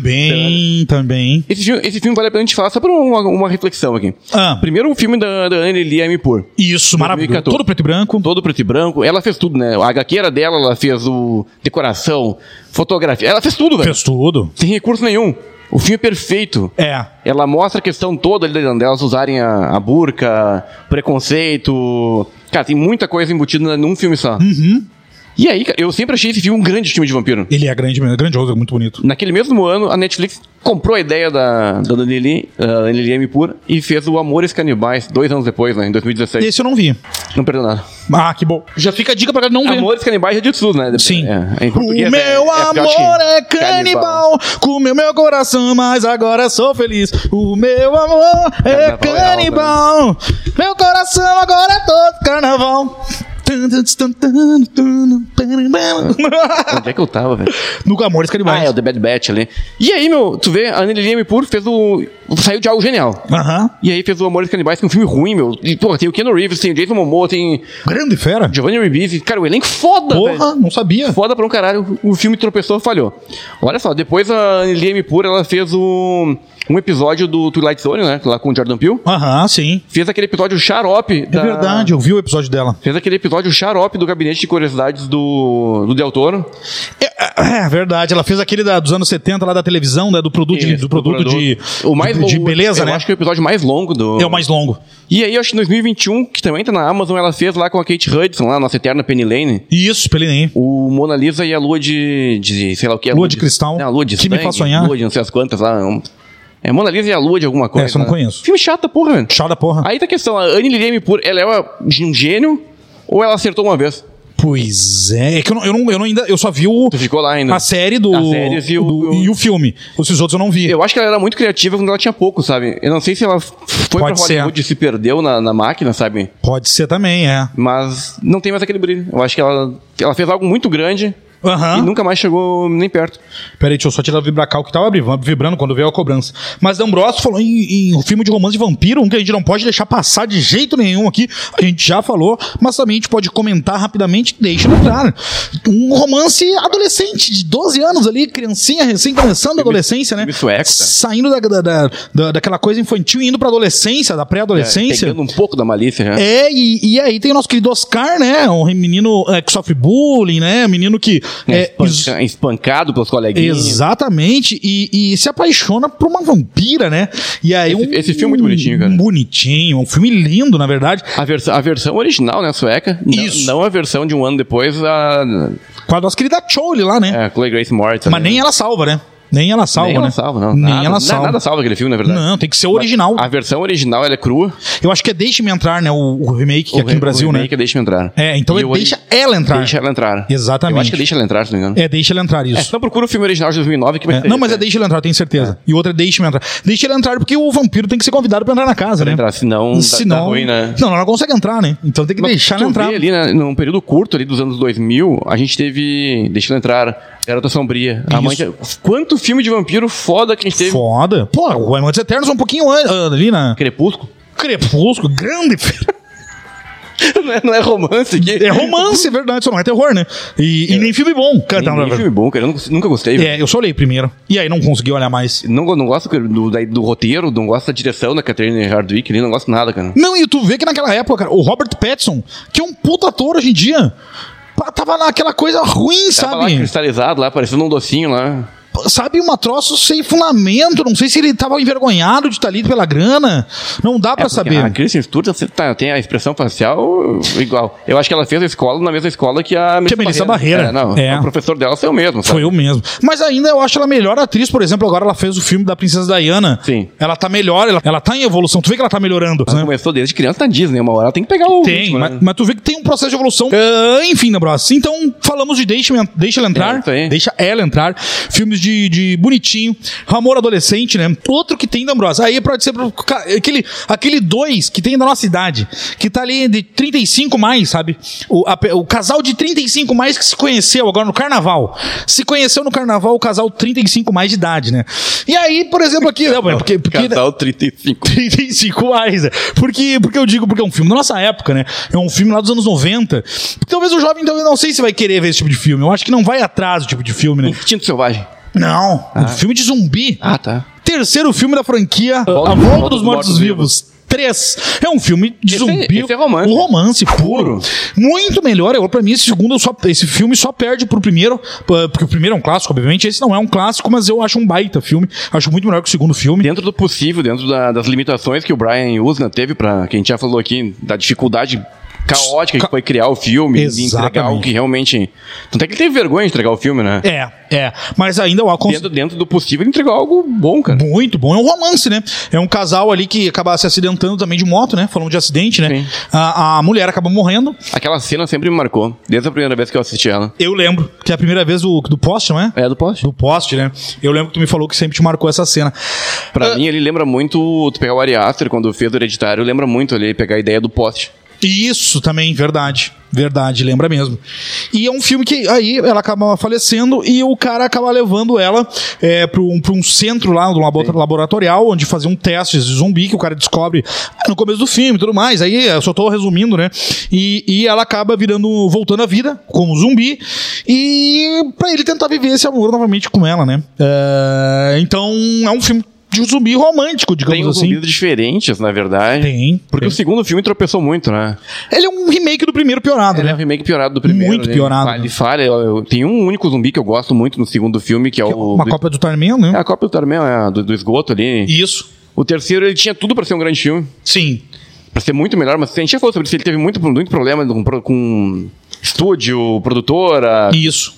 [SPEAKER 2] Também, também.
[SPEAKER 1] Esse filme, esse filme vale a pena a gente falar só pra uma, uma reflexão aqui.
[SPEAKER 2] Ah.
[SPEAKER 1] Primeiro o filme da, da Anne Lee M. Poor.
[SPEAKER 2] Isso, maravilhoso.
[SPEAKER 1] 2014.
[SPEAKER 2] Todo preto e branco.
[SPEAKER 1] todo preto e branco. Ela fez tudo, né? A HQ era dela, ela fez o decoração, fotografia. Ela fez tudo, velho.
[SPEAKER 2] Fez tudo.
[SPEAKER 1] Sem recurso nenhum. O filme é perfeito.
[SPEAKER 2] É.
[SPEAKER 1] Ela mostra a questão toda ali delas usarem a, a
[SPEAKER 2] Uhum.
[SPEAKER 1] burca, preconceito. Cara, tem muita coisa embutida num filme só. E aí, cara, eu sempre achei esse filme um grande filme de vampiro.
[SPEAKER 2] Ele é grande mesmo, é grandioso, é muito bonito.
[SPEAKER 1] Naquele mesmo ano, a Netflix comprou a ideia da, da Danili, da Danili M. Pur, e fez o Amores Canibais, dois anos depois, né, em 2017.
[SPEAKER 2] Esse eu não vi.
[SPEAKER 1] Não perdeu nada.
[SPEAKER 2] Ah, que bom. Já fica a dica pra galera não ver.
[SPEAKER 1] Amores Canibais é de tudo, né?
[SPEAKER 2] Sim.
[SPEAKER 1] É, em
[SPEAKER 2] O
[SPEAKER 1] português é-
[SPEAKER 2] meu
[SPEAKER 1] é pior que
[SPEAKER 2] amor é canibal, comeu meu coração, mas agora sou feliz. O meu amor é
[SPEAKER 1] Carnaval é
[SPEAKER 2] canibal, meu coração agora é todo carnaval.
[SPEAKER 1] Onde é que eu tava, velho?
[SPEAKER 2] No Amores Canibais.
[SPEAKER 1] Ah, é o The Bad Batch ali. E aí, meu, tu vê, a Anneli M. Pur fez o. saiu de algo genial.
[SPEAKER 2] Aham.
[SPEAKER 1] E aí fez o Amores Canibais, que é um filme ruim, meu. E, pô, tem o Keanu Reeves, tem o Jason Momoa, tem
[SPEAKER 2] Grande fera.
[SPEAKER 1] Giovanni Ribisi. Cara, o elenco foda, velho.
[SPEAKER 2] Porra, não sabia.
[SPEAKER 1] Foda pra um caralho. O filme tropeçou e falhou. Olha só, depois a Anneli M. Pur, ela fez um, um episódio do Twilight Zone, né? Lá com o Jordan Peele.
[SPEAKER 2] Aham, sim.
[SPEAKER 1] Fez aquele episódio xarope
[SPEAKER 2] É verdade, eu vi o episódio dela.
[SPEAKER 1] Fez aquele episódio xarope do Gabinete de Curiosidades do, do Del Toro.
[SPEAKER 2] É, é verdade, ela fez aquele da- dos anos 70 lá da televisão, né, do produto, de,
[SPEAKER 1] Isso,
[SPEAKER 2] do produto de,
[SPEAKER 1] o mais
[SPEAKER 2] de, de
[SPEAKER 1] longo-
[SPEAKER 2] beleza,
[SPEAKER 1] eu
[SPEAKER 2] né?
[SPEAKER 1] acho que é o episódio mais longo do.
[SPEAKER 2] É o mais longo.
[SPEAKER 1] E aí, eu acho que em 2021, que também tá na Amazon, ela fez lá com a Kate Hudson, lá, nossa eterna Penny Lane,
[SPEAKER 2] Isso, Pelinim.
[SPEAKER 1] o Mona Lisa e a Lua de. de sei lá o que é.
[SPEAKER 2] Lua de Cristal.
[SPEAKER 1] Não, a Lua de
[SPEAKER 2] Que me
[SPEAKER 1] sangue,
[SPEAKER 2] faz sonhar.
[SPEAKER 1] Lua de não sei as quantas lá. um- É Mona Lisa e a Lua de alguma coisa.
[SPEAKER 2] Essa eu não
[SPEAKER 1] né?
[SPEAKER 2] conheço. Ah.
[SPEAKER 1] Filme chato, porra, velho.
[SPEAKER 2] Chá da porra.
[SPEAKER 1] Aí tá a questão, a Anne Liliane Pur, ela é uma- um gênio ou ela acertou uma vez?
[SPEAKER 2] Pois é, é que eu não, eu não- eu não ainda, eu só vi o,
[SPEAKER 1] Tu ficou lá ainda.
[SPEAKER 2] a série do,
[SPEAKER 1] As séries e o-
[SPEAKER 2] do-
[SPEAKER 1] o-
[SPEAKER 2] e o filme. Os outros eu não vi.
[SPEAKER 1] Eu acho que ela era muito criativa quando ela tinha pouco, sabe? Eu não sei se ela f- foi
[SPEAKER 2] Pode
[SPEAKER 1] pra Hollywood
[SPEAKER 2] ser.
[SPEAKER 1] e se perdeu na, na máquina, sabe?
[SPEAKER 2] Pode ser também, é.
[SPEAKER 1] Mas não tem mais aquele brilho. Eu acho que ela, ela fez algo muito grande
[SPEAKER 2] Aham.
[SPEAKER 1] e nunca mais chegou nem perto.
[SPEAKER 2] Peraí, deixa eu só tirar o vibracal que tava vibra- vibrando quando veio a cobrança. Mas D'Ambrosio falou em, em um filme de romance de vampiro, um que a gente não pode deixar passar de jeito nenhum aqui. A gente já falou, mas também a gente pode comentar rapidamente, deixa no claro. Um romance adolescente, de 12 anos ali, criancinha recém começando a adolescência, né?
[SPEAKER 1] filme sueco, tá?
[SPEAKER 2] Saindo da, da- da- da- daquela coisa infantil e indo pra adolescência, da pré-adolescência.
[SPEAKER 1] Pegando um pouco da malícia já.
[SPEAKER 2] É, e, e aí tem o nosso querido Oscar, né? Um menino é, que sofre bullying, né? Um menino que.
[SPEAKER 1] É,
[SPEAKER 2] É, is-
[SPEAKER 1] espanca- espancado pelos coleguinhas.
[SPEAKER 2] Exatamente, e, e se apaixona por uma vampira, né? E aí
[SPEAKER 1] Esse-
[SPEAKER 2] um,
[SPEAKER 1] esse filme é muito bonitinho, cara.
[SPEAKER 2] um Bonitinho, um filme lindo, na verdade.
[SPEAKER 1] A, vers a versão original, né, sueca. N-
[SPEAKER 2] Isso.
[SPEAKER 1] Não a versão de um ano depois, a,
[SPEAKER 2] Com a nossa querida Chole lá, né?
[SPEAKER 1] é, a Chloe Grace Moritz.
[SPEAKER 2] Mas nem ela salva, né? Nem ela
[SPEAKER 1] salva, nem ela
[SPEAKER 2] salva, né?
[SPEAKER 1] salva, não.
[SPEAKER 2] Nem
[SPEAKER 1] nada,
[SPEAKER 2] ela
[SPEAKER 1] na-
[SPEAKER 2] salva.
[SPEAKER 1] Nada salva né? aquele filme, na verdade.
[SPEAKER 2] Não, tem que ser o original.
[SPEAKER 1] A versão original, ela é crua.
[SPEAKER 2] Eu acho que é Deixe-me Entrar, né? O, o remake que é aqui
[SPEAKER 1] O re-
[SPEAKER 2] no Brasil,
[SPEAKER 1] o
[SPEAKER 2] né?
[SPEAKER 1] remake é Deixa Eu Entrar.
[SPEAKER 2] É, então
[SPEAKER 1] E
[SPEAKER 2] é
[SPEAKER 1] o ori-
[SPEAKER 2] Deixa Ela Entrar.
[SPEAKER 1] Deixa Ela Entrar.
[SPEAKER 2] Exatamente.
[SPEAKER 1] Eu acho que é Deixa Ela Entrar, se não me engano.
[SPEAKER 2] É Deixa Ela Entrar, isso.
[SPEAKER 1] Então procura o filme original de 2009 que vai
[SPEAKER 2] É,
[SPEAKER 1] ser
[SPEAKER 2] não,
[SPEAKER 1] esse,
[SPEAKER 2] mas é
[SPEAKER 1] né?
[SPEAKER 2] Deixa Ele Entrar, tenho certeza. E outra é Deixe-me Entrar. Deixa Ele Entrar porque o vampiro tem que ser convidado pra entrar na casa, né?
[SPEAKER 1] entrar, senão dá-
[SPEAKER 2] Senão...
[SPEAKER 1] dá ruim, né?
[SPEAKER 2] Não, ela não consegue entrar, né? Então tem que
[SPEAKER 1] Mas
[SPEAKER 2] deixar
[SPEAKER 1] tu
[SPEAKER 2] ela entrar.
[SPEAKER 1] Vê ali, né, num período curto ali dos anos 2000, a gente teve, deixa eu entrar, Garota Sombria. A mãe quanto filme de vampiro foda que a gente teve.
[SPEAKER 2] Foda. Pô, o Amantes Eternos é um pouquinho an- an- ali né? na.
[SPEAKER 1] Crepúsculo.
[SPEAKER 2] Crepúsculo, grande. filho.
[SPEAKER 1] não, é, não é romance aqui.
[SPEAKER 2] É romance, é verdade, só não é terror, né? E, e nem filme bom. Cara, tá-
[SPEAKER 1] É. Nem, nem filme bom, cara. Eu nunca- nunca gostei. velho.
[SPEAKER 2] É, eu só olhei primeiro. E aí não consegui olhar mais.
[SPEAKER 1] Não, go- não gosto do, da- do roteiro, não gosto da direção da Catherine Hardwick, ali, não gosto nada, cara.
[SPEAKER 2] Não, e tu vê que naquela época, cara, o Robert Pattinson, que é um puta ator hoje em dia, pá, tava naquela coisa ruim,
[SPEAKER 1] Tava Tá lá
[SPEAKER 2] sabe?
[SPEAKER 1] cristalizado lá, parecendo um docinho lá.
[SPEAKER 2] Sabe, uma troço sem fundamento. Não sei se ele tava envergonhado de estar ali pela grana. Não dá pra
[SPEAKER 1] É, Porque A
[SPEAKER 2] saber.
[SPEAKER 1] Kristen Stewart você tá- tem a expressão facial igual. Eu acho que ela fez a escola na mesma escola que a
[SPEAKER 2] Que a Melissa Barreira.
[SPEAKER 1] É, não,
[SPEAKER 2] É.
[SPEAKER 1] O professor dela foi o mesmo. Sabe?
[SPEAKER 2] Foi eu mesmo. Mas ainda eu acho ela a melhor atriz, por exemplo, agora ela fez o filme da Princesa Diana.
[SPEAKER 1] Sim.
[SPEAKER 2] Ela tá melhor, ela, ela tá em evolução. Tu vê que ela tá melhorando.
[SPEAKER 1] Ela
[SPEAKER 2] né?
[SPEAKER 1] começou desde criança na Disney, uma hora ela tem que pegar o.
[SPEAKER 2] Tem,
[SPEAKER 1] ritmo,
[SPEAKER 2] mas,
[SPEAKER 1] né?
[SPEAKER 2] mas tu vê que tem um processo de evolução. Ah, enfim, Nabros. Então, falamos de Deixa, deixa ela
[SPEAKER 1] É,
[SPEAKER 2] entrar.
[SPEAKER 1] isso aí.
[SPEAKER 2] deixa ela entrar. Filmes de, de bonitinho. Amor adolescente, né? Outro que tem, Nabros. Aí pode ser pro- ca- aquele, aquele dois que tem da nossa idade. Que tá ali de 35 mais, sabe? O, a pe- o casal de 35 mais que se conheceu agora no carnaval. Se conheceu no carnaval o casal 35 mais de idade, né? E aí, por exemplo, aqui. Não, é porque, porque,
[SPEAKER 1] Casal 35.
[SPEAKER 2] 35 mais. né? Porque, porque eu digo, porque é um filme da nossa época, né? É um filme lá dos anos 90. Porque talvez o jovem, então, eu não sei se vai querer ver esse tipo de filme. Eu acho que não vai atrás do tipo de filme, né?
[SPEAKER 1] Instinto selvagem.
[SPEAKER 2] Não. Um filme de zumbi.
[SPEAKER 1] Ah, tá.
[SPEAKER 2] Terceiro filme da franquia A Volta dos Mortos-Vivos. Três. É um filme de
[SPEAKER 1] Esse é-
[SPEAKER 2] zumbi.
[SPEAKER 1] esse é romance.
[SPEAKER 2] Um romance puro. Muito melhor. Eu, pra mim, esse segundo, só, esse filme só perde pro primeiro. p- Porque o primeiro é um clássico, obviamente. Esse não é um clássico, mas eu acho um baita filme. Acho muito melhor que o segundo filme.
[SPEAKER 1] Dentro do possível, dentro da- das limitações que o Brian Usna teve, pra, que a gente já falou aqui, da dificuldade caótica que foi criar o filme e entregar
[SPEAKER 2] Exatamente.
[SPEAKER 1] algo que realmente. Tanto é que ele teve vergonha de entregar o filme, né?
[SPEAKER 2] É, é. Mas ainda o Alcon
[SPEAKER 1] Dentro, dentro do possível, ele entregou algo bom, cara.
[SPEAKER 2] Muito bom. É um romance, né? É um casal ali que acaba se acidentando também de moto, né? Falando de acidente, né?
[SPEAKER 1] Sim.
[SPEAKER 2] A, a mulher acaba morrendo.
[SPEAKER 1] Aquela cena sempre me marcou, desde a primeira vez que eu assisti ela.
[SPEAKER 2] Eu lembro que é a primeira vez do, do poste, não é?
[SPEAKER 1] É do poste.
[SPEAKER 2] Do poste, né? Eu lembro que tu me falou que sempre te marcou essa cena. Ah.
[SPEAKER 1] Pra mim, ele lembra muito. Tu pegar o Ari Aster, quando fez o Hereditário, lembra muito ele pegar a ideia do poste.
[SPEAKER 2] Isso também, verdade. Verdade, lembra mesmo. E é um filme que aí ela acaba falecendo e o cara acaba levando ela é, para um, pra um centro lá, um labo- laboratorial, onde fazia um teste de zumbi que o cara descobre ah, no começo do filme e tudo mais. Aí eu só tô resumindo, né? E, e ela acaba virando, voltando à vida como zumbi e pra ele tentar viver esse amor novamente com ela, né? É, então é um filme de zumbi romântico,
[SPEAKER 1] Tem uns
[SPEAKER 2] digamos assim.
[SPEAKER 1] zumbis diferentes, na verdade.
[SPEAKER 2] Tem.
[SPEAKER 1] Porque o segundo filme tropeçou muito, né?
[SPEAKER 2] Ele é um remake do primeiro piorado,
[SPEAKER 1] Ele
[SPEAKER 2] né?
[SPEAKER 1] é um remake piorado do primeiro.
[SPEAKER 2] Muito
[SPEAKER 1] né?
[SPEAKER 2] piorado.
[SPEAKER 1] Ele falha. ele falha. Eu- eu- Tem um único zumbi que eu gosto muito no segundo filme, que é o.
[SPEAKER 2] Uma
[SPEAKER 1] do-
[SPEAKER 2] cópia do Tarman, né?
[SPEAKER 1] É a Copa do Tarmel, é a do, do esgoto ali.
[SPEAKER 2] Isso.
[SPEAKER 1] O terceiro, ele tinha tudo pra ser um grande filme.
[SPEAKER 2] Sim.
[SPEAKER 1] Pra ser muito melhor, mas a gente já falou sobre isso. Ele teve muito, muito problema com, pro- com estúdio, produtora,
[SPEAKER 2] Isso.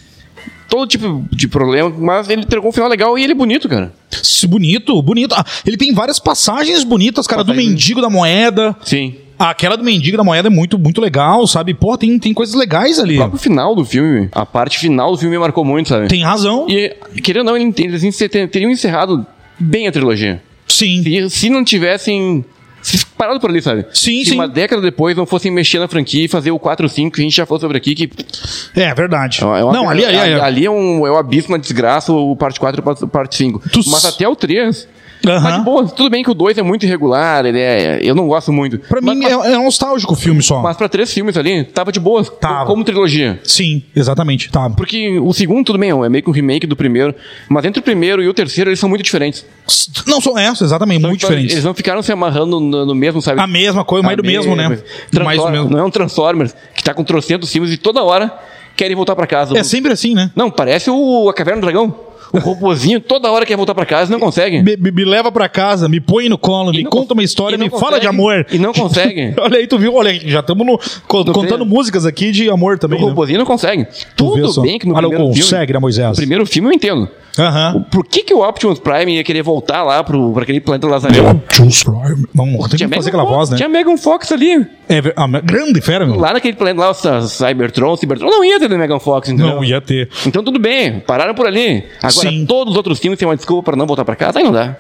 [SPEAKER 1] todo tipo de problema. Mas ele entregou um final legal e ele é bonito, cara.
[SPEAKER 2] Isso, Bonito, bonito. Ah, ele tem várias passagens bonitas, cara, do
[SPEAKER 1] Passagens.
[SPEAKER 2] mendigo da moeda.
[SPEAKER 1] Sim.
[SPEAKER 2] Ah, aquela do mendigo da moeda é muito, muito legal, sabe? Pô, tem, tem coisas legais ali.
[SPEAKER 1] O próprio final do filme, a parte final do filme me marcou muito, sabe?
[SPEAKER 2] Tem razão.
[SPEAKER 1] E, querendo ou não, ele- eles encer- teriam encerrado bem a trilogia.
[SPEAKER 2] Sim.
[SPEAKER 1] E se não tivessem se parado por ali, sabe?
[SPEAKER 2] Sim,
[SPEAKER 1] se
[SPEAKER 2] sim.
[SPEAKER 1] uma década depois não fossem mexer na franquia e fazer o 4 5 que a gente já falou sobre aqui, que
[SPEAKER 2] É verdade.
[SPEAKER 1] é uma- é uma-
[SPEAKER 2] Não, ali, ali, ali.
[SPEAKER 1] é um, é um abismo, uma desgraça, o parte 4 e o parte 5.
[SPEAKER 2] Tu-
[SPEAKER 1] Mas até o 3...
[SPEAKER 2] Aham.
[SPEAKER 1] Mas, bom, tudo bem que o 2 é muito irregular, ele é, eu não gosto muito.
[SPEAKER 2] Pra
[SPEAKER 1] mas,
[SPEAKER 2] mim
[SPEAKER 1] mas,
[SPEAKER 2] é, é um nostálgico o filme só.
[SPEAKER 1] mas pra três filmes ali, tava de boas,
[SPEAKER 2] Tava.
[SPEAKER 1] como trilogia.
[SPEAKER 2] Sim, exatamente. Tá.
[SPEAKER 1] Porque o segundo, tudo bem, é meio que um remake do primeiro, mas entre o primeiro e o terceiro eles são muito diferentes.
[SPEAKER 2] Não, são essas, exatamente, muito
[SPEAKER 1] Então,
[SPEAKER 2] diferentes.
[SPEAKER 1] Eles não ficaram se amarrando no, no mesmo, sabe?
[SPEAKER 2] A mesma coisa, mais do mesmo, né?
[SPEAKER 1] Transform-
[SPEAKER 2] Mais do mesmo.
[SPEAKER 1] Não é um Transformers que tá com trocentos filmes e toda hora querem voltar pra casa.
[SPEAKER 2] É sempre assim, né?
[SPEAKER 1] Não, parece o a Caverna do Dragão. O robôzinho toda hora quer voltar pra casa e não consegue.
[SPEAKER 2] Me, me- me leva pra casa, me põe no colo, me
[SPEAKER 1] não
[SPEAKER 2] conta
[SPEAKER 1] con-
[SPEAKER 2] uma história,
[SPEAKER 1] e não
[SPEAKER 2] me fala
[SPEAKER 1] consegue-
[SPEAKER 2] de amor. Tipo,
[SPEAKER 1] e não consegue.
[SPEAKER 2] olha aí, tu viu? Olha, aí, já estamos contando
[SPEAKER 1] trailer.
[SPEAKER 2] músicas aqui de amor
[SPEAKER 1] O
[SPEAKER 2] também. né?
[SPEAKER 1] robôzinho não consegue.
[SPEAKER 2] Tu viu
[SPEAKER 1] Tudo
[SPEAKER 2] só?
[SPEAKER 1] bem que no
[SPEAKER 2] Ah, não
[SPEAKER 1] primeiro
[SPEAKER 2] consegue,
[SPEAKER 1] filme...
[SPEAKER 2] né, Moisés?
[SPEAKER 1] No primeiro filme eu entendo.
[SPEAKER 2] Aham.
[SPEAKER 1] O- Por que, que o Optimus Prime ia querer voltar lá pro, pra aquele planeta Lazarento?
[SPEAKER 2] Juice Prime. Não, não tem que fazer aquela
[SPEAKER 1] Fox,
[SPEAKER 2] voz, né?
[SPEAKER 1] Tinha Megan Fox ali.
[SPEAKER 2] É, ver- ah, mas grande fera, meu.
[SPEAKER 1] Lá naquele planeta lá, o Cy- Cybertron, Cybertron. Não ia ter do Megan Fox, entendeu?
[SPEAKER 2] Não ia ter.
[SPEAKER 1] Então tudo bem, pararam por ali. Agora
[SPEAKER 2] Sim.
[SPEAKER 1] todos os outros filmes têm uma desculpa pra não voltar pra casa, aí não dá.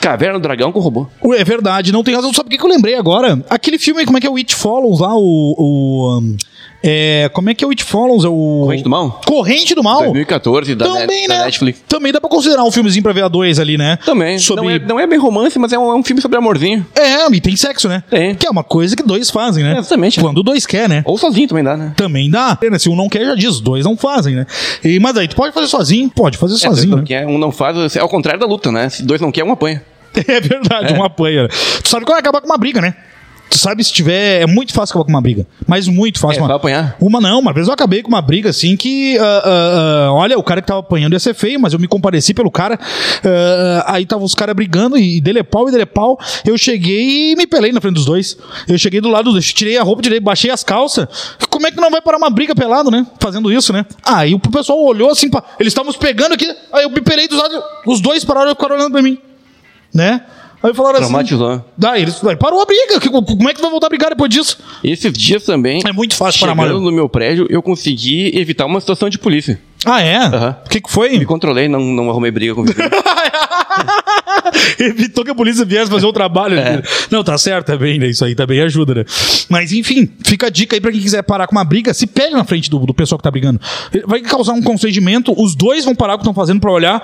[SPEAKER 1] Caverna do Dragão com robô.
[SPEAKER 2] Ué, É verdade, não tem razão. Sabe o que que eu lembrei agora? Aquele filme, como é que é o It Follows lá? O. o, um, é, como é que é o It Follows? É o...
[SPEAKER 1] Corrente do Mal?
[SPEAKER 2] Corrente do Mal?
[SPEAKER 1] 2014 da,
[SPEAKER 2] Oh, Também,
[SPEAKER 1] Net- da
[SPEAKER 2] né?
[SPEAKER 1] Netflix.
[SPEAKER 2] Também dá pra considerar um filmezinho pra ver a dois ali, né?
[SPEAKER 1] Também.
[SPEAKER 2] Sobre...
[SPEAKER 1] Não, é, não é bem romance, mas é um, é um filme sobre amorzinho.
[SPEAKER 2] É, e tem sexo, né?
[SPEAKER 1] Tem.
[SPEAKER 2] Que é uma coisa que dois fazem, né?
[SPEAKER 1] É, exatamente.
[SPEAKER 2] Quando dois quer, né?
[SPEAKER 1] Ou sozinho também dá, né?
[SPEAKER 2] Também dá. Se um não quer, já diz, dois não fazem, né? E, mas aí, tu pode fazer sozinho? Pode fazer
[SPEAKER 1] É, dois
[SPEAKER 2] sozinho,
[SPEAKER 1] não
[SPEAKER 2] né?
[SPEAKER 1] quer, um não faz, é ao contrário da luta, né? Se dois não quer, um apanha.
[SPEAKER 2] É verdade, um apanha. né? Tu sabe que vai acabar com uma briga, né? Tu sabe se tiver. É muito fácil acabar com uma briga. Mas muito fácil.
[SPEAKER 1] É,
[SPEAKER 2] mano.
[SPEAKER 1] vai apanhar.
[SPEAKER 2] Uma não, uma vez eu acabei com uma briga assim que. ah, ah, ah, olha, o cara que tava apanhando ia ser feio, mas eu me compareci pelo cara. ah, ah, aí tava os caras brigando e dele é pau e dele é pau. Eu cheguei e me pelei na frente dos dois. Eu cheguei do lado, dos- tirei a roupa, tirei, baixei as calças. Como é que não vai parar uma briga pelado, né? Fazendo isso, né? Aí o pessoal olhou assim, pá, eles estavam se pegando aqui. Aí eu me pelei dos lados, os dois pararam e ficaram olhando pra mim né? Aí falaram assim.
[SPEAKER 1] Traumatizou.
[SPEAKER 2] Daí eles daí parou a briga. que- Como é que vai voltar a brigar depois disso?
[SPEAKER 1] Esses dias também,
[SPEAKER 2] É muito fácil para
[SPEAKER 1] chegando
[SPEAKER 2] amarelo.
[SPEAKER 1] no meu prédio, eu consegui evitar uma situação de polícia.
[SPEAKER 2] Ah, é? O
[SPEAKER 1] Aham.
[SPEAKER 2] que, que foi?
[SPEAKER 1] Me controlei, não, não arrumei briga com o vizinho.
[SPEAKER 2] Evitou que a polícia viesse fazer o trabalho. né? Não, tá certo, também, né? Isso aí também ajuda, né? Mas enfim, fica a dica aí pra quem quiser parar com uma briga, se pega na frente do, do pessoal que tá brigando. Vai causar um constrangimento, os dois vão parar o que estão fazendo pra olhar.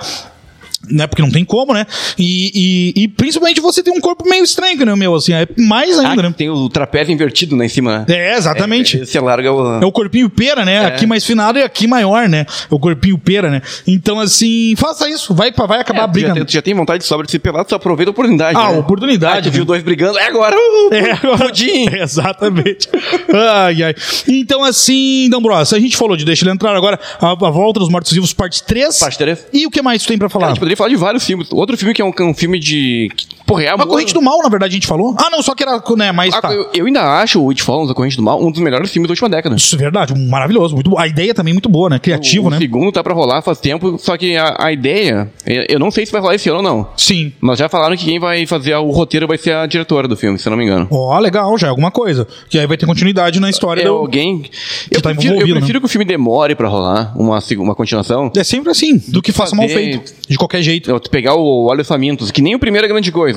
[SPEAKER 2] Né, porque não tem como, né? E, e, e principalmente você tem um corpo meio estranho, né, meu? Assim, é mais ainda,
[SPEAKER 1] Ah,
[SPEAKER 2] né?
[SPEAKER 1] tem o trapézio invertido lá em cima, né?
[SPEAKER 2] É, exatamente.
[SPEAKER 1] Você larga o...
[SPEAKER 2] É o corpinho pera, né? Aqui mais finado e aqui maior, né? É o corpinho pera, né? Então, assim, faça isso. Vai, pra- vai acabar a
[SPEAKER 1] É, Tu já,
[SPEAKER 2] briga.
[SPEAKER 1] tem- tu já tem vontade de sobra de se pelar, tu aproveita a oportunidade.
[SPEAKER 2] Ah,
[SPEAKER 1] né?
[SPEAKER 2] oportunidade,
[SPEAKER 1] Ah, tu
[SPEAKER 2] né?
[SPEAKER 1] viu dois brigando, é agora. Uh,
[SPEAKER 2] É, agora-
[SPEAKER 1] pudim.
[SPEAKER 2] É, Exatamente. ai, ai. Então, assim, D'Ambrosio, a gente falou de Deixa Ele Entrar agora, a, a Volta dos Mortos Vivos, parte 3.
[SPEAKER 1] Parte três.
[SPEAKER 2] E o que mais tu tem
[SPEAKER 1] é
[SPEAKER 2] pra
[SPEAKER 1] A
[SPEAKER 2] falar?
[SPEAKER 1] gente poderia poderia falar de vários filmes. Outro filme que é um, um filme de. que, Porra, é
[SPEAKER 2] Uma
[SPEAKER 1] amor.
[SPEAKER 2] corrente do mal, na verdade, a gente falou. Ah, não, só que era, né, mas
[SPEAKER 1] Ah,
[SPEAKER 2] tá.
[SPEAKER 1] eu, eu ainda acho o It Follows, A Corrente do Mal, um dos melhores filmes da última década.
[SPEAKER 2] Isso é verdade, um maravilhoso, muito bom. A ideia também é muito boa, né? Criativo,
[SPEAKER 1] o
[SPEAKER 2] né?
[SPEAKER 1] segundo tá pra rolar faz tempo, só que a, a ideia, é, eu eu não sei se vai rolar esse ano ou não.
[SPEAKER 2] Sim.
[SPEAKER 1] Mas já falaram que quem vai fazer o roteiro vai ser a diretora do filme, se eu não me engano.
[SPEAKER 2] Ó, legal, já é alguma coisa. Que aí vai ter continuidade na história.
[SPEAKER 1] É
[SPEAKER 2] do-
[SPEAKER 1] alguém. Eu,
[SPEAKER 2] tá
[SPEAKER 1] prefiro, eu
[SPEAKER 2] envolvido, né?
[SPEAKER 1] prefiro que o filme demore pra rolar uma, seg- uma continuação.
[SPEAKER 2] É sempre assim, do que faça mal
[SPEAKER 1] Fazer-
[SPEAKER 2] feito. De qualquer jeito.
[SPEAKER 1] Eu- Tu pegar o Olhos Famintos, que nem o primeiro é grande coisa.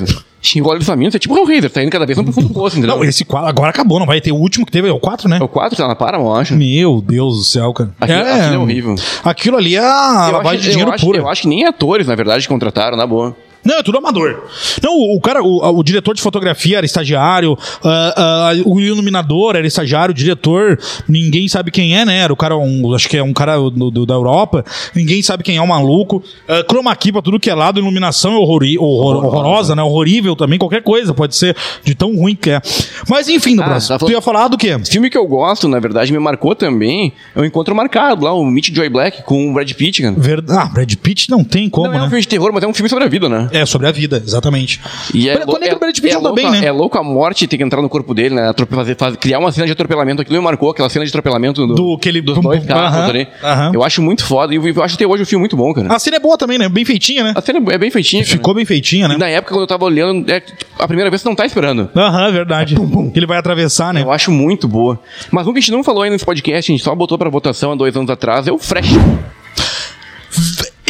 [SPEAKER 1] E o Olhos Famintos é tipo o Hellraiser, tá indo cada vez mais pro fundo do poço, entendeu?
[SPEAKER 2] Não, esse quadro agora acabou, não vai ter o último que teve, é o 4, né?
[SPEAKER 1] O 4 tá na Paramount, eu acho.
[SPEAKER 2] Meu Deus do céu, cara.
[SPEAKER 1] Aquilo- aquilo é horrível.
[SPEAKER 2] Aquilo ali é a
[SPEAKER 1] Eu
[SPEAKER 2] lavagem
[SPEAKER 1] acho-
[SPEAKER 2] de dinheiro
[SPEAKER 1] eu acho,
[SPEAKER 2] pura.
[SPEAKER 1] Eu acho que nem atores, na verdade, contrataram, na boa.
[SPEAKER 2] Não, é tudo amador. Não, o, o cara, o, o diretor de fotografia era estagiário, ah, ah, o iluminador era estagiário, o diretor, ninguém sabe quem é, né? Era o cara, um, acho que é um cara do- do- da Europa, ninguém sabe quem é o maluco. Ah, chroma key pra tudo que é lado, iluminação é horrori- horror- horrorosa, né? Horrível também, qualquer coisa, pode ser de tão ruim que é. Mas enfim, no
[SPEAKER 1] Ah,
[SPEAKER 2] braço.
[SPEAKER 1] tá
[SPEAKER 2] Tu
[SPEAKER 1] falando-
[SPEAKER 2] ia falar do quê?
[SPEAKER 1] Filme que eu gosto, na verdade, me marcou também. É o Encontro Marcado, lá, o Meet Joy Black com o Brad Pitt, cara.
[SPEAKER 2] Verdade. Ah, Brad Pitt não tem como,
[SPEAKER 1] Não é um
[SPEAKER 2] né?
[SPEAKER 1] filme de terror, mas é um filme sobre a vida, né?
[SPEAKER 2] É, sobre a vida, exatamente.
[SPEAKER 1] E
[SPEAKER 2] Quando
[SPEAKER 1] lou-
[SPEAKER 2] é que o Brad Pitt anda
[SPEAKER 1] louco
[SPEAKER 2] bem,
[SPEAKER 1] a-
[SPEAKER 2] né?
[SPEAKER 1] é louco a morte ter que entrar no corpo dele, né? Atrope- fazer- fazer- criar uma cena de atropelamento. Aquilo me marcou, aquela cena de atropelamento do,
[SPEAKER 2] Do que ele-
[SPEAKER 1] dos
[SPEAKER 2] bum,
[SPEAKER 1] dois
[SPEAKER 2] bum,
[SPEAKER 1] carros
[SPEAKER 2] aham,
[SPEAKER 1] ali.
[SPEAKER 2] aham.
[SPEAKER 1] Eu acho muito foda. E eu, eu acho até hoje o filme muito bom, cara.
[SPEAKER 2] A cena é boa também, né? Bem feitinha, né?
[SPEAKER 1] A cena é bem feitinha. cara.
[SPEAKER 2] Ficou bem feitinha, né?
[SPEAKER 1] E na época, quando eu tava olhando, é tipo, a primeira vez você não tá esperando.
[SPEAKER 2] Aham, é verdade. Ele vai atravessar, né?
[SPEAKER 1] Eu acho muito boa. Mas um que a gente não falou ainda nesse podcast, a gente só botou pra votação há dois anos atrás, é o Fresh.
[SPEAKER 2] Uh,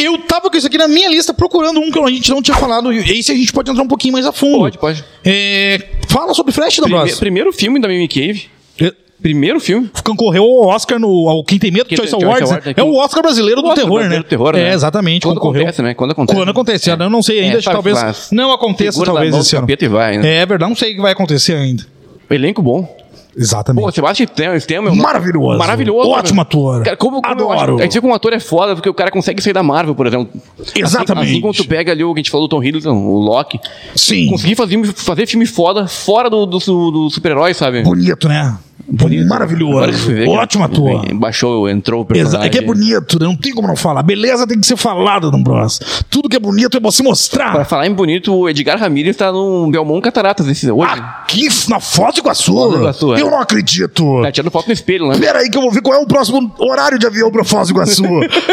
[SPEAKER 2] Eu tava com isso aqui na minha lista procurando um que a gente não tinha falado. E esse a gente pode entrar um pouquinho mais a fundo.
[SPEAKER 1] Pode, pode.
[SPEAKER 2] É, fala sobre Flash da
[SPEAKER 1] Prime-
[SPEAKER 2] Bros.
[SPEAKER 1] primeiro filme da Mimi Cave.
[SPEAKER 2] É,
[SPEAKER 1] Primeiro filme.
[SPEAKER 2] Concorreu ao Oscar no ao Quem Tem Medo,
[SPEAKER 1] Quem
[SPEAKER 2] Choice
[SPEAKER 1] Tem- Choice
[SPEAKER 2] Awards.
[SPEAKER 1] Awards,
[SPEAKER 2] né?
[SPEAKER 1] é
[SPEAKER 2] É o
[SPEAKER 1] que-
[SPEAKER 2] Oscar brasileiro do
[SPEAKER 1] Oscar
[SPEAKER 2] terror,
[SPEAKER 1] brasileiro
[SPEAKER 2] né?
[SPEAKER 1] do terror,
[SPEAKER 2] É,
[SPEAKER 1] né?
[SPEAKER 2] exatamente.
[SPEAKER 1] Quando
[SPEAKER 2] concorreu.
[SPEAKER 1] acontece, né? Quando acontece.
[SPEAKER 2] Quando acontece. Eu não sei
[SPEAKER 1] É,
[SPEAKER 2] ainda,
[SPEAKER 1] sabe,
[SPEAKER 2] talvez
[SPEAKER 1] mas-
[SPEAKER 2] não aconteça,
[SPEAKER 1] Segura na
[SPEAKER 2] talvez,
[SPEAKER 1] mão
[SPEAKER 2] esse
[SPEAKER 1] do
[SPEAKER 2] ano.
[SPEAKER 1] capeta e vai, né?
[SPEAKER 2] É verdade, não sei o que vai acontecer ainda.
[SPEAKER 1] Elenco bom. Pô,
[SPEAKER 2] Exatamente.
[SPEAKER 1] Sebastian Stan- Stan é um-
[SPEAKER 2] Maravilhoso.
[SPEAKER 1] Maravilhoso.
[SPEAKER 2] Ótimo ator.
[SPEAKER 1] Cara, como, como eu
[SPEAKER 2] Adoro.
[SPEAKER 1] acho- É dizer que um ator é foda, porque o cara consegue sair da Marvel, por exemplo. Assim-
[SPEAKER 2] Exatamente.
[SPEAKER 1] Assim como tu pega ali o que a gente falou do Tom Hiddleston, o Loki.
[SPEAKER 2] Sim.
[SPEAKER 1] Conseguir fazer, fazer filme foda fora do, do, do super-herói, sabe?
[SPEAKER 2] Bonito, né? Bonito.
[SPEAKER 1] Agora que
[SPEAKER 2] Maravilhoso.
[SPEAKER 1] você vê, cara,
[SPEAKER 2] Ótimo ator.
[SPEAKER 1] bem, Baixou, entrou o
[SPEAKER 2] Exa-
[SPEAKER 1] personagem.
[SPEAKER 2] É que é bonito, né? não tem como não falar. Beleza tem que ser falada no Bros. Tudo que é bonito é você
[SPEAKER 1] Pra
[SPEAKER 2] mostrar.
[SPEAKER 1] falar em bonito, o Edgar Ramirez tá no Belmont Cataratas esse hoje.
[SPEAKER 2] Aqui na Foz do Iguaçu.
[SPEAKER 1] Foz do Iguaçu, é.
[SPEAKER 2] Eu não acredito.
[SPEAKER 1] Tá tirando foto no espelho, né?
[SPEAKER 2] Pera aí que eu vou ver qual é o próximo horário de avião pra Foz do Iguaçu.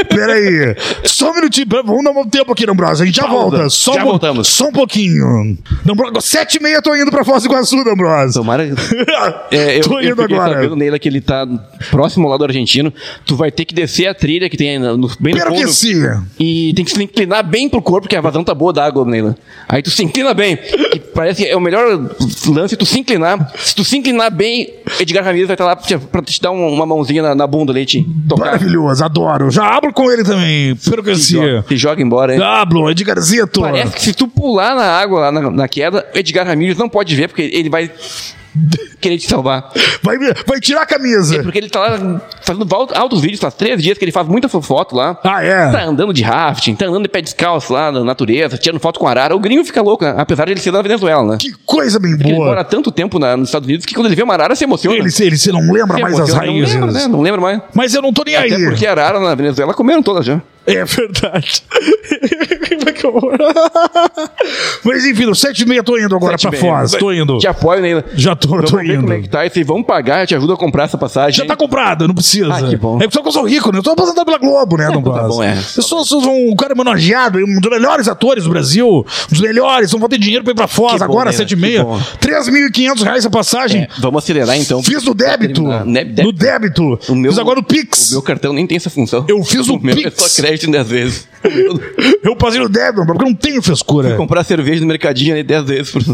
[SPEAKER 2] Pera aí. Só um minutinho. pera- Vamos dar um tempo aqui no Bros. A gente já volta. Só
[SPEAKER 1] Já
[SPEAKER 2] um, po-
[SPEAKER 1] voltamos.
[SPEAKER 2] Só um pouquinho. Nambros, sete e meia tô indo pra Foz do Iguaçu, Nambros.
[SPEAKER 1] Tomara. É, eu,
[SPEAKER 2] tô
[SPEAKER 1] eu
[SPEAKER 2] indo
[SPEAKER 1] fiquei
[SPEAKER 2] agora.
[SPEAKER 1] sabendo nele que ele tá próximo ao lado argentino. Tu vai ter que descer a trilha que tem no, no- bem no
[SPEAKER 2] Espero
[SPEAKER 1] fundo.
[SPEAKER 2] que sim.
[SPEAKER 1] E tem que se inclinar bem pro corpo, porque a vazão tá boa da água, Neila. Aí tu se inclina bem. E parece que é o melhor lance tu se inclinar. Se tu se inclinar bem, Edgar Ramirez vai estar lá pra te, pra te dar um- uma mãozinha na, na bunda ali, te tocar.
[SPEAKER 2] Maravilhoso, adoro. Já abro com ele também. Espero que
[SPEAKER 1] Te
[SPEAKER 2] sim.
[SPEAKER 1] joga, te joga embora, hein?
[SPEAKER 2] Dablo, Edgarzito.
[SPEAKER 1] Parece que se tu pular na água lá na, na queda, Edgar Ramirez não pode ver, porque ele vai querer te salvar.
[SPEAKER 2] Vai, me- vai tirar a camisa.
[SPEAKER 1] Porque ele tá lá fazendo val- altos vídeos, faz três dias que ele faz muita fo- foto lá.
[SPEAKER 2] Ah, é?
[SPEAKER 1] Tá andando de rafting, tá andando de pé descalço lá na natureza, tirando foto com arara. O gringo fica louco, né? apesar de ele ser da Venezuela, né?
[SPEAKER 2] Que coisa bem
[SPEAKER 1] Porque Ele mora
[SPEAKER 2] boa.
[SPEAKER 1] tanto tempo na- nos Estados Unidos que quando ele vê uma arara se emociona.
[SPEAKER 2] Ele, ele, ele não lembra
[SPEAKER 1] se
[SPEAKER 2] mais as
[SPEAKER 1] emociona.
[SPEAKER 2] raízes.
[SPEAKER 1] Não lembra, né? Não lembra mais.
[SPEAKER 2] Mas eu não tô nem
[SPEAKER 1] Até
[SPEAKER 2] aí.
[SPEAKER 1] porque arara na Venezuela comeram todas já.
[SPEAKER 2] É verdade. Vai que eu vou. Mas enfim, no 7 e meia tô indo agora
[SPEAKER 1] Sete
[SPEAKER 2] pra
[SPEAKER 1] bem.
[SPEAKER 2] Foz. Tô indo.
[SPEAKER 1] Te
[SPEAKER 2] Já,
[SPEAKER 1] apoio, Neila.
[SPEAKER 2] tô,
[SPEAKER 1] né?
[SPEAKER 2] tô
[SPEAKER 1] Vamos ver como é
[SPEAKER 2] indo.
[SPEAKER 1] que tá. E se vão pagar, eu te ajudo a comprar essa passagem.
[SPEAKER 2] Já tá comprado, não precisa.
[SPEAKER 1] Ah, que bom.
[SPEAKER 2] É só que eu sou rico, né? Eu tô aposentado pela Globo, né, Dom Blas?
[SPEAKER 1] bom, é.
[SPEAKER 2] Eu sou, sou um cara homenageado, um dos melhores atores do Brasil. Um dos melhores. Não vou ter dinheiro pra ir pra Foz
[SPEAKER 1] Que bom,
[SPEAKER 2] agora,
[SPEAKER 1] né?
[SPEAKER 2] 7 e meia.
[SPEAKER 1] Que bom.
[SPEAKER 2] 3.500 reais a passagem.
[SPEAKER 1] É, vamos acelerar então.
[SPEAKER 2] Fiz no débito.
[SPEAKER 1] Pra terminar. Ne- débito.
[SPEAKER 2] No débito.
[SPEAKER 1] O meu-
[SPEAKER 2] fiz agora o
[SPEAKER 1] O
[SPEAKER 2] Pix.
[SPEAKER 1] meu cartão nem tem essa função.
[SPEAKER 2] Eu fiz o
[SPEAKER 1] o meu
[SPEAKER 2] Pix.
[SPEAKER 1] é só crédito em 10 vezes. O meu-
[SPEAKER 2] Eu passei no débito, porque eu não tenho frescura.
[SPEAKER 1] comprar cerveja no mercadinho ali 10 vezes. Por...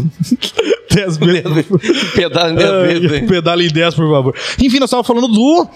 [SPEAKER 2] Dez vezes.
[SPEAKER 1] Pedaço 10 vezes. hein?
[SPEAKER 2] Pedala em 10, por favor. Enfim, nós estávamos falando do.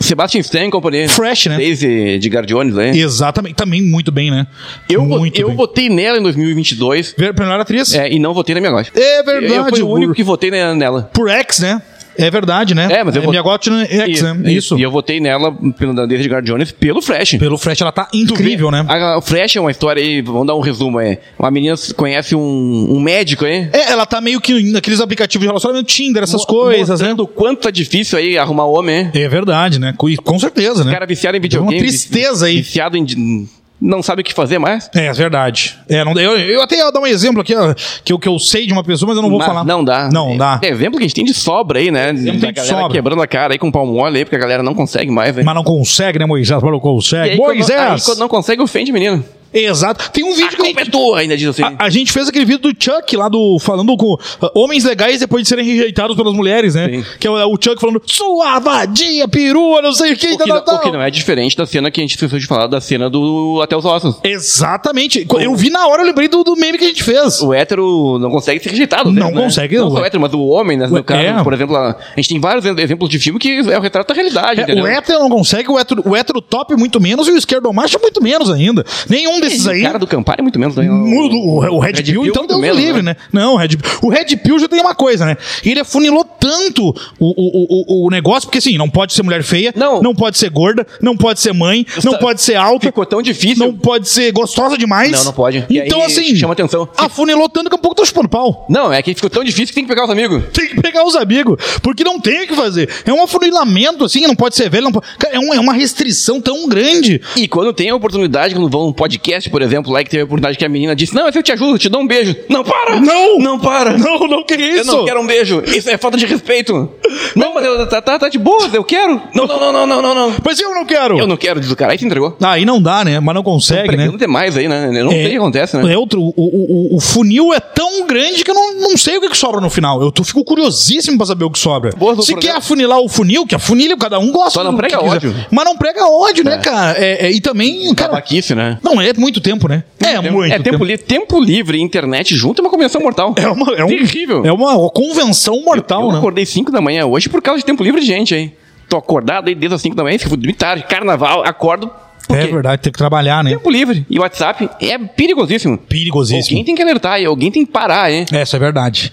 [SPEAKER 1] Sebastian Stan e companhia.
[SPEAKER 2] Fresh, né?
[SPEAKER 1] Daisy de Guardiões, né?
[SPEAKER 2] Exatamente. Também muito bem, né?
[SPEAKER 1] Eu, vo-
[SPEAKER 2] muito
[SPEAKER 1] eu
[SPEAKER 2] bem.
[SPEAKER 1] votei nela em 2022
[SPEAKER 2] Ver Melhor atriz?
[SPEAKER 1] é, e não votei na minha gosta.
[SPEAKER 2] É verdade,
[SPEAKER 1] Eu fui o
[SPEAKER 2] o-
[SPEAKER 1] único que votei ne- nela.
[SPEAKER 2] Por X, né? É verdade, né?
[SPEAKER 1] É, mas eu vou-
[SPEAKER 2] Minha Gotina é X, né?
[SPEAKER 1] E-
[SPEAKER 2] Isso.
[SPEAKER 1] E eu votei nela pela da Daisy de Guardiões pelo Fresh.
[SPEAKER 2] Pelo Fresh, ela tá incrível, né?
[SPEAKER 1] A, o Fresh é uma história aí, vamos dar um resumo aí. Uma menina conhece um, um médico aí.
[SPEAKER 2] É, ela tá meio que naqueles aplicativos de relacionamento, Tinder, essas
[SPEAKER 1] mo-
[SPEAKER 2] coisas, né?
[SPEAKER 1] mostrando o quanto tá difícil aí arrumar homem, hein?
[SPEAKER 2] É verdade, né? Com com certeza, né?
[SPEAKER 1] Cara viciado em
[SPEAKER 2] Deu
[SPEAKER 1] videogame.
[SPEAKER 2] Uma tristeza aí.
[SPEAKER 1] Viciado em di- não sabe o que fazer mais.
[SPEAKER 2] É, é verdade. É, não, eu, eu até ia dar um exemplo aqui, ó, que, eu- que eu sei de uma pessoa, mas eu não vou
[SPEAKER 1] Mas
[SPEAKER 2] falar.
[SPEAKER 1] Não dá.
[SPEAKER 2] Não
[SPEAKER 1] É,
[SPEAKER 2] dá.
[SPEAKER 1] É exemplo que a gente tem de sobra aí, né?
[SPEAKER 2] Exemplo
[SPEAKER 1] Da
[SPEAKER 2] tem de
[SPEAKER 1] galera
[SPEAKER 2] sobra.
[SPEAKER 1] quebrando a cara aí com pau mole aí, porque a galera não consegue mais, né?
[SPEAKER 2] Mas não consegue, né, Moisés? Mas não
[SPEAKER 1] E
[SPEAKER 2] consegue.
[SPEAKER 1] aí, quando- aí,
[SPEAKER 2] Moisés!
[SPEAKER 1] quando não consegue, ofende, menino.
[SPEAKER 2] Exato. Tem um vídeo
[SPEAKER 1] A
[SPEAKER 2] que eu-
[SPEAKER 1] culpa é tua, ainda diz assim.
[SPEAKER 2] A, a gente fez aquele vídeo do Chuck lá do. Falando com ah, homens legais depois de serem rejeitados pelas mulheres, né?
[SPEAKER 1] Sim.
[SPEAKER 2] Que é o, o Chuck falando sua vadia, perua, não sei o que,
[SPEAKER 1] O que,
[SPEAKER 2] tal,
[SPEAKER 1] não,
[SPEAKER 2] tal,
[SPEAKER 1] o
[SPEAKER 2] tal.
[SPEAKER 1] que não é diferente da cena que a gente esqueceu de falar, da cena do Até os Ossos.
[SPEAKER 2] Exatamente. Quando Eu vi na hora, eu lembrei do, do meme que a gente fez.
[SPEAKER 1] O hétero não consegue ser rejeitado.
[SPEAKER 2] Não
[SPEAKER 1] né?
[SPEAKER 2] consegue,
[SPEAKER 1] Não
[SPEAKER 2] o
[SPEAKER 1] só o
[SPEAKER 2] hé-
[SPEAKER 1] hétero, mas o homem, né?
[SPEAKER 2] É.
[SPEAKER 1] No caso, por exemplo, a a gente tem vários ex- exemplos de filme que é o retrato da realidade,
[SPEAKER 2] É,
[SPEAKER 1] entendeu?
[SPEAKER 2] o hétero não consegue, o hétero, o hétero top muito menos e o esquerdo macho muito menos ainda. Nenhum desses aí.
[SPEAKER 1] O cara do Campari é muito menos. Né?
[SPEAKER 2] Mudo, o, o Red,
[SPEAKER 1] Red
[SPEAKER 2] Pill,
[SPEAKER 1] Pill
[SPEAKER 2] então,
[SPEAKER 1] muito
[SPEAKER 2] Deus
[SPEAKER 1] menos,
[SPEAKER 2] livre, né?
[SPEAKER 1] né?
[SPEAKER 2] Não, o Red Pill. O Red Pill já tem uma coisa, né? Ele afunilou tanto o, o, o, o- o negócio, porque assim, não pode ser mulher feia,
[SPEAKER 1] Não.
[SPEAKER 2] pode ser gorda, não pode ser mãe, não
[SPEAKER 1] Sa-
[SPEAKER 2] pode ser alta.
[SPEAKER 1] Ficou tão difícil.
[SPEAKER 2] Não pode ser gostosa demais.
[SPEAKER 1] Não, não pode. E
[SPEAKER 2] Então,
[SPEAKER 1] aí,
[SPEAKER 2] assim.
[SPEAKER 1] chama atenção.
[SPEAKER 2] Afunilou tanto que a pouco tá chupando pau.
[SPEAKER 1] Não, é que ficou tão difícil que tem que pegar os amigos.
[SPEAKER 2] Tem que pegar os amigos, porque não tem o que fazer. É um afunilamento, assim, não pode ser velho, não pode... Cara, é, um- é uma restrição tão grande.
[SPEAKER 1] E quando tem a oportunidade, quando vão um podcast, por exemplo, lá que teve a oportunidade que a menina disse: Não, mas eu te ajudo, eu te dou um beijo. Não, para!
[SPEAKER 2] Não!
[SPEAKER 1] Não, para!
[SPEAKER 2] Não, não que isso?
[SPEAKER 1] Eu não quero um beijo. Isso é falta de respeito. Não, mas eu, tá, tá, tá de boas, eu quero. Não, não, não, não, não, não, não.
[SPEAKER 2] Mas eu não quero.
[SPEAKER 1] Eu não quero, diz o cara. Aí se entregou.
[SPEAKER 2] Aí não dá, né? Mas não consegue, né?
[SPEAKER 1] Pregando demais aí, né? Eu não sei o que acontece, né?
[SPEAKER 2] É outro, o, o, o- o funil é tão grande que eu não, não sei o que, que sobra no final. Eu tô, fico curiosíssimo pra saber o que sobra.
[SPEAKER 1] Boa, do
[SPEAKER 2] Se
[SPEAKER 1] programa.
[SPEAKER 2] quer afunilar o funil, que afunilha, cada um gosta.
[SPEAKER 1] Só não
[SPEAKER 2] do que
[SPEAKER 1] prega
[SPEAKER 2] quiser.
[SPEAKER 1] ódio.
[SPEAKER 2] Mas não prega ódio, né, cara? É, é, e também, cara...
[SPEAKER 1] Tabaquice, né?
[SPEAKER 2] Não, é muito tempo, né? É muito
[SPEAKER 1] é tempo, li- tempo livre, internet junto é uma convenção mortal.
[SPEAKER 2] É uma, é um,
[SPEAKER 1] Terrível.
[SPEAKER 2] É uma convenção mortal,
[SPEAKER 1] eu
[SPEAKER 2] né?
[SPEAKER 1] acordei 5 da manhã hoje por causa de tempo livre de gente, hein? Tô acordado aí desde as 5 da manhã, fui dormir tarde, carnaval, acordo. Por
[SPEAKER 2] É
[SPEAKER 1] quê?
[SPEAKER 2] verdade, tem que trabalhar, né?
[SPEAKER 1] Tempo livre. E WhatsApp é perigosíssimo.
[SPEAKER 2] Perigosíssimo.
[SPEAKER 1] Alguém tem que alertar aí, alguém tem que parar, hein?
[SPEAKER 2] Essa é verdade.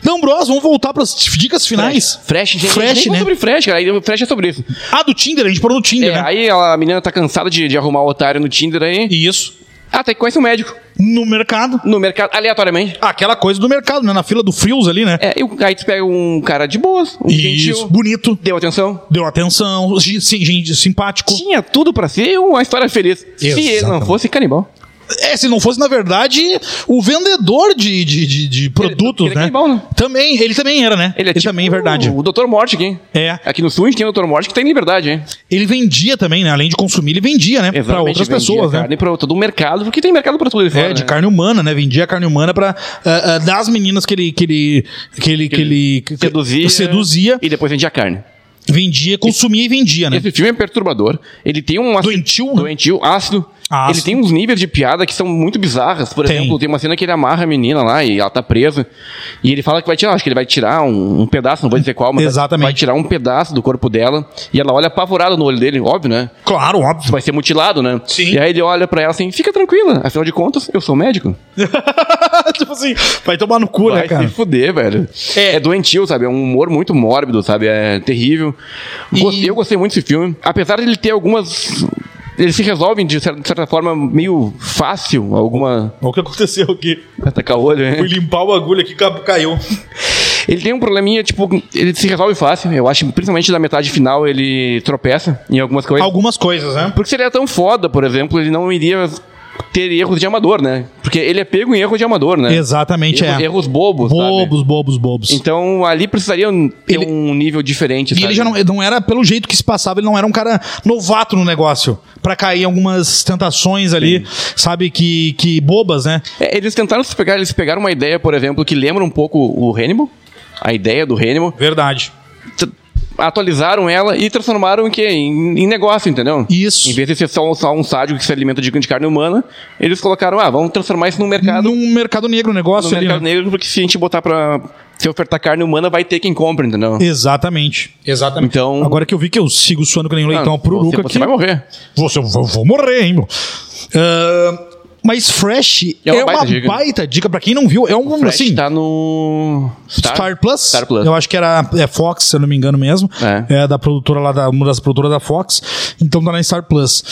[SPEAKER 2] Então, bros, vamos voltar pras dicas finais.
[SPEAKER 1] Fresh, gente.
[SPEAKER 2] Fresh,
[SPEAKER 1] a gente nem falou
[SPEAKER 2] né?
[SPEAKER 1] sobre Fresh, cara. aí o Fresh é sobre isso.
[SPEAKER 2] Ah, do Tinder, a gente parou no Tinder,
[SPEAKER 1] É,
[SPEAKER 2] né?
[SPEAKER 1] Aí a menina tá cansada de, de arrumar o otário no Tinder aí.
[SPEAKER 2] Isso.
[SPEAKER 1] Até que conhece um médico.
[SPEAKER 2] No mercado.
[SPEAKER 1] No mercado, aleatoriamente.
[SPEAKER 2] Aquela coisa do mercado, né? Na fila do Frios ali, né?
[SPEAKER 1] É, e o- aí tu pega um cara de boas, um
[SPEAKER 2] Isso,
[SPEAKER 1] gentil,
[SPEAKER 2] bonito.
[SPEAKER 1] deu atenção.
[SPEAKER 2] Deu atenção, gi- sim, gente, simpático.
[SPEAKER 1] Tinha tudo pra ser uma história feliz. Se ele não
[SPEAKER 2] Exatamente.
[SPEAKER 1] fosse canibal.
[SPEAKER 2] É, se não fosse, na verdade, o vendedor de, de, de, de produtos,
[SPEAKER 1] ele é
[SPEAKER 2] né?
[SPEAKER 1] canibal, né?
[SPEAKER 2] Também, ele também era, né?
[SPEAKER 1] Ele é tipo
[SPEAKER 2] também, é verdade.
[SPEAKER 1] O Dr. Morte aqui.
[SPEAKER 2] É.
[SPEAKER 1] Aqui no Sul a gente tem o Dr. Morte que tá em liberdade, hein?
[SPEAKER 2] Ele vendia também, né? Além de consumir, ele vendia, né? Pra
[SPEAKER 1] Exatamente,
[SPEAKER 2] outras
[SPEAKER 1] vendia
[SPEAKER 2] pessoas, né?
[SPEAKER 1] carne Pra todo o mercado, porque tem mercado pra tudo. ele
[SPEAKER 2] É,
[SPEAKER 1] fala,
[SPEAKER 2] de
[SPEAKER 1] né?
[SPEAKER 2] carne humana, né? Vendia carne humana pra, ah, ah, das meninas que ele. que ele. que ele. que ele que-
[SPEAKER 1] Seduzia.
[SPEAKER 2] seduzia,
[SPEAKER 1] E depois vendia carne.
[SPEAKER 2] vendia, consumia e vendia, né?
[SPEAKER 1] Esse filme é perturbador. Ele tem um ácido.
[SPEAKER 2] Doentio, né?
[SPEAKER 1] Doentio, ácido.
[SPEAKER 2] Ácido.
[SPEAKER 1] Ele tem uns níveis de piada que são muito bizarras. Por
[SPEAKER 2] Tem.
[SPEAKER 1] exemplo, tem uma cena que ele amarra a menina lá e ela tá presa. E ele fala que vai tirar, acho que ele vai tirar um, um pedaço, não vou dizer qual, mas
[SPEAKER 2] Exatamente.
[SPEAKER 1] vai tirar um pedaço do corpo dela. E ela olha apavorada no olho dele, óbvio, né?
[SPEAKER 2] Claro, óbvio.
[SPEAKER 1] Vai ser mutilado, né?
[SPEAKER 2] Sim.
[SPEAKER 1] E aí ele olha pra ela assim, fica tranquila, afinal de contas, eu sou médico.
[SPEAKER 2] tipo assim, vai tomar no cu, né,
[SPEAKER 1] Vai se
[SPEAKER 2] cara?
[SPEAKER 1] fuder, velho.
[SPEAKER 2] É.
[SPEAKER 1] É. doentio, sabe? É um humor muito mórbido, sabe? É terrível. Gostei-
[SPEAKER 2] E-
[SPEAKER 1] Eu gostei muito desse filme. Apesar de ele ter algumas. Eles se resolvem de certa, de certa forma meio fácil, alguma.
[SPEAKER 2] Olha o que aconteceu aqui.
[SPEAKER 1] Atacar o olho,
[SPEAKER 2] Fui
[SPEAKER 1] hein?
[SPEAKER 2] limpar o agulha aqui, ca- caiu.
[SPEAKER 1] Ele tem um probleminha, tipo, ele se resolve fácil. Eu acho, principalmente na metade final, ele tropeça em algumas coisas.
[SPEAKER 2] Algumas coisas, né?
[SPEAKER 1] Porque se ele é tão foda, por exemplo, ele não iria ter erros de amador, né? Porque ele é pego em erro de amador, né?
[SPEAKER 2] Exatamente,
[SPEAKER 1] erros,
[SPEAKER 2] é.
[SPEAKER 1] erros bobos, sabe?
[SPEAKER 2] Bobos, bobos, bobos.
[SPEAKER 1] Então ali precisaria um- ter
[SPEAKER 2] Ele-
[SPEAKER 1] um nível diferente.
[SPEAKER 2] E ele
[SPEAKER 1] sabe?
[SPEAKER 2] já não, não era, pelo jeito que se passava, ele não era um cara novato no negócio. Pra cair em algumas tentações ali, sabe, que, que bobas, né?
[SPEAKER 1] É, eles tentaram se pegar, eles pegaram uma ideia, por exemplo, que lembra um pouco o Hannibal, a ideia do Hannibal,
[SPEAKER 2] Verdade.
[SPEAKER 1] t- atualizaram ela e transformaram em, quê? em, em negócio, entendeu?
[SPEAKER 2] Isso.
[SPEAKER 1] Em vez de ser só, um- só um sádico que se alimenta de, de carne humana, eles colocaram, ah, vamos transformar isso num mercado,
[SPEAKER 2] Num mercado negro, um
[SPEAKER 1] no
[SPEAKER 2] negócio ali.
[SPEAKER 1] mercado
[SPEAKER 2] né?
[SPEAKER 1] negro, porque se a gente botar pra se ofertar carne humana, vai ter quem compra, entendeu?
[SPEAKER 2] Exatamente. Exatamente.
[SPEAKER 1] Então-
[SPEAKER 2] Agora que eu vi que eu sigo suando que nem um leitão
[SPEAKER 1] Ah,
[SPEAKER 2] pro
[SPEAKER 1] você,
[SPEAKER 2] Luca
[SPEAKER 1] você
[SPEAKER 2] aqui.
[SPEAKER 1] vai morrer.
[SPEAKER 2] Você, eu vou, vou morrer, hein, meu? Ah, mas Fresh é
[SPEAKER 1] É uma
[SPEAKER 2] uma,
[SPEAKER 1] baita
[SPEAKER 2] baita,
[SPEAKER 1] dica.
[SPEAKER 2] dica. Pra quem não viu, é um,
[SPEAKER 1] Fresh
[SPEAKER 2] assim...
[SPEAKER 1] tá no...
[SPEAKER 2] Star, Plus?
[SPEAKER 1] Star Plus.
[SPEAKER 2] Eu acho que era é Fox, se eu não me engano mesmo. É.
[SPEAKER 1] É.
[SPEAKER 2] da produtora lá, da, uma das produtoras da Fox. Então tá na Star Plus.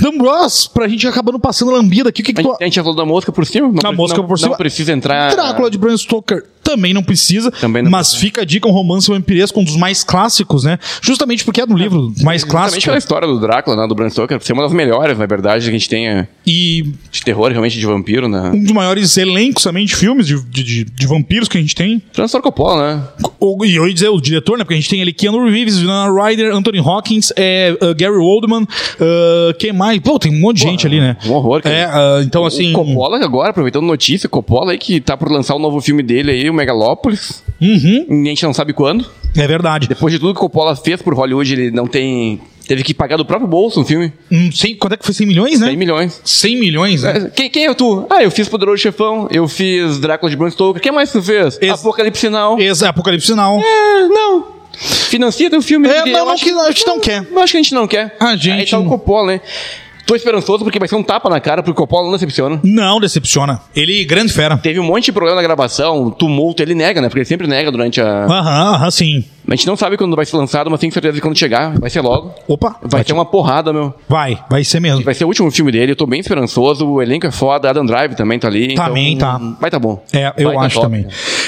[SPEAKER 2] Dan Bros, pra gente acabando passando lambida aqui, o que, que
[SPEAKER 1] A
[SPEAKER 2] tu.
[SPEAKER 1] gente, a gente já falou da mosca por cima? é, Não
[SPEAKER 2] Da
[SPEAKER 1] pre-
[SPEAKER 2] mosca
[SPEAKER 1] não-
[SPEAKER 2] por cima.
[SPEAKER 1] Não precisa entrar...
[SPEAKER 2] Drácula de Bram Stoker também não precisa.
[SPEAKER 1] Também não
[SPEAKER 2] mas fica a dica, um romance vampiresco, um dos mais clássicos, né? Justamente porque é do livro mais
[SPEAKER 1] Justamente
[SPEAKER 2] clássico.
[SPEAKER 1] pela história do Drácula, né, do Bram Stoker, ser uma das melhores, na verdade, que a gente tem é,
[SPEAKER 2] E
[SPEAKER 1] de terror, realmente, de vampiro, né?
[SPEAKER 2] um dos maiores elencos também de filmes de, de, de- de vampiros que a gente tem.
[SPEAKER 1] Transtor Coppola, né?
[SPEAKER 2] O- e eu ia dizer o diretor, né? Porque a gente tem ali Keanu Reeves, Winona Ryder, Anthony Hawkins, é, uh, Gary Oldman, uh, quem mais? Pô, tem um monte de gente ali, né?
[SPEAKER 1] um horror, cara. Um
[SPEAKER 2] É, ah, então assim...
[SPEAKER 1] O Coppola agora, aproveitando notícia, Coppola aí que tá por lançar o novo filme dele aí, o Megalópolis.
[SPEAKER 2] Uhum,
[SPEAKER 1] E a gente não sabe quando.
[SPEAKER 2] é verdade.
[SPEAKER 1] Depois de tudo que o Coppola fez por Hollywood, ele não tem... Teve que pagar do próprio bolso um filme.
[SPEAKER 2] Hum, cem- quanto é que foi? 100 milhões, né?
[SPEAKER 1] 100 milhões.
[SPEAKER 2] 100 milhões, né?
[SPEAKER 1] É, Quem, quem é tu? Ah, eu fiz Poderoso Chefão, eu fiz Drácula de Bram Stoker. Quem mais tu fez?
[SPEAKER 2] Esse-
[SPEAKER 1] Apocalipse Sinal.
[SPEAKER 2] Esse é Apocalipse Sinal.
[SPEAKER 1] É, não. Financia teu filme.
[SPEAKER 2] É,
[SPEAKER 1] porque
[SPEAKER 2] não,
[SPEAKER 1] eu
[SPEAKER 2] não
[SPEAKER 1] acho
[SPEAKER 2] que- a gente não quer.
[SPEAKER 1] Eu acho que a gente não quer.
[SPEAKER 2] A gente
[SPEAKER 1] Aí tá
[SPEAKER 2] não-
[SPEAKER 1] o Coppola, né? Tô esperançoso porque vai ser um tapa na cara, porque o Coppola não decepciona.
[SPEAKER 2] Não decepciona. Ele, grande fera.
[SPEAKER 1] Teve um monte de problema na gravação, tumulto, ele nega, né? Porque ele sempre nega durante a...
[SPEAKER 2] Aham, aham, sim.
[SPEAKER 1] A gente não sabe quando vai ser lançado, mas tenho certeza que quando chegar, vai ser logo.
[SPEAKER 2] Opa,
[SPEAKER 1] Vai ter uma porrada, meu.
[SPEAKER 2] vai, vai ser mesmo.
[SPEAKER 1] Vai ser o último filme dele, eu tô bem esperançoso. O elenco é foda, Adam Drive também tá ali.
[SPEAKER 2] Também tá.
[SPEAKER 1] Vai tá bom.
[SPEAKER 2] É, eu
[SPEAKER 1] Vai tá
[SPEAKER 2] acho
[SPEAKER 1] top. Ah,
[SPEAKER 2] também.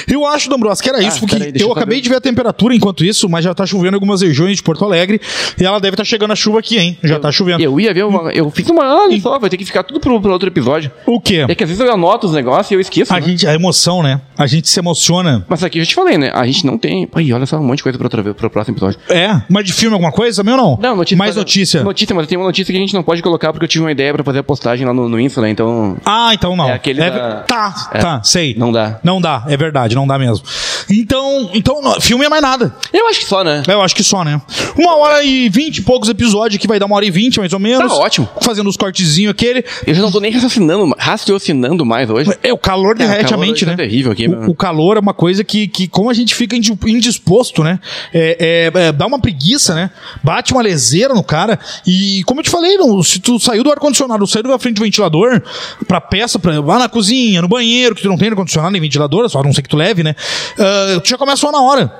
[SPEAKER 2] Eu acho, Dombrovski, que era isso, porque
[SPEAKER 1] peraí, deixa
[SPEAKER 2] eu,
[SPEAKER 1] eu
[SPEAKER 2] acabei
[SPEAKER 1] saber.
[SPEAKER 2] de ver a temperatura enquanto isso, mas já tá chovendo em algumas regiões de Porto Alegre e ela deve estar chegando a chuva aqui, hein? Já tá chovendo.
[SPEAKER 1] Eu ia ver uma. Eu fiz uma. Olha só, vai ter que ficar tudo pro, pro outro episódio.
[SPEAKER 2] O quê?
[SPEAKER 1] É que às vezes eu anoto os negócios e eu esqueço.
[SPEAKER 2] A,
[SPEAKER 1] né?
[SPEAKER 2] gente, a emoção, né? A gente se emociona.
[SPEAKER 1] Mas aqui eu já te falei, né? A gente não tem. Pai, olha só um monte de coisa pra outra vez, pro próximo episódio.
[SPEAKER 2] É, mas de filme alguma coisa também ou não?
[SPEAKER 1] Não, notícia.
[SPEAKER 2] Mais notícia.
[SPEAKER 1] Notícia, mas tem uma notícia que a gente não pode colocar porque eu tive uma ideia pra fazer a postagem lá no, no Insta, né? Então.
[SPEAKER 2] Ah, então não.
[SPEAKER 1] É aquele
[SPEAKER 2] É
[SPEAKER 1] da-
[SPEAKER 2] ver- Tá,
[SPEAKER 1] É.
[SPEAKER 2] tá, sei.
[SPEAKER 1] Não dá.
[SPEAKER 2] Não dá, é verdade, não dá mesmo. Então, então não, filme é mais nada.
[SPEAKER 1] Eu acho que só, né?
[SPEAKER 2] Eu acho que só, né? Uma hora e vinte e poucos episódios, que vai dar uma hora e vinte, mais ou menos.
[SPEAKER 1] Tá ótimo.
[SPEAKER 2] Fazendo os cortezinhos aquele.
[SPEAKER 1] Eu já não tô nem raciocinando, raciocinando mais hoje.
[SPEAKER 2] É, o calor derrete
[SPEAKER 1] calor
[SPEAKER 2] a mente,
[SPEAKER 1] hoje tá
[SPEAKER 2] né?
[SPEAKER 1] terrível aqui,
[SPEAKER 2] o,
[SPEAKER 1] mano.
[SPEAKER 2] o calor é uma coisa que, que como a gente fica indi- indisposto, né? É, é, é, dá uma preguiça, né? Bate uma leseira no cara. E como eu te falei, não, se tu saiu do ar-condicionado, saiu da frente do ventilador, pra peça, pra, lá na cozinha, no banheiro, que tu não tem ar-condicionado nem ventilador, só a não ser que tu leve, né? Ah, tu já começa só na hora.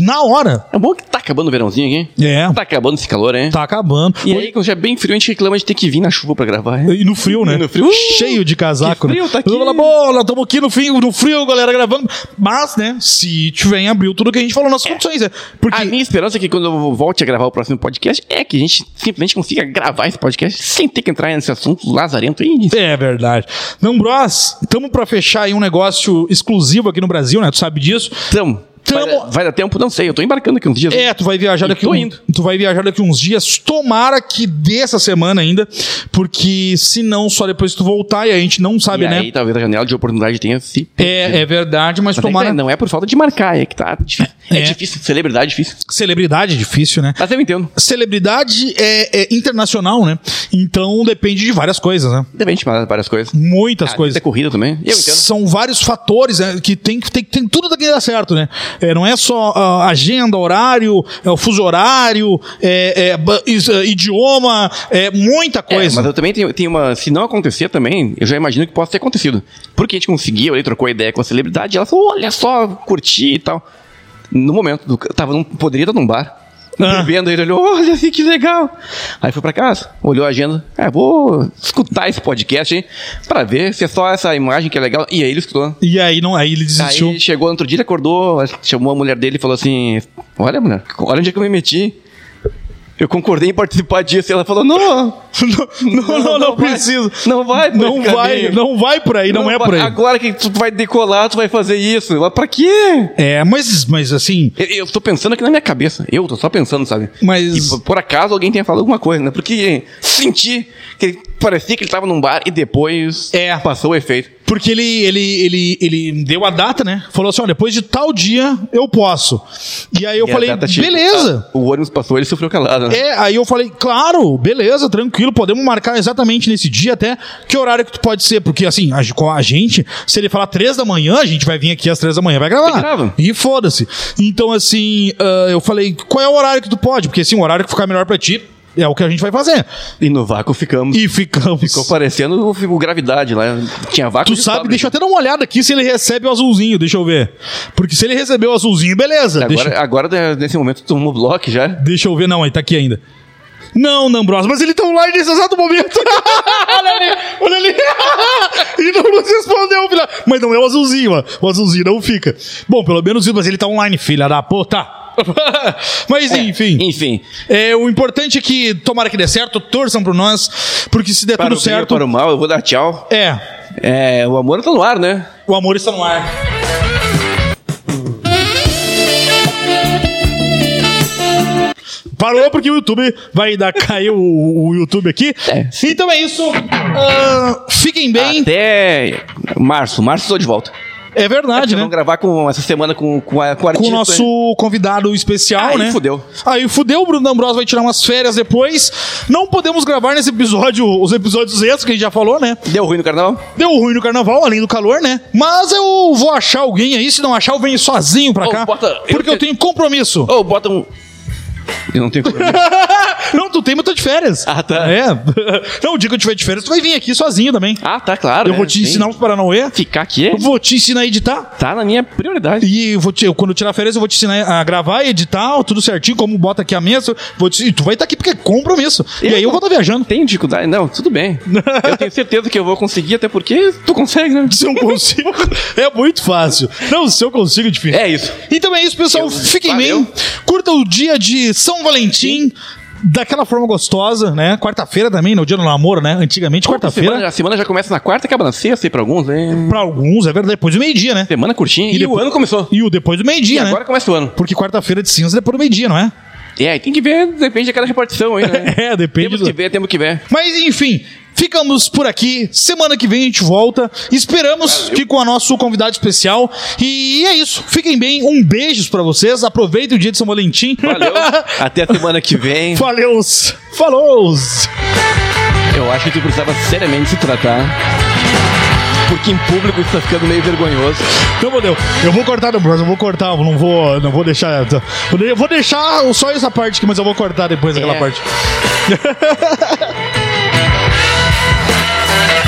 [SPEAKER 2] Na hora.
[SPEAKER 1] É bom que tá acabando o verãozinho aqui.
[SPEAKER 2] É.
[SPEAKER 1] Tá acabando esse calor, hein?
[SPEAKER 2] Tá acabando.
[SPEAKER 1] E aí, quando já é bem frio, a gente reclama de ter que vir na chuva pra gravar. hein?
[SPEAKER 2] E no frio, né?
[SPEAKER 1] E no frio. Uh,
[SPEAKER 2] Cheio de casaco.
[SPEAKER 1] que frio,
[SPEAKER 2] né?
[SPEAKER 1] tá aqui.
[SPEAKER 2] Eu falo, "Pô, nós estamos aqui no frio, no frio, galera, gravando. Mas, né, se tiver em abril tudo que a gente falou nas condições, é. Porque
[SPEAKER 1] A minha esperança é que quando eu volte a gravar o próximo podcast é que a gente simplesmente consiga gravar esse podcast sem ter que entrar nesse assunto lazarento aí. de-
[SPEAKER 2] É verdade. Não, Bros, tamo pra fechar aí um negócio exclusivo aqui no Brasil, né? Tu sabe disso.
[SPEAKER 1] Tamo.
[SPEAKER 2] Tamo.
[SPEAKER 1] Vai, dar- vai dar tempo? Não sei, eu tô embarcando aqui uns dias.
[SPEAKER 2] É, tu vai viajar daqui
[SPEAKER 1] tô
[SPEAKER 2] um-
[SPEAKER 1] indo.
[SPEAKER 2] Tu vai viajar daqui uns dias. Tomara que dê essa semana ainda. Porque se não, só depois tu voltar e a gente não
[SPEAKER 1] e
[SPEAKER 2] sabe, né?
[SPEAKER 1] aí talvez a janela de oportunidade tenha se...
[SPEAKER 2] É, é verdade, mas,
[SPEAKER 1] Mas é que
[SPEAKER 2] tomara.
[SPEAKER 1] tá, não é por falta de marcar, é que tá difícil. É,
[SPEAKER 2] É.
[SPEAKER 1] difícil, celebridade é difícil.
[SPEAKER 2] Celebridade é difícil, né?
[SPEAKER 1] Mas eu entendo.
[SPEAKER 2] celebridade é, é internacional, né? Então depende de várias coisas, né?
[SPEAKER 1] Depende de várias coisas.
[SPEAKER 2] Muitas
[SPEAKER 1] Ah,
[SPEAKER 2] coisas.
[SPEAKER 1] É corrida também. Eu entendo.
[SPEAKER 2] São vários fatores né, que tem que tem, tem tudo tem que dar certo, né? É, não é só ah, agenda, horário, é, o fuso horário, é, é, ba- is- ah, idioma, é muita
[SPEAKER 1] É,
[SPEAKER 2] coisa.
[SPEAKER 1] mas eu também tenho, tenho uma. Se não acontecer também, eu já imagino que possa ter acontecido. Porque a gente conseguiu, ele trocou ideia com a celebridade, ela falou: olha só, curti e tal. No momento, do, tava num, poderia estar num bar.
[SPEAKER 2] Ah.
[SPEAKER 1] Bebendo, ele olhou, olha assim, que legal. Aí foi pra casa, olhou a agenda. É, vou escutar esse podcast, hein? Pra ver se é só essa imagem que é legal. E aí ele escutou.
[SPEAKER 2] E aí não, aí ele desistiu.
[SPEAKER 1] Aí chegou no outro dia, ele acordou, chamou a mulher dele e falou assim: Olha, mulher, olha onde é que eu me meti. Eu concordei em participar disso. E ela falou: Não,
[SPEAKER 2] não, não, não,
[SPEAKER 1] não vai.
[SPEAKER 2] preciso.
[SPEAKER 1] Não vai por
[SPEAKER 2] não
[SPEAKER 1] esse
[SPEAKER 2] vai,
[SPEAKER 1] caminho.
[SPEAKER 2] não vai por aí, não, é por aí.
[SPEAKER 1] Agora que tu vai decolar, tu vai fazer isso. Mas pra quê?
[SPEAKER 2] É, mas mas assim,
[SPEAKER 1] Eu, eu tô pensando aqui na minha cabeça. Eu tô só pensando, sabe?
[SPEAKER 2] Mas-
[SPEAKER 1] E por, por acaso alguém tenha falado alguma coisa, né? Porque senti que ele- parecia que ele tava num bar e depois
[SPEAKER 2] É.
[SPEAKER 1] passou o efeito.
[SPEAKER 2] Porque ele, ele, ele, ele deu a data, né? Falou assim: ó, depois de tal dia eu posso. E aí eu
[SPEAKER 1] E a
[SPEAKER 2] falei:
[SPEAKER 1] data chegou. Ah,
[SPEAKER 2] beleza.
[SPEAKER 1] O ônibus passou, ele sofreu calado. né?
[SPEAKER 2] É, aí eu falei, claro, beleza, tranquilo, podemos marcar exatamente nesse dia até que horário que tu pode ser, porque assim, a, com a gente, se ele falar três da manhã, a gente vai vir aqui às três da manhã, vai gravar.
[SPEAKER 1] Vai gravar.
[SPEAKER 2] E foda-se. Então assim, ah, eu falei, qual é o horário que tu pode? Porque assim, o horário que ficar melhor pra ti é o que a gente vai fazer.
[SPEAKER 1] E no vácuo ficamos.
[SPEAKER 2] E ficamos.
[SPEAKER 1] Ficou parecendo o o gravidade lá. Tinha vácuo.
[SPEAKER 2] Tu
[SPEAKER 1] de
[SPEAKER 2] sabe,
[SPEAKER 1] sobra.
[SPEAKER 2] deixa eu até dar uma olhada aqui se ele recebe o azulzinho, deixa eu ver. Porque se ele recebeu o azulzinho, beleza.
[SPEAKER 1] Agora,
[SPEAKER 2] Deixa,
[SPEAKER 1] agora, nesse momento, tu tomou bloco já.
[SPEAKER 2] deixa eu ver, não, aí tá aqui ainda. Não, Nambrosa, mas eles estão lá nesse exato momento. olha ali, olha ali. e não nos respondeu, filha. Mas não é o azulzinho, ó. O azulzinho não fica. Bom, pelo menos isso, mas ele tá online, filha da puta. mas enfim.
[SPEAKER 1] Enfim,
[SPEAKER 2] É, o importante é que tomara que dê certo, torçam por nós, porque se der
[SPEAKER 1] para
[SPEAKER 2] tudo
[SPEAKER 1] o bem ou
[SPEAKER 2] certo.
[SPEAKER 1] para o mal, eu vou dar tchau.
[SPEAKER 2] É,
[SPEAKER 1] É, o amor tá no ar, né?
[SPEAKER 2] o amor está no ar. Parou porque o YouTube vai dar cair o, o YouTube aqui.
[SPEAKER 1] É.
[SPEAKER 2] Então é isso. Ah, fiquem bem.
[SPEAKER 1] Até março. Março eu tô de volta.
[SPEAKER 2] É verdade, né?
[SPEAKER 1] Vamos gravar com, essa semana com, com, a, com, a
[SPEAKER 2] Com o
[SPEAKER 1] artista,
[SPEAKER 2] nosso
[SPEAKER 1] né?
[SPEAKER 2] convidado especial,
[SPEAKER 1] Aí
[SPEAKER 2] né?
[SPEAKER 1] fudeu.
[SPEAKER 2] Aí fudeu, o Bruno D'Ambrosio vai tirar umas férias depois. Não podemos gravar nesse episódio os episódios extras que a gente já falou, né?
[SPEAKER 1] Deu ruim no carnaval?
[SPEAKER 2] Deu ruim no carnaval, além do calor, né? Mas eu vou achar alguém aí. Se não achar, eu venho sozinho pra
[SPEAKER 1] Ô,
[SPEAKER 2] cá.
[SPEAKER 1] bota-
[SPEAKER 2] porque eu,
[SPEAKER 1] eu-
[SPEAKER 2] tenho compromisso.
[SPEAKER 1] Ou bota um. Eu não tenho problema.
[SPEAKER 2] não, tu tem, mas eu tô de férias.
[SPEAKER 1] Ah, tá.
[SPEAKER 2] É. Não, o dia que eu tiver de férias, tu vai vir aqui sozinho também.
[SPEAKER 1] Ah, tá, claro.
[SPEAKER 2] eu
[SPEAKER 1] né?
[SPEAKER 2] vou te
[SPEAKER 1] Sim.
[SPEAKER 2] ensinar os Paranauê.
[SPEAKER 1] Ficar aqui é-
[SPEAKER 2] Eu vou te ensinar a editar.
[SPEAKER 1] Tá na minha prioridade.
[SPEAKER 2] E eu vou te, eu, quando eu tirar férias, eu vou te ensinar a gravar, editar, tudo certinho, como bota aqui a mesa. Vou te- e tu vai estar aqui porque é compromisso. E
[SPEAKER 1] Eu
[SPEAKER 2] aí eu vou estar viajando.
[SPEAKER 1] Tem dificuldade? Não, tudo bem. eu tenho certeza que eu vou conseguir, até porque tu consegue, né?
[SPEAKER 2] Se eu consigo, é muito fácil. Não, se eu consigo, é difícil.
[SPEAKER 1] É isso.
[SPEAKER 2] Então é isso, pessoal.
[SPEAKER 1] Eu-
[SPEAKER 2] Fiquem
[SPEAKER 1] valeu.
[SPEAKER 2] bem. Curta o dia de São Valentim. Daquela forma gostosa, né? Quarta-feira também, no dia do namoro, né? Antigamente,
[SPEAKER 1] Semana-
[SPEAKER 2] quarta-feira.
[SPEAKER 1] A semana já começa na quarta, acaba na sexta, e pra alguns, né?
[SPEAKER 2] Pra alguns, é verdade, depois do meio-dia, né?
[SPEAKER 1] Semana curtinha. E, É.
[SPEAKER 2] depois-
[SPEAKER 1] o ano começou.
[SPEAKER 2] E o depois do
[SPEAKER 1] E
[SPEAKER 2] meio-dia, né?
[SPEAKER 1] agora começa o ano.
[SPEAKER 2] Porque quarta-feira de cinza é depois do meio-dia, não é?
[SPEAKER 1] É, aí tem que ver, depende de cada repartição aí, né?
[SPEAKER 2] É, depende
[SPEAKER 1] Temos
[SPEAKER 2] do-
[SPEAKER 1] que ver, temos que ver.
[SPEAKER 2] Mas enfim, ficamos por aqui. Semana que vem a gente volta. Esperamos que com o nosso convidado especial. E é isso. Fiquem bem. Um beijo pra vocês. Aproveitem o dia de São Valentim.
[SPEAKER 1] Valeu. até a semana que vem.
[SPEAKER 2] Valeu. Falou.
[SPEAKER 1] Eu acho que tu precisava seriamente se tratar. Porque em público isso tá ficando meio vergonhoso.
[SPEAKER 2] Então, meu Deus, eu vou cortar depois, eu vou cortar, eu não vou, não vou deixar. Eu vou deixar só essa parte aqui, mas eu vou cortar depois aquela
[SPEAKER 1] É.
[SPEAKER 2] parte.